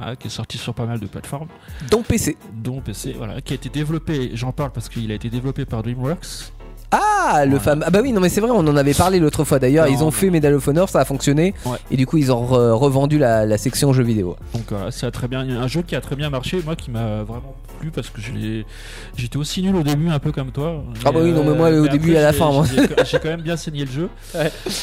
ah, qui est sorti sur pas mal de plateformes, ton PC. dont PC, voilà, qui a été développé, j'en parle parce qu'il a été développé par DreamWorks, Ah, le Ouais. fameux. Ah, bah oui, non, mais c'est vrai, on en avait parlé l'autre fois d'ailleurs. Non, Ils ont non. fait Medal of Honor, ça a fonctionné. Ouais. Et du coup, ils ont re- revendu la, la section jeux vidéo. Donc voilà, c'est très bien un jeu qui a très bien marché, moi qui m'a vraiment plu parce que je l'ai- j'étais aussi nul au début, un peu comme toi. euh, Ah bah oui, non, mais moi, au début et à la j'ai- fin, moi. j'ai- J'ai quand même bien saigné le jeu.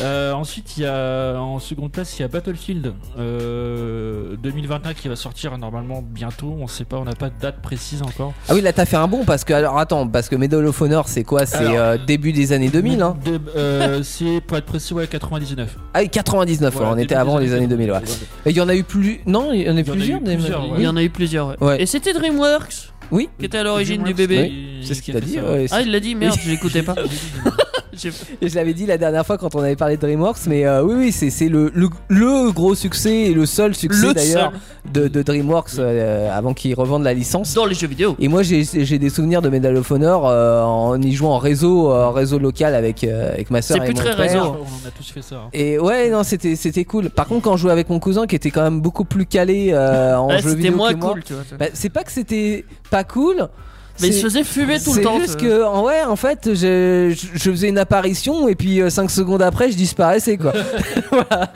Euh, ensuite, il y a en seconde place, il y a Battlefield euh, 2021 qui va sortir normalement bientôt. On sait pas, on n'a pas de date précise encore. Ah oui, là, t'as fait un bon parce que. Alors, attends, parce que Medal of Honor, c'est quoi C'est Alors, euh, début des années 2000, hein De- euh, C'est pour être précis, ouais, 99. Ah, et 99, Voilà, ouais, on début était des avant les années 2000, ouais. Et il y en a eu plus. Non, il y y en en a eu a eu plusieurs. des- plusieurs, ouais. Il y en a eu plusieurs. ouais. Ouais. Et c'était DreamWorks Oui. Qui était à l'origine du bébé. C'est ce qui qu'il a fait dit. ça, ouais, Ah, il l'a dit, merde, je l'écoutais pas. J'ai- Et je l'avais dit la dernière fois quand on avait parlé de DreamWorks, mais euh, oui, oui, c'est c'est le, le, le gros succès et le seul succès Le d'ailleurs seul de, de DreamWorks euh, avant qu'ils revendent la licence. dans les jeux vidéo. Et moi, j'ai j'ai des souvenirs de Medal of Honor euh, en y jouant en réseau, euh, en réseau local avec, euh, avec ma soeur. C'est plus très réseau. On en a tous fait ça. hein. Et ouais, non, c'était c'était cool. Par contre, quand je jouais avec mon cousin qui était quand même beaucoup plus calé euh, en Ah, jeu c'était vidéo, moins que moi, cool, tu vois. bah, c'est pas que c'était pas cool. Mais il c'est- se faisait fumer tout le c'est temps. juste ce- que, en- ouais, en fait, je, je- je faisais une apparition et puis 5 secondes après, je disparaissais, quoi. Voilà.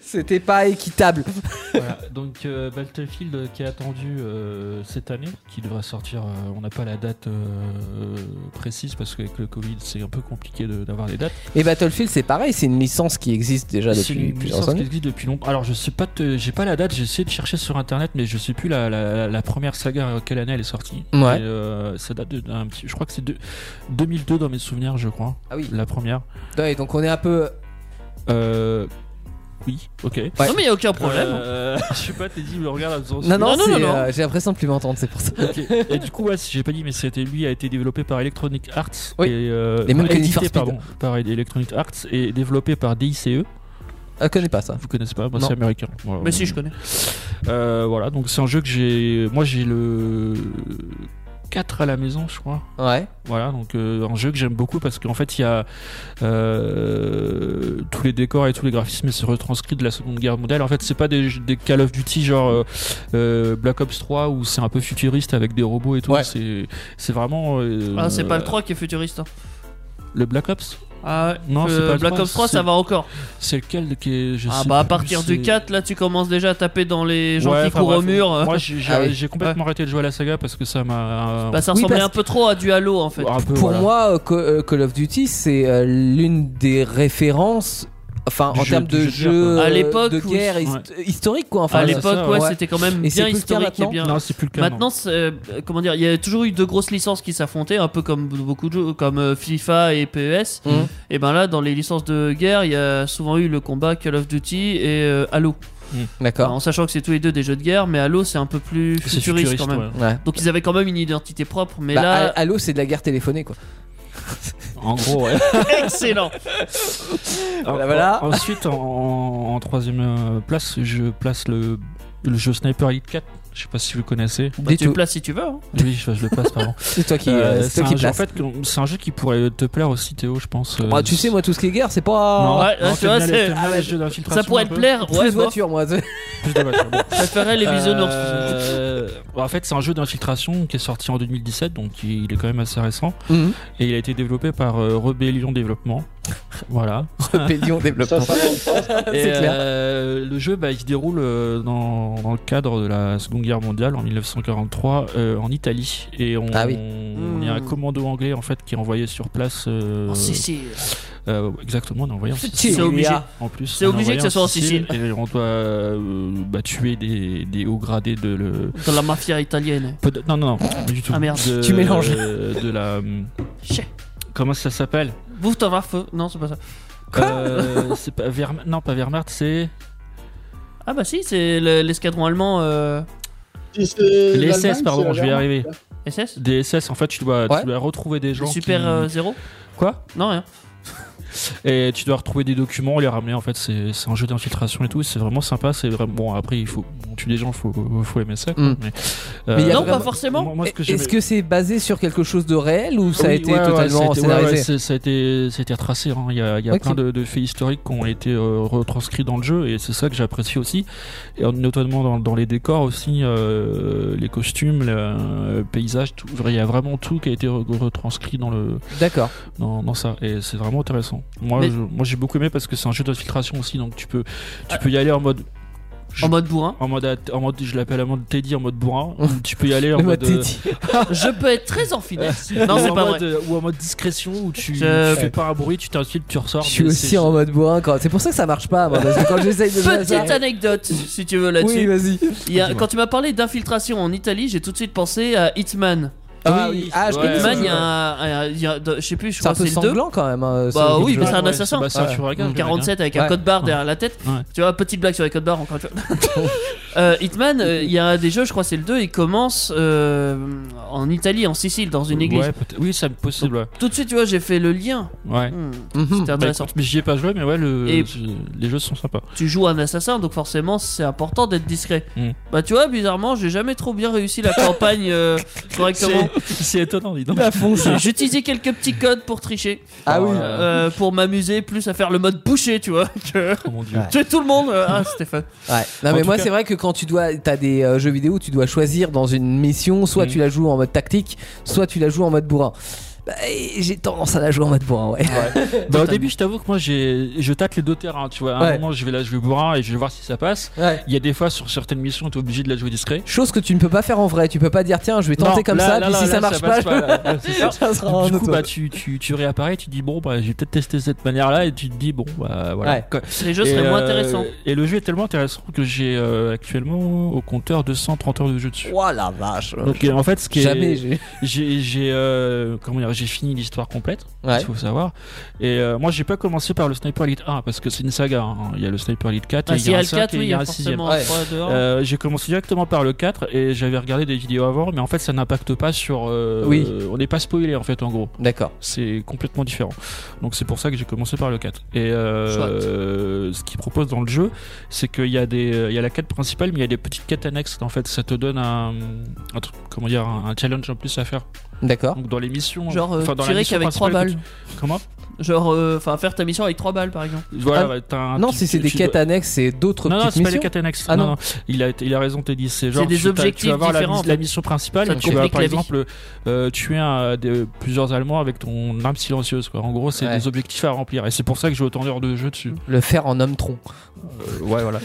C'était pas équitable. Voilà, donc euh, Battlefield euh, qui est attendu euh, cette année, qui devrait sortir, euh, on n'a pas la date euh, précise parce qu'avec le Covid c'est un peu compliqué de- d'avoir les dates. Et Battlefield, c'est pareil, c'est une licence qui existe déjà c'est depuis une plusieurs licence qui années. existe depuis longtemps. Alors je sais pas, te- j'ai pas la date, j'ai essayé de chercher sur internet mais je sais plus la, la- la première saga, euh, quelle année elle est sortie. Ouais. Et, euh, ça date de- d'un petit, je crois que c'est de- 2002 dans mes souvenirs je crois, Ah oui. la première. Ouais, donc on est un peu. Euh, oui, ok. Non, mais il a aucun problème. Euh, je sais pas, t'es dit, le regard là, Non, non, Non, non, c'est, non, non. euh, j'ai l'impression de plus m'entendre, c'est pour ça. Ok. Et du coup, ouais, j'ai pas dit, mais c'était lui a été développé par Electronic Arts Oui. et euh, Les mêmes enfin, que Need for édité, Speed. pardon, par Electronic Arts et développé par DICE. Je Euh, connais pas ça. E. Vous connaissez pas, moi Non. c'est américain. Voilà. Mais Bah, si, je connais. Euh, voilà, donc c'est un jeu que j'ai, moi j'ai le 4 à la maison, je crois. Ouais. Voilà, donc euh, un jeu que j'aime beaucoup parce qu'en fait il y a euh, tous les décors et tous les graphismes se retranscrits de la Seconde Guerre mondiale. En fait, c'est pas des, des Call of Duty genre euh, euh, Black Ops 3 où c'est un peu futuriste avec des robots et tout. Ouais. C'est c'est vraiment euh, Ah, c'est pas le 3 qui est futuriste. hein. le Black Ops. Ah, ouais. Non, Euh, c'est pas le Black 3, Ops 3, ça c'est- va encore. C'est lequel qui est je Ah, sais bah, à plus, partir du c'est- 4, là, tu commences déjà à taper dans les gens Ouais, qui enfin, courent au bref, mur. euh. Moi j'ai j'ai- Ah oui. j'ai complètement arrêté de jouer à la saga parce que ça m'a Bah, ça Oui, ressemblait parce- un peu trop à du Halo en fait. un peu, Pour voilà. moi, euh, Co- euh, Call of Duty, c'est euh, l'une des références. Enfin, Du en jeu- termes du jeu de de guerre, jeux quoi. À euh, l'époque de où- guerre his- historique, quoi. Enfin, à c'est l'époque, ça, ouais, ouais. c'était quand même Et c'est plus bien le cas historique et maintenant bien. Non, c'est plus le cas. non. Maintenant, c'est, euh, comment dire, il y a toujours eu de grosses licences qui s'affrontaient, un peu comme beaucoup de jeux, comme euh, FIFA et PES. Mmh. Mhm. Et ben là, dans les licences de guerre, il y a souvent eu le combat Call of Duty et euh, Halo. D'accord. En sachant que c'est tous les deux des jeux de guerre, mais Halo c'est un peu plus Ah. c'est futuriste, quand même. ouais. Ouais. Donc ils avaient quand même une identité propre, mais Bah, là, Halo, c'est de la guerre téléphonée, quoi. En gros, Oh, ouais. excellent. Voilà, Ah, voilà. En- Ensuite, en, en- en troisième euh, place, je place le, le jeu Sniper Elite 4. Je sais pas si vous connaissez. Bah, Du tu tout. places si tu veux. hein. Oui, je, je le place, pardon. C'est toi qui, Euh, euh, c'est c'est toi un, qui jeu- en place. fait, que- c'est un jeu qui pourrait te plaire aussi, Théo, je pense. euh, Bah, tu sais, moi, tout ce qui est guerre, c'est pas. Non, Ouais, non, tu t'aimes bien vois, les- c'est- t'aimes bien ah les ouais, jeux d'infiltration Ça pourrait un te peu plaire, Plus ouais, bah. de bon, voiture, moi. c'est- Plus de voitures, bon. je préférais les bisounours. Euh, En fait, c'est un jeu d'infiltration qui est sorti en 2017, donc il est quand même assez récent. Mhm. Et il a été développé par euh, Rebellion Développement. Voilà. Rebellion Ça, développement. ça Et, C'est clair. euh, le jeu, bah, il se déroule euh, dans, dans le cadre de la Seconde Guerre mondiale en 1943 euh, en Italie. Et on, Ah oui. on- il y a un Hmm. commando anglais en fait qui est envoyé sur place. euh, En Sicile. euh, exactement, on est envoyé en Sicile. C'est obligé. En plus, C'est on est obligé envoyé que ce soit en Et on doit euh, bah, tuer des, des hauts gradés de le. Dans la mafia italienne. Peu de- Non, non, non, pas du tout. Ah, merde. De- Tu mélanges. euh, de la. hum, Chais. Comment ça s'appelle Vous t'en vas feu. Non, c'est pas ça. Quoi Euh, C'est pas Wehrmacht- Non, pas Wehrmacht, c'est Ah bah si, c'est le- l'escadron allemand euh, les Les SS, pardon. Je vais y arriver. SS Des SS, en fait, tu dois, Ouais. tu dois retrouver des gens. Super qui- euh, Zéro Quoi Non, rien. Et tu dois retrouver des documents, les ramener. En fait, c'est c'est un jeu d'infiltration et tout. C'est vraiment sympa. C'est vraiment bon. Après, il faut on tue des gens, faut faut aimer ça. quoi. Mm. Mais, euh, Mais il y a Non, vraiment- pas forcément. moi, moi, ce que j'aimais- Est-ce que c'est basé sur quelque chose de réel ou ça a Oui, ouais, été ouais, ça a totalement été- ouais, scénarisé ouais, c'est- ça a été, ça a été retracé. hein. Il y a, il y a Ok. plein de, de faits historiques qui ont été euh, retranscrits dans le jeu et c'est ça que j'apprécie aussi. Et en- notamment dans, dans les décors aussi, euh, les costumes, le euh, paysage, tout. Genre, il y a vraiment tout qui a été re- retranscrit dans le D'accord. dans, dans ça et c'est vraiment intéressant. Moi, Mais- je- moi, j'ai beaucoup aimé parce que c'est un jeu d'infiltration aussi, donc tu peux tu peux y aller en mode En mode bourrin. en mode at- en mode je l'appelle en mode Teddy en mode bourrin. tu peux y aller en Le mode mode euh, Teddy. Je peux être très en finesse. Non, ou c'est en pas mode, vrai. euh, Ou en mode discrétion où tu Je- fais pas un bruit, tu t'insultes, tu ressors. Je suis mais c'est- aussi en mode bourrin quand. C'est pour ça que ça marche pas. moi, parce que quand j'essaye de jouer à ça- Petite anecdote, si tu veux Oui, là-dessus. vas-y. Il y a- Dis-moi. quand tu m'as parlé d'infiltration en Italie, j'ai tout de suite pensé à Hitman. Ah oui. Ah, je Ouais, connais. ouais, Hitman, ce il y jeu. a un. un- il y a- Je sais plus, je C'est un crois que peu c'est le 2. sanglant quand même. hein, Bah ce oui, jeu. mais c'est un Ouais, assassin. bah, c'est un Ouais. Shuragan, le mec, hein. 47 avec Ouais. un code barre derrière la tête. Ouais. Tu vois, petite blague sur les codes barres encore une fois. Euh, Hitman, euh, il y a un des jeux, je crois c'est le 2, il commence euh, en Italie, en Sicile, dans une église. Ouais, peut-être. oui, c'est possible. Ouais. Tout de suite, tu vois, j'ai fait le lien. Ouais. Hmm, Mhm. C'était Bah, intéressant. écoute, mais j'y ai pas joué, mais ouais, le- Et- je- les jeux sont sympas. tu joues un assassin, donc forcément c'est important d'être discret. Hmm. Mm. Bah tu vois, bizarrement, j'ai jamais trop bien réussi la campagne euh, correctement. C'est étonnant, dis donc. Il a foncé. J'ai utilisé quelques petits codes pour tricher, Ah oui. euh, pour m'amuser plus à faire le mode boucher, tu vois, que Oh mon dieu. Ouais. tuer tout le monde. euh, Ah Stéphane. Ouais. Non En mais tout moi cas- c'est vrai que quand tu dois t'as des euh, jeux vidéo où tu dois choisir dans une mission soit Mhm. tu la joues en mode tactique soit tu la joues en mode bourrin. Bah, et j'ai tendance à la jouer en mode bourrin ouais. Bah, au Totalement. début, je t'avoue que moi, j'ai, je tâte les deux terrains, tu vois. À un Ouais. moment, je vais la jouer bourrin et je vais voir si ça passe. Ouais. Il y a des fois, sur certaines missions, t'es obligé de la jouer discret. Chose que tu ne peux pas faire en vrai, tu peux pas dire tiens je vais tenter Non, comme là- ça là, puis là, si là, ça marche passe pas, je- là. Ouais, c'est ça. ça sera en du coup, auto. bah, tu, tu, tu réapparais, tu dis bon, bah, j'ai peut-être testé cette manière-là, et tu te dis bon, bah, voilà. Ouais. Quoi. Les jeux seraient Et, moins euh, intéressants. Et le jeu est tellement intéressant que j'ai euh, actuellement au compteur 230 heures de jeu dessus. Ouah, Oh la vache. Donc euh, en fait, ce qui est- Jamais j'ai. j'ai j'ai euh, comment dire, j'ai fini l'histoire complète, Ouais. il faut savoir. Et euh, moi, j'ai pas commencé par le Sniper Elite 1 parce que c'est une saga. hein. Il y a le Sniper Elite 4, Ah, et il y si a un Al 5 4, et oui, il il y y a a un 6 forcément Ouais. un 3 dehors. euh, j'ai commencé directement par le 4 et j'avais regardé des vidéos avant, mais en fait ça n'impacte pas sur. euh, Oui. On n'est pas spoilé en fait, en gros. D'accord. C'est complètement différent. Donc c'est pour ça que j'ai commencé par le 4. Et euh, Soit. euh, ce qu'ils proposent dans le jeu, c'est qu'il y, a des- il y a la quête principale, mais il y a des petites quêtes annexes. En fait, ça te donne un, un truc- comment dire, un un challenge en plus à faire. D'accord. Donc dans les missions. Genre euh, enfin, dans la tirer mission qu'avec 3 principale balles. que tu- Comment Genre, euh, enfin faire ta mission avec 3 balles par exemple. Voilà, Ah, bah, t'as un- Non tu- si c'est tu- des tu quêtes dois- annexes c'est d'autres Non, non, petites c'est pas les missions. quêtes annexes. Ah non, non. non. Il, a, il a raison, Teddy. C'est genre, des tu, t'as- tu objectifs vas avoir la, différents, mis- en la fait. mission principale Ça et te tu vas, complique par la vie. exemple, euh, tuer un- des- plusieurs Allemands avec ton arme silencieuse. Quoi. En gros, c'est Ouais. des objectifs à remplir. Et c'est pour ça que j'ai autant d'heures de jeu dessus. Le faire en homme tronc. Euh, ouais, voilà.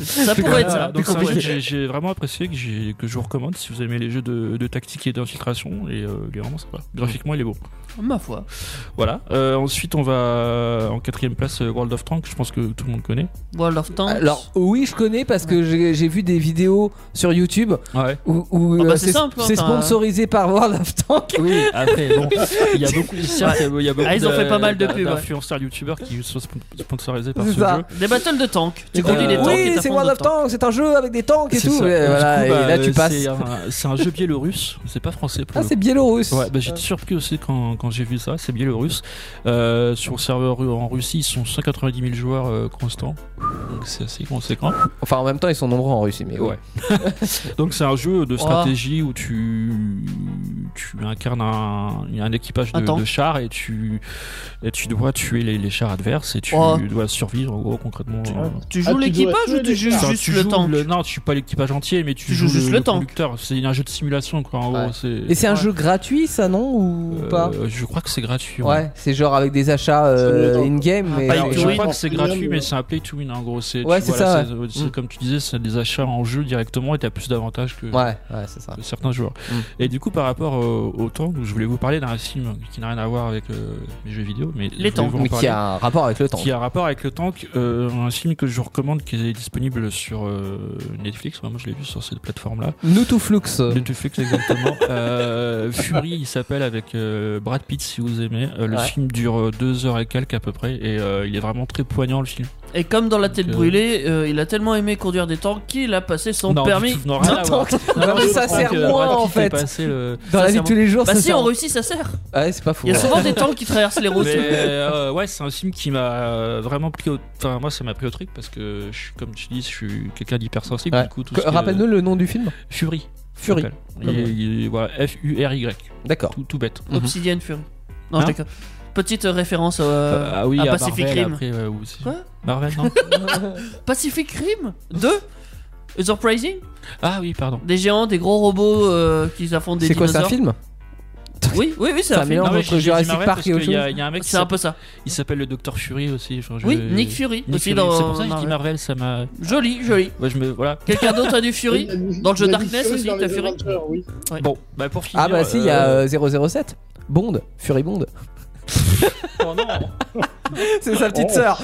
Ça pourrait être ça. Donc, ça c'est un jeu pourrait que être- j'ai j'ai vraiment apprécié, que, j'ai- que je vous recommande si vous aimez les jeux de, de tactique et d'infiltration. Et euh, il est vraiment sympa. Graphiquement, il est beau. Ma foi. Voilà. Euh, ensuite, on va en quatrième place euh, World of Tanks. Je pense que tout le monde connaît. World of Tanks. Alors oui je connais parce que j'ai j'ai vu des vidéos sur YouTube Ouais. où, où, Ah bah, euh, c'est c'est simple, hein, c'est t'as un- sponsorisé par World of Tanks. Oui, après, bon, il y a beaucoup, certes, il y a- il y a beaucoup Ah, ils ont fait pas mal de d'a- pubs, ouais. d'influenceurs youtubeurs qui sont spon- sponsorisés par C'est ce ça. jeu. Des battles de tanks. Tu conduis Euh, les tanks et oui, c'est t'affrontes World of d'autres tanks. Tanks, c'est un jeu avec des tanks et C'est tout. ça. Et, Du voilà, coup, et bah, là, tu euh, passes. C'est un, c'est un jeu biélorusse, c'est pas français pour Ah, le c'est Ah. biélorusse. coup. Ouais, bah, j'étais surpris aussi quand, quand j'ai vu ça, c'est biélorusse. Euh, sur le serveur ru- en Russie, ils sont 190 000 joueurs euh, constants, donc c'est assez conséquent. Enfin, en même temps, ils sont nombreux en Russie, mais ouais. donc c'est un jeu de Oh. stratégie où tu, tu incarnes un, un équipage de, Un tank. de chars et tu, et tu dois tuer les, les chars adverses et tu Oh. dois survivre en gros concrètement. euh, Tu Ah, joues tu l'équipage dois ou tuer des tu joues chars. juste tu le joues tank Non, tu joues pas l'équipage entier, mais tu, Tu joues juste le tank. conducteur. C'est un jeu de simulation, quoi. En Ouais. gros, c'est. Et c'est un Ouais. jeu gratuit, ça, non Ou Euh, pas Je crois que c'est gratuit. Ouais, c'est genre avec des achats euh, C'est le- in-game. Ah, mais... pas Alors, Play to je win. crois que c'est gratuit, Ouais. mais c'est un play to win en gros. C'est, tu- Ouais, c'est voilà, ça, c'est- c'est Mm. comme tu disais, c'est des achats en jeu directement et t'as plus d'avantages que, Ouais, ouais, c'est ça. que certains joueurs. Mm. Et du coup, par rapport au, au temps, je voulais vous parler d'un film qui n'a rien à voir avec euh, les jeux vidéo, mais je voulais tanks. vous en Mais qui parler. a un rapport avec le temps. qui a rapport avec le tank, euh, un film que je vous recommande qui est disponible sur euh, Netflix. Moi, je l'ai vu sur cette plateforme-là. Nutuflux. De Netflix exactement. Euh, Fury, il s'appelle avec euh, Brad Pitt si vous aimez. Euh, le Ouais. film dure euh, deux heures et quelques à peu près et euh, il est vraiment très poignant le film. Et comme dans la tête euh, brûlée, euh, il a tellement aimé conduire des tanks qu'il a passé son Non, permis. du tout, non, rien à voir. Non, mais ça sert moins, en fait. Dans la vie de tous les jours, Bah ça si, sert- en Russie, ça sert. Ouais, c'est pas fou. Il y a ouais. souvent des tanks qui traversent les routes. Mais, euh, ouais, c'est un film qui m'a euh, vraiment pris au. Enfin, moi, ça m'a pris au truc parce que, je suis, comme tu dis, je suis quelqu'un d'hypersensible. Ouais. Du coup, tout Que- ce qui est- euh, Rappelle-nous le nom du film. Fury. Fury. s'appelle. Il- il- voilà, F-U-R-y. D'accord. Tout, tout bête. Mhm. Obsidian Fury. Non, je Mm-hmm. Hein déconne. Petite euh, référence euh, ah oui, à à Pacific Marvel, Rim. Après, ouais, aussi. Quoi Marvel, non Pacific Rim 2 Surprising Ah oui, pardon. Des géants, des gros robots euh, qui affrontent des C'est quoi, c'est un dinosaures. film Oui, oui, oui, c'est un Ça film. mélange. Non, mais entre Ah j'ai- j'ai dit Jurassic Marvel Park parce et autre qu'il y a- chose. Il y, a un mec qui C'est un s'appelle- peu ça. il s'appelle le Docteur Fury aussi. enfin, je- Oui, Nick Fury Nick aussi Fury, dans C'est pour ça que je dis Marvel. Marvel, ça m'a. Joli, joli. Ouais, je me. Voilà. Quelqu'un d'autre a du Fury Dans le jeu Darkness aussi, t'as Fury oui. Bon, bah pour finir. Ah bah si, il y a euh, euh, 007. Bond, Fury Bond. oh non. C'est sa petite Oh. sœur.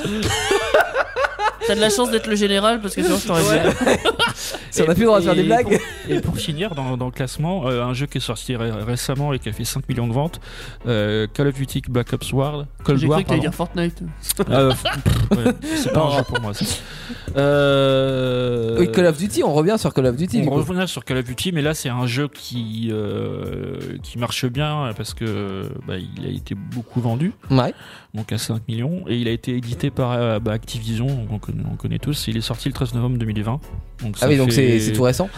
T'as de la chance d'être le général parce que sinon je t'aurais dit. euh, Si on a plus le droit de faire des Et- blagues. Et pour finir, dans, dans le classement, euh, un jeu qui est sorti ré- récemment et qui a fait 5 millions de ventes, euh, Call of Duty Black Ops War, Cold J'ai War, cru que t'allais pardon. dire Fortnite. Euh, pff, ouais, c'est pas un jeu pour moi. ça. Euh, Oui, Call of Duty, on revient sur Call of Duty. du On coup. revient sur Call of Duty, mais là c'est un jeu qui euh, qui marche bien parce que bah, il a été beaucoup vendu, Ouais. Ah donc à 5 millions, et il a été édité par euh, bah, Activision, donc on connaît, on connaît tous. et Il est sorti le 13 novembre 2020. Donc Ah ça oui, donc c'est fait- c'est tout récent.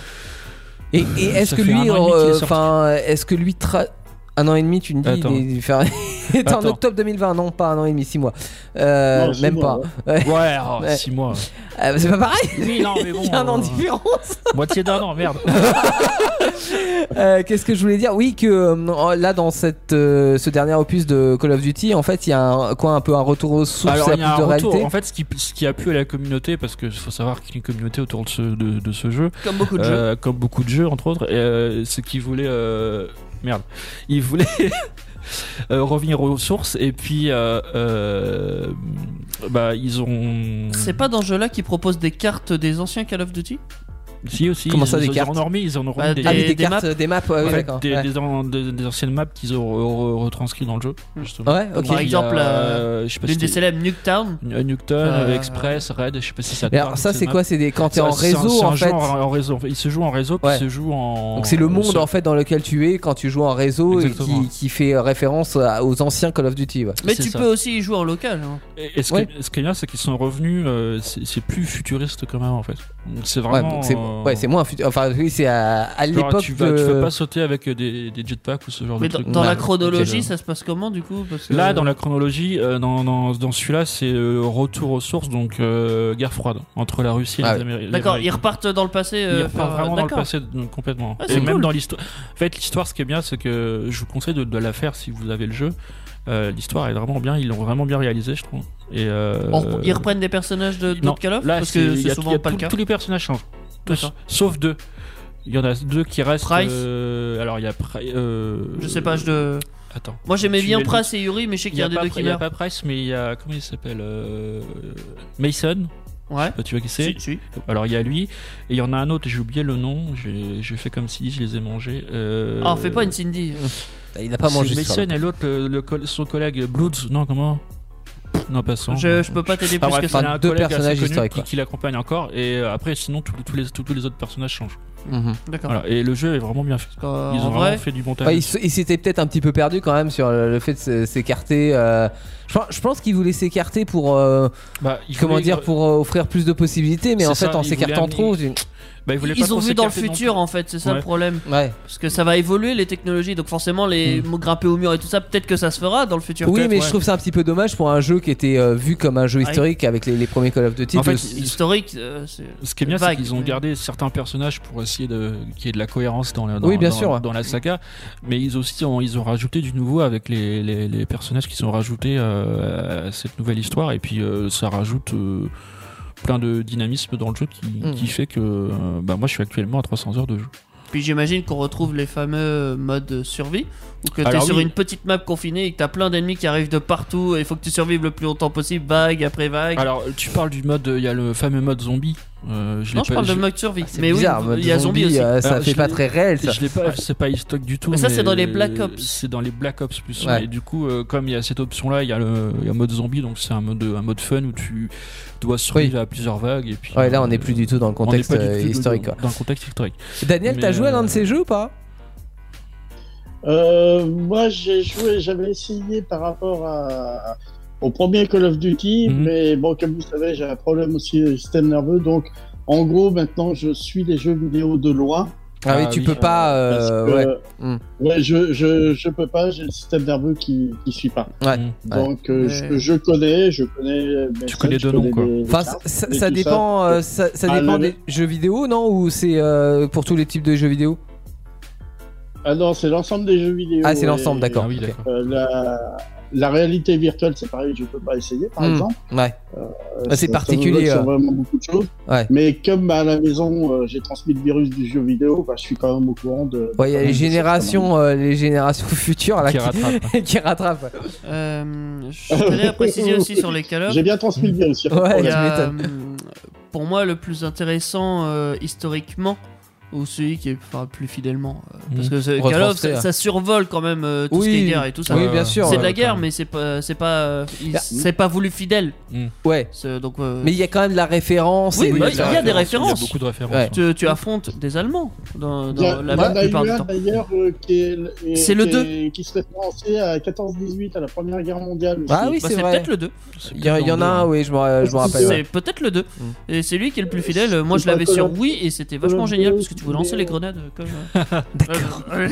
Et, et est-ce Ça que fait un an et lui, demi qu'il est euh, sorti. enfin, est-ce que lui tra... un an et demi, tu me dis, Attends. il est, il fait un- il est en Attends. octobre 2020, non pas un an et demi, six mois, Euh, Non, six même mois, pas. Ouais. Ouais, 6 Ouais. mois. Euh, c'est pas pareil. Oui, non, mais bon. Il y a un an de euh, différence. Moitié d'un an, merde. Euh, Qu'est-ce que je voulais dire Oui, que euh, là dans cette, euh, ce dernier opus de Call of Duty, en fait, il y a un, quoi un peu un retour aux sources, Alors, à il y a un plus de retour. réalité. En fait, ce qui, ce qui a plu à la communauté, parce qu'il faut savoir qu'il y a une communauté autour de ce, de, de ce jeu, Comme beaucoup de jeux. euh, comme beaucoup de jeux, entre autres, et, euh, c'est qu'ils voulaient. euh, merde. Ils voulaient. euh, revenir aux sources et puis euh, euh, bah ils ont C'est pas dans ce jeu-là qui propose des cartes des anciens Call of Duty si aussi Comment ils- ça, des ils en ont cartes remis, ils en ont remis Ah, des, Ah oui, des- Ah des, des cartes, des maps, ouais, en oui, fait, d'accord. des- Ouais. des an- des- des anciennes maps qu'ils ont re- re- retranscrites dans le jeu justement. Ouais, ok. Hmm. Par Il y a, exemple, euh, je sais pas si L'une des c'était- célèbres Nuketown Euh, Nuketown, Euh, euh, Express, Red, je sais pas si ça. te Mais parle, alors ça ces c'est maps. quoi C'est des quand t'es en C'est un- réseau c'est un en fait. genre en réseau. Il se joue en réseau, puis Ouais. il se joue en. Donc c'est le monde seul. en fait dans lequel tu es quand tu joues en réseau et Exactement. qui, qui fait référence à- aux anciens Call of Duty. ouais. Mais C'est tu ça. peux aussi y jouer en local. hein. Et, et ce Ouais. que- ce qu'il y a, c'est qu'ils sont revenus. euh, c'est c'est plus futuriste quand même en fait. Donc, C'est Ouais, vraiment. donc c'est euh, ouais, c'est moins fut- enfin oui c'est à, à genre, l'époque tu, vas- de- tu vas pas sauter avec euh, des, des jetpacks ou ce genre Mais de dans, truc. dans la Bah, chronologie, ok, ça se passe comment du coup Parce que- Là, dans la chronologie, euh, dans, dans, dans celui-là, c'est euh, retour aux sources, donc euh, guerre froide entre la Russie et Ah les ouais. Américains. D'accord, ils repartent dans le passé. euh, Il repart faire- vraiment dans le d'accord. passé donc, complètement. Ah, et c'est cool. même dans l'histoire. En fait, l'histoire, ce qui est bien, c'est que je vous conseille de, de la faire si vous avez le jeu. Euh, l'histoire est vraiment bien. Ils l'ont vraiment bien réalisé, je trouve. Et euh, On- Ils reprennent des personnages de non, euh, d'autres Call of là, Parce c'est- que il y c'est a- il y souvent a pas le tout- cas. Tous les personnages changent. Tous, D'accord. sauf deux. Il y en a deux qui restent. Price. euh, alors, il y a. Pri- euh, Je sais pas, je. de- Attends. Moi j'aimais Tu bien l'as dit. Price et Yuri, mais je sais Il n'y qu'il y a a, un des pas- deux il qui y a meurt. pas Price, mais il y a. Comment il s'appelle euh, Mason. Bah, Ouais. Tu vois qui c'est Si, si. Alors il y a lui, et il y en a un autre, j'ai oublié le nom, j'ai j'ai fait comme si je les ai mangés. Euh, Ah, fais pas une Cindy. il a pas c'est mangé ce soir. Mason et l'autre, le- le coll- son collègue Bloods, non comment Non, pas son. Je, je peux pas t'aider Ah, plus bref, que il y ça. en a un deux collègue assez personnages connu historiques, qui, quoi. qui l'accompagne encore, et euh, après sinon tous tous les, tous tous les autres personnages changent. Mhm. D'accord. Voilà, et le jeu est vraiment bien fait. Euh, Ils en ont vrai, vraiment fait du montage. Enfin, il s- il s'était peut-être un petit peu perdu quand même sur le le fait de se- s'écarter. euh, Je pense, je pense qu'il voulait s'écarter pour euh, Bah, ils comment voulaient- dire pour euh, offrir plus de possibilités, mais C'est en fait ça, en ils s'écartant voulaient trop, bah, ils voulaient pas ils ont trop vu dans le s'écarter non futur plus. en fait, c'est ça le Ouais. problème. tu- ouais. Parce que ça va évoluer les technologies, donc forcément les Hmm. grimper au mur et tout ça, peut-être que ça se fera dans le futur. Oui, mais ouais. Ah je trouve ça un petit peu dommage pour un jeu qui était euh, vu comme un jeu Ouais. historique avec les, les premiers Call of Duty. En fait, de- Historique, euh, c'est. Ce qui est bien, c'est Vague, qu'ils ont mais- gardé certains personnages pour essayer de qu'il y ait de la cohérence dans la dans, Oui, bien dans- sûr, ouais. dans la saga, mais ils aussi ont, ils ont rajouté du nouveau avec les, les, les personnages qui sont rajoutés euh, à cette nouvelle histoire et puis euh, ça rajoute euh, plein de dynamisme dans le jeu qui, Mm. qui fait que euh, bah moi je suis actuellement à 300 heures de jeu. Puis j'imagine qu'on retrouve les fameux modes survie, où que t'es Alors sur oui. une petite map confinée et que t'as plein d'ennemis qui arrivent de partout et il faut que tu survives le plus longtemps possible, vague après vague. Alors tu parles du mode, il y a le fameux mode zombie Euh, je l'ai Non, je pas- parle de je- mode survie. Ah, C'est mais bizarre, oui, mode il y a zombie, aussi. euh, ça Alors, fait Ah, je pas l'ai- très réel. ça. Je l'ai pas, c'est pas stock du tout. Mais ça, c'est dans les Black Ops. C'est dans les Black Ops plus. Ouais. Et du coup, euh, comme il y a cette option-là, il y a le il y a mode zombie, donc c'est un mode, un mode fun où tu dois survivre à plusieurs vagues. Et puis, Ouais, là, on euh, n'est plus du tout dans le on n'est contexte pas du euh, tout historique. Dans, quoi. dans le contexte historique. Daniel, Mais, t'as joué à l'un de euh, ces jeux ou pas Euh, moi, j'ai joué, j'avais essayé par rapport à, au premier Call of Duty, Mhm. mais bon, comme vous savez, j'ai un problème aussi au système nerveux, donc en gros, maintenant, je suis les jeux vidéo de loin. Ah oui, Ah tu oui, peux pas. parce euh, que- ouais. Mm. ouais, je, je, je peux pas, j'ai le système nerveux qui, qui suit pas. Ouais. Mm. Donc, euh, Ouais. je, je connais, je connais. mes Tu sets, connais je de nom, quoi. les- les Enfin, cartes. ça, et ça tout dépend, euh, ça, ça Ah, dépend le- des jeux vidéo, non Ou c'est euh, pour tous les types de jeux vidéo Ah non, c'est l'ensemble des jeux vidéo. Ah, c'est et- l'ensemble, d'accord. Ah oui, ok. d'accord. euh, la, la réalité virtuelle, c'est pareil, je peux pas essayer, par Mm. exemple. Ouais. Euh, Ah, c'est ça- particulier, Ça euh. me bloque sur vraiment beaucoup de choses. Ouais. Mais comme à la maison, euh, j'ai transmis le virus du jeu vidéo, bah, je suis quand même au courant de. Ouais, il y a de- les de- générations, euh, les générations futures là, Qui qui, rattrape. qui rattrapent. Euh, je voudrais à préciser aussi sur les Call of. J'ai bien transmis le virus. il y a pas de Ouais. Il y problème. tu a, m'étonnes. hum, pour moi, le plus intéressant euh, historiquement, ou celui qui est enfin, plus fidèlement, euh, parce Mmh. que c'est- Call of, Retranscrit, ça, hein. ça survole quand même euh, tout ce Oui. qui est guerre et tout ça. Oui, bien sûr. C'est de ouais, la guerre, quand mais c'est pas, c'est pas, euh, il- Ah. c'est pas voulu fidèle. Ouais. C'est- Donc, euh, Mais il y a quand même de la référence. Oui, et- oui, ouais, il y a des références. Il y a beaucoup de références. Ouais. tu, tu affrontes des Allemands dans, Il y a- dans il y la en a eu plupart du un, temps. d'ailleurs euh, qui est le- et- C'est le qui est- qui se référençait à 14-18 à la Première Guerre mondiale. aussi. Ah oui, Bah, c'est c'est vrai. peut-être le 2. C'est Il y, en- il y en a un, oui, je me je me rappelle. ouais. C'est peut-être le 2. Mm. Et c'est lui qui est le plus fidèle. Moi, je C'est pas l'avais Call sur of- Wii et c'était vachement Call of génial Duty, parce que tu pouvais lancer mais, les euh, grenades comme. D'accord. Euh,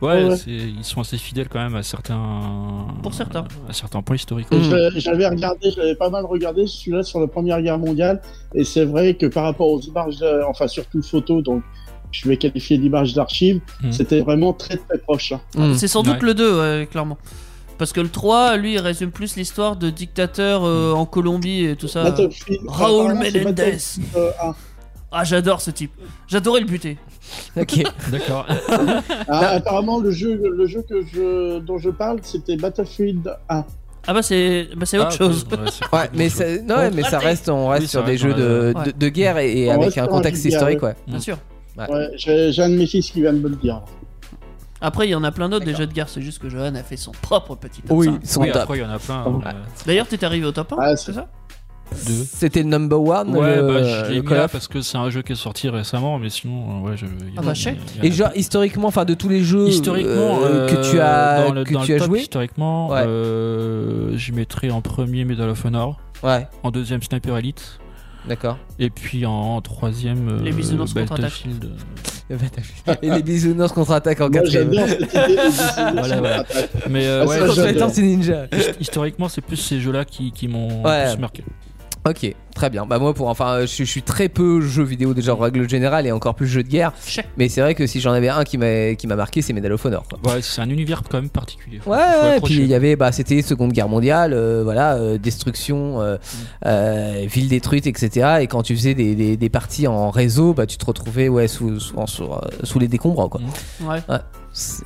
Ouais, Ouais. c'est- ils sont assez fidèles quand même à certains. Pour certains. À certains points historiques. Et je- J'avais regardé, j'avais pas mal regardé celui-là sur la Première Guerre mondiale, et c'est vrai que par rapport aux images, euh, enfin surtout photos, donc je vais qualifier d'images d'archives, Mhm. c'était vraiment très très proche. hein. Mm. C'est sans Ouais. doute le 2, ouais, clairement. Parce que le 3, lui, il résume plus l'histoire de dictateurs Mm. euh, en Colombie et tout ça. Battlefield, Ah. Raoul apparemment, c'est Menendez. Battlefield, euh, un. Ah, j'adore ce type. J'adorais le buter. Ok. D'accord. Ah, apparemment, le jeu, le jeu que je, dont je parle, c'était Battlefield 1. Ah bah c'est bah, c'est autre chose. Ouais, c'est complètement Ouais, mais autre chose. ça, non, ouais, mais ça Raté. reste, on reste Oui, sur ça des reste jeux dans la- de, Ouais. de, de guerre et, et On avec reste un sur un contexte jeu de guerre, historique, ouais. Bien sûr. Ouais, j'ai j'ai un de mes fils qui vient de me le dire. Après, il y en a plein d'autres des jeux de guerre. C'est juste que Johan a fait son propre petit top Oui, cinq. son Oui, top. après, il y en a plein. hein, D'ailleurs, t'es arrivé au top 1, Ah, c'est ça euh, deux. C'était le number one, Ouais, le, euh, bah, je le l'ai mis Call là of. parce que c'est un jeu qui est sorti récemment, mais sinon, euh, ouais, je. il y Ah en bah, a- check. il y en a Et genre, historiquement, enfin, de tous les jeux Historiquement, euh, que tu as, euh, dans le- que dans tu le as top, joué, Historiquement, Ouais. euh, je mettrais en premier Medal of Honor, ouais, en deuxième Sniper Elite, d'accord. et puis en troisième euh, Les bisounours contre-attaque. Battlefield. Et les bisounours contre-attaque en Moi, quatrième. j'adore cette idée. de- Voilà, voilà. Mais euh, Ah, ouais, ça, Quand hist- tu j'adore. attends, c'est ninja. historiquement, c'est plus ces jeux-là qui, qui m'ont Ouais. plus marqué. Ok, très bien. Bah moi, pour enfin, je, je suis très peu jeux vidéo déjà en règle générale et encore plus jeux de guerre. Check. Mais c'est vrai que si j'en avais un qui m'a qui m'a marqué, c'est Medal of Honor. quoi. Ouais, c'est un univers quand même particulier. Faut- Ouais, faut ouais, et accrocher. puis il y avait, bah, c'était Seconde Guerre mondiale, euh, voilà, euh, destruction, euh, euh, ville détruite, etc. Et quand tu faisais des, des, des parties en réseau, bah, tu te retrouvais, ouais, sous, sous, en- sur, euh, sous les décombres, quoi. Mm. Ouais. C'est-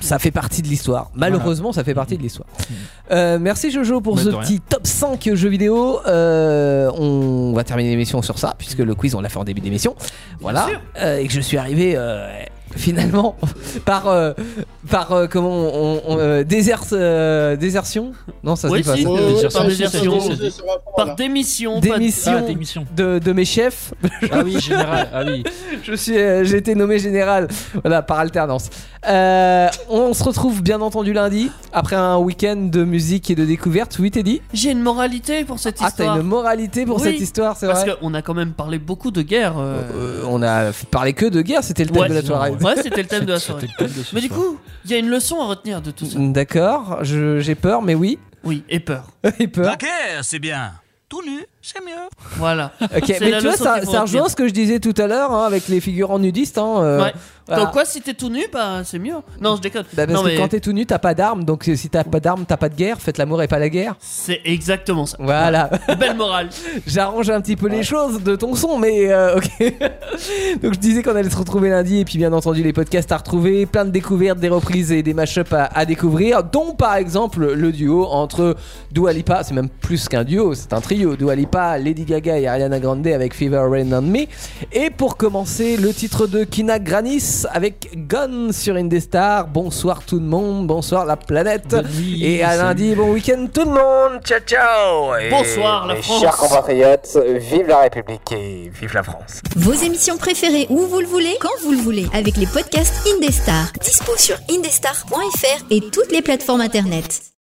Ça fait partie de l'histoire. Malheureusement, ça fait partie de l'histoire. Mm. Euh, merci Jojo pour Mais ce de rien. petit top 5 jeux vidéo. Euh, on va terminer l'émission sur ça, puisque le quiz, on l'a fait en début d'émission. Voilà. sûr. Euh, et que je suis arrivé euh, finalement par. euh, par. euh, comment on. on- euh, désert- euh, désertion Non, ça se Oui, dit pas. si. ça. Ouais, Des ouais, versions, ouais, des versions. c'est- c'est- c'est vraiment là. Par démission, pas de- Démission. Ah, des missions. De, de mes chefs, Ah oui, général. Ah oui. je suis, euh, j'ai été nommé général, voilà par alternance. Euh, on se retrouve bien entendu lundi après un week-end de musique et de découverte. Oui, Teddy. J'ai une moralité pour cette Ah, t'as histoire. une moralité pour Oui, cette histoire, c'est Parce vrai. qu'on a quand même parlé beaucoup de guerre. euh, Euh, on a parlé que de guerre, c'était le thème Ouais, de la sinon, soirée. ouais. Ouais, c'était le thème de la soirée. C'était le thème de ce Mais du soir. coup, il y a une leçon à retenir de tout ça. Mm. D'accord, je- j'ai peur, mais oui, Oui, et peur. j'ai peur. c'est bien. Tout nu, c'est mieux. Voilà. Ok, C'est mais la tu vois, leçon ça, qu'il faut ça retenir. rejoint ce que je disais tout à l'heure hein, avec les figurants nudistes. Hein, euh, Ouais. voilà. Donc quoi, si t'es tout nu, bah c'est mieux. Non, je déconne. Bah, parce non que mais quand t'es tout nu, t'as pas d'armes, donc euh, si t'as pas d'armes, t'as pas de guerre. Faites l'amour et pas la guerre. c'est exactement ça. Voilà, Belle morale. j'arrange un petit peu les choses de ton son, mais euh, ok. donc je disais qu'on allait se retrouver lundi, et puis bien entendu, les podcasts à retrouver, plein de découvertes, des reprises et des mashups à, à découvrir, dont par exemple le duo entre Dua Lipa, c'est même plus qu'un duo, c'est un trio, Dua Lipa pas Lady Gaga et Ariana Grande avec Fever Rain on Me. Et pour commencer, le titre de Kina Granis avec Gone sur Indestar. Bonsoir tout le monde, bonsoir la planète. Bonne nuit, Et à salut. lundi, bon week-end tout le monde. monde, ciao ciao Et Bonsoir, la mes France. Chers compatriotes, vive la République et vive la France Vos émissions préférées où vous le voulez, quand vous le voulez, avec les podcasts Indestar. Dispo sur indestar.fr et toutes les plateformes internet.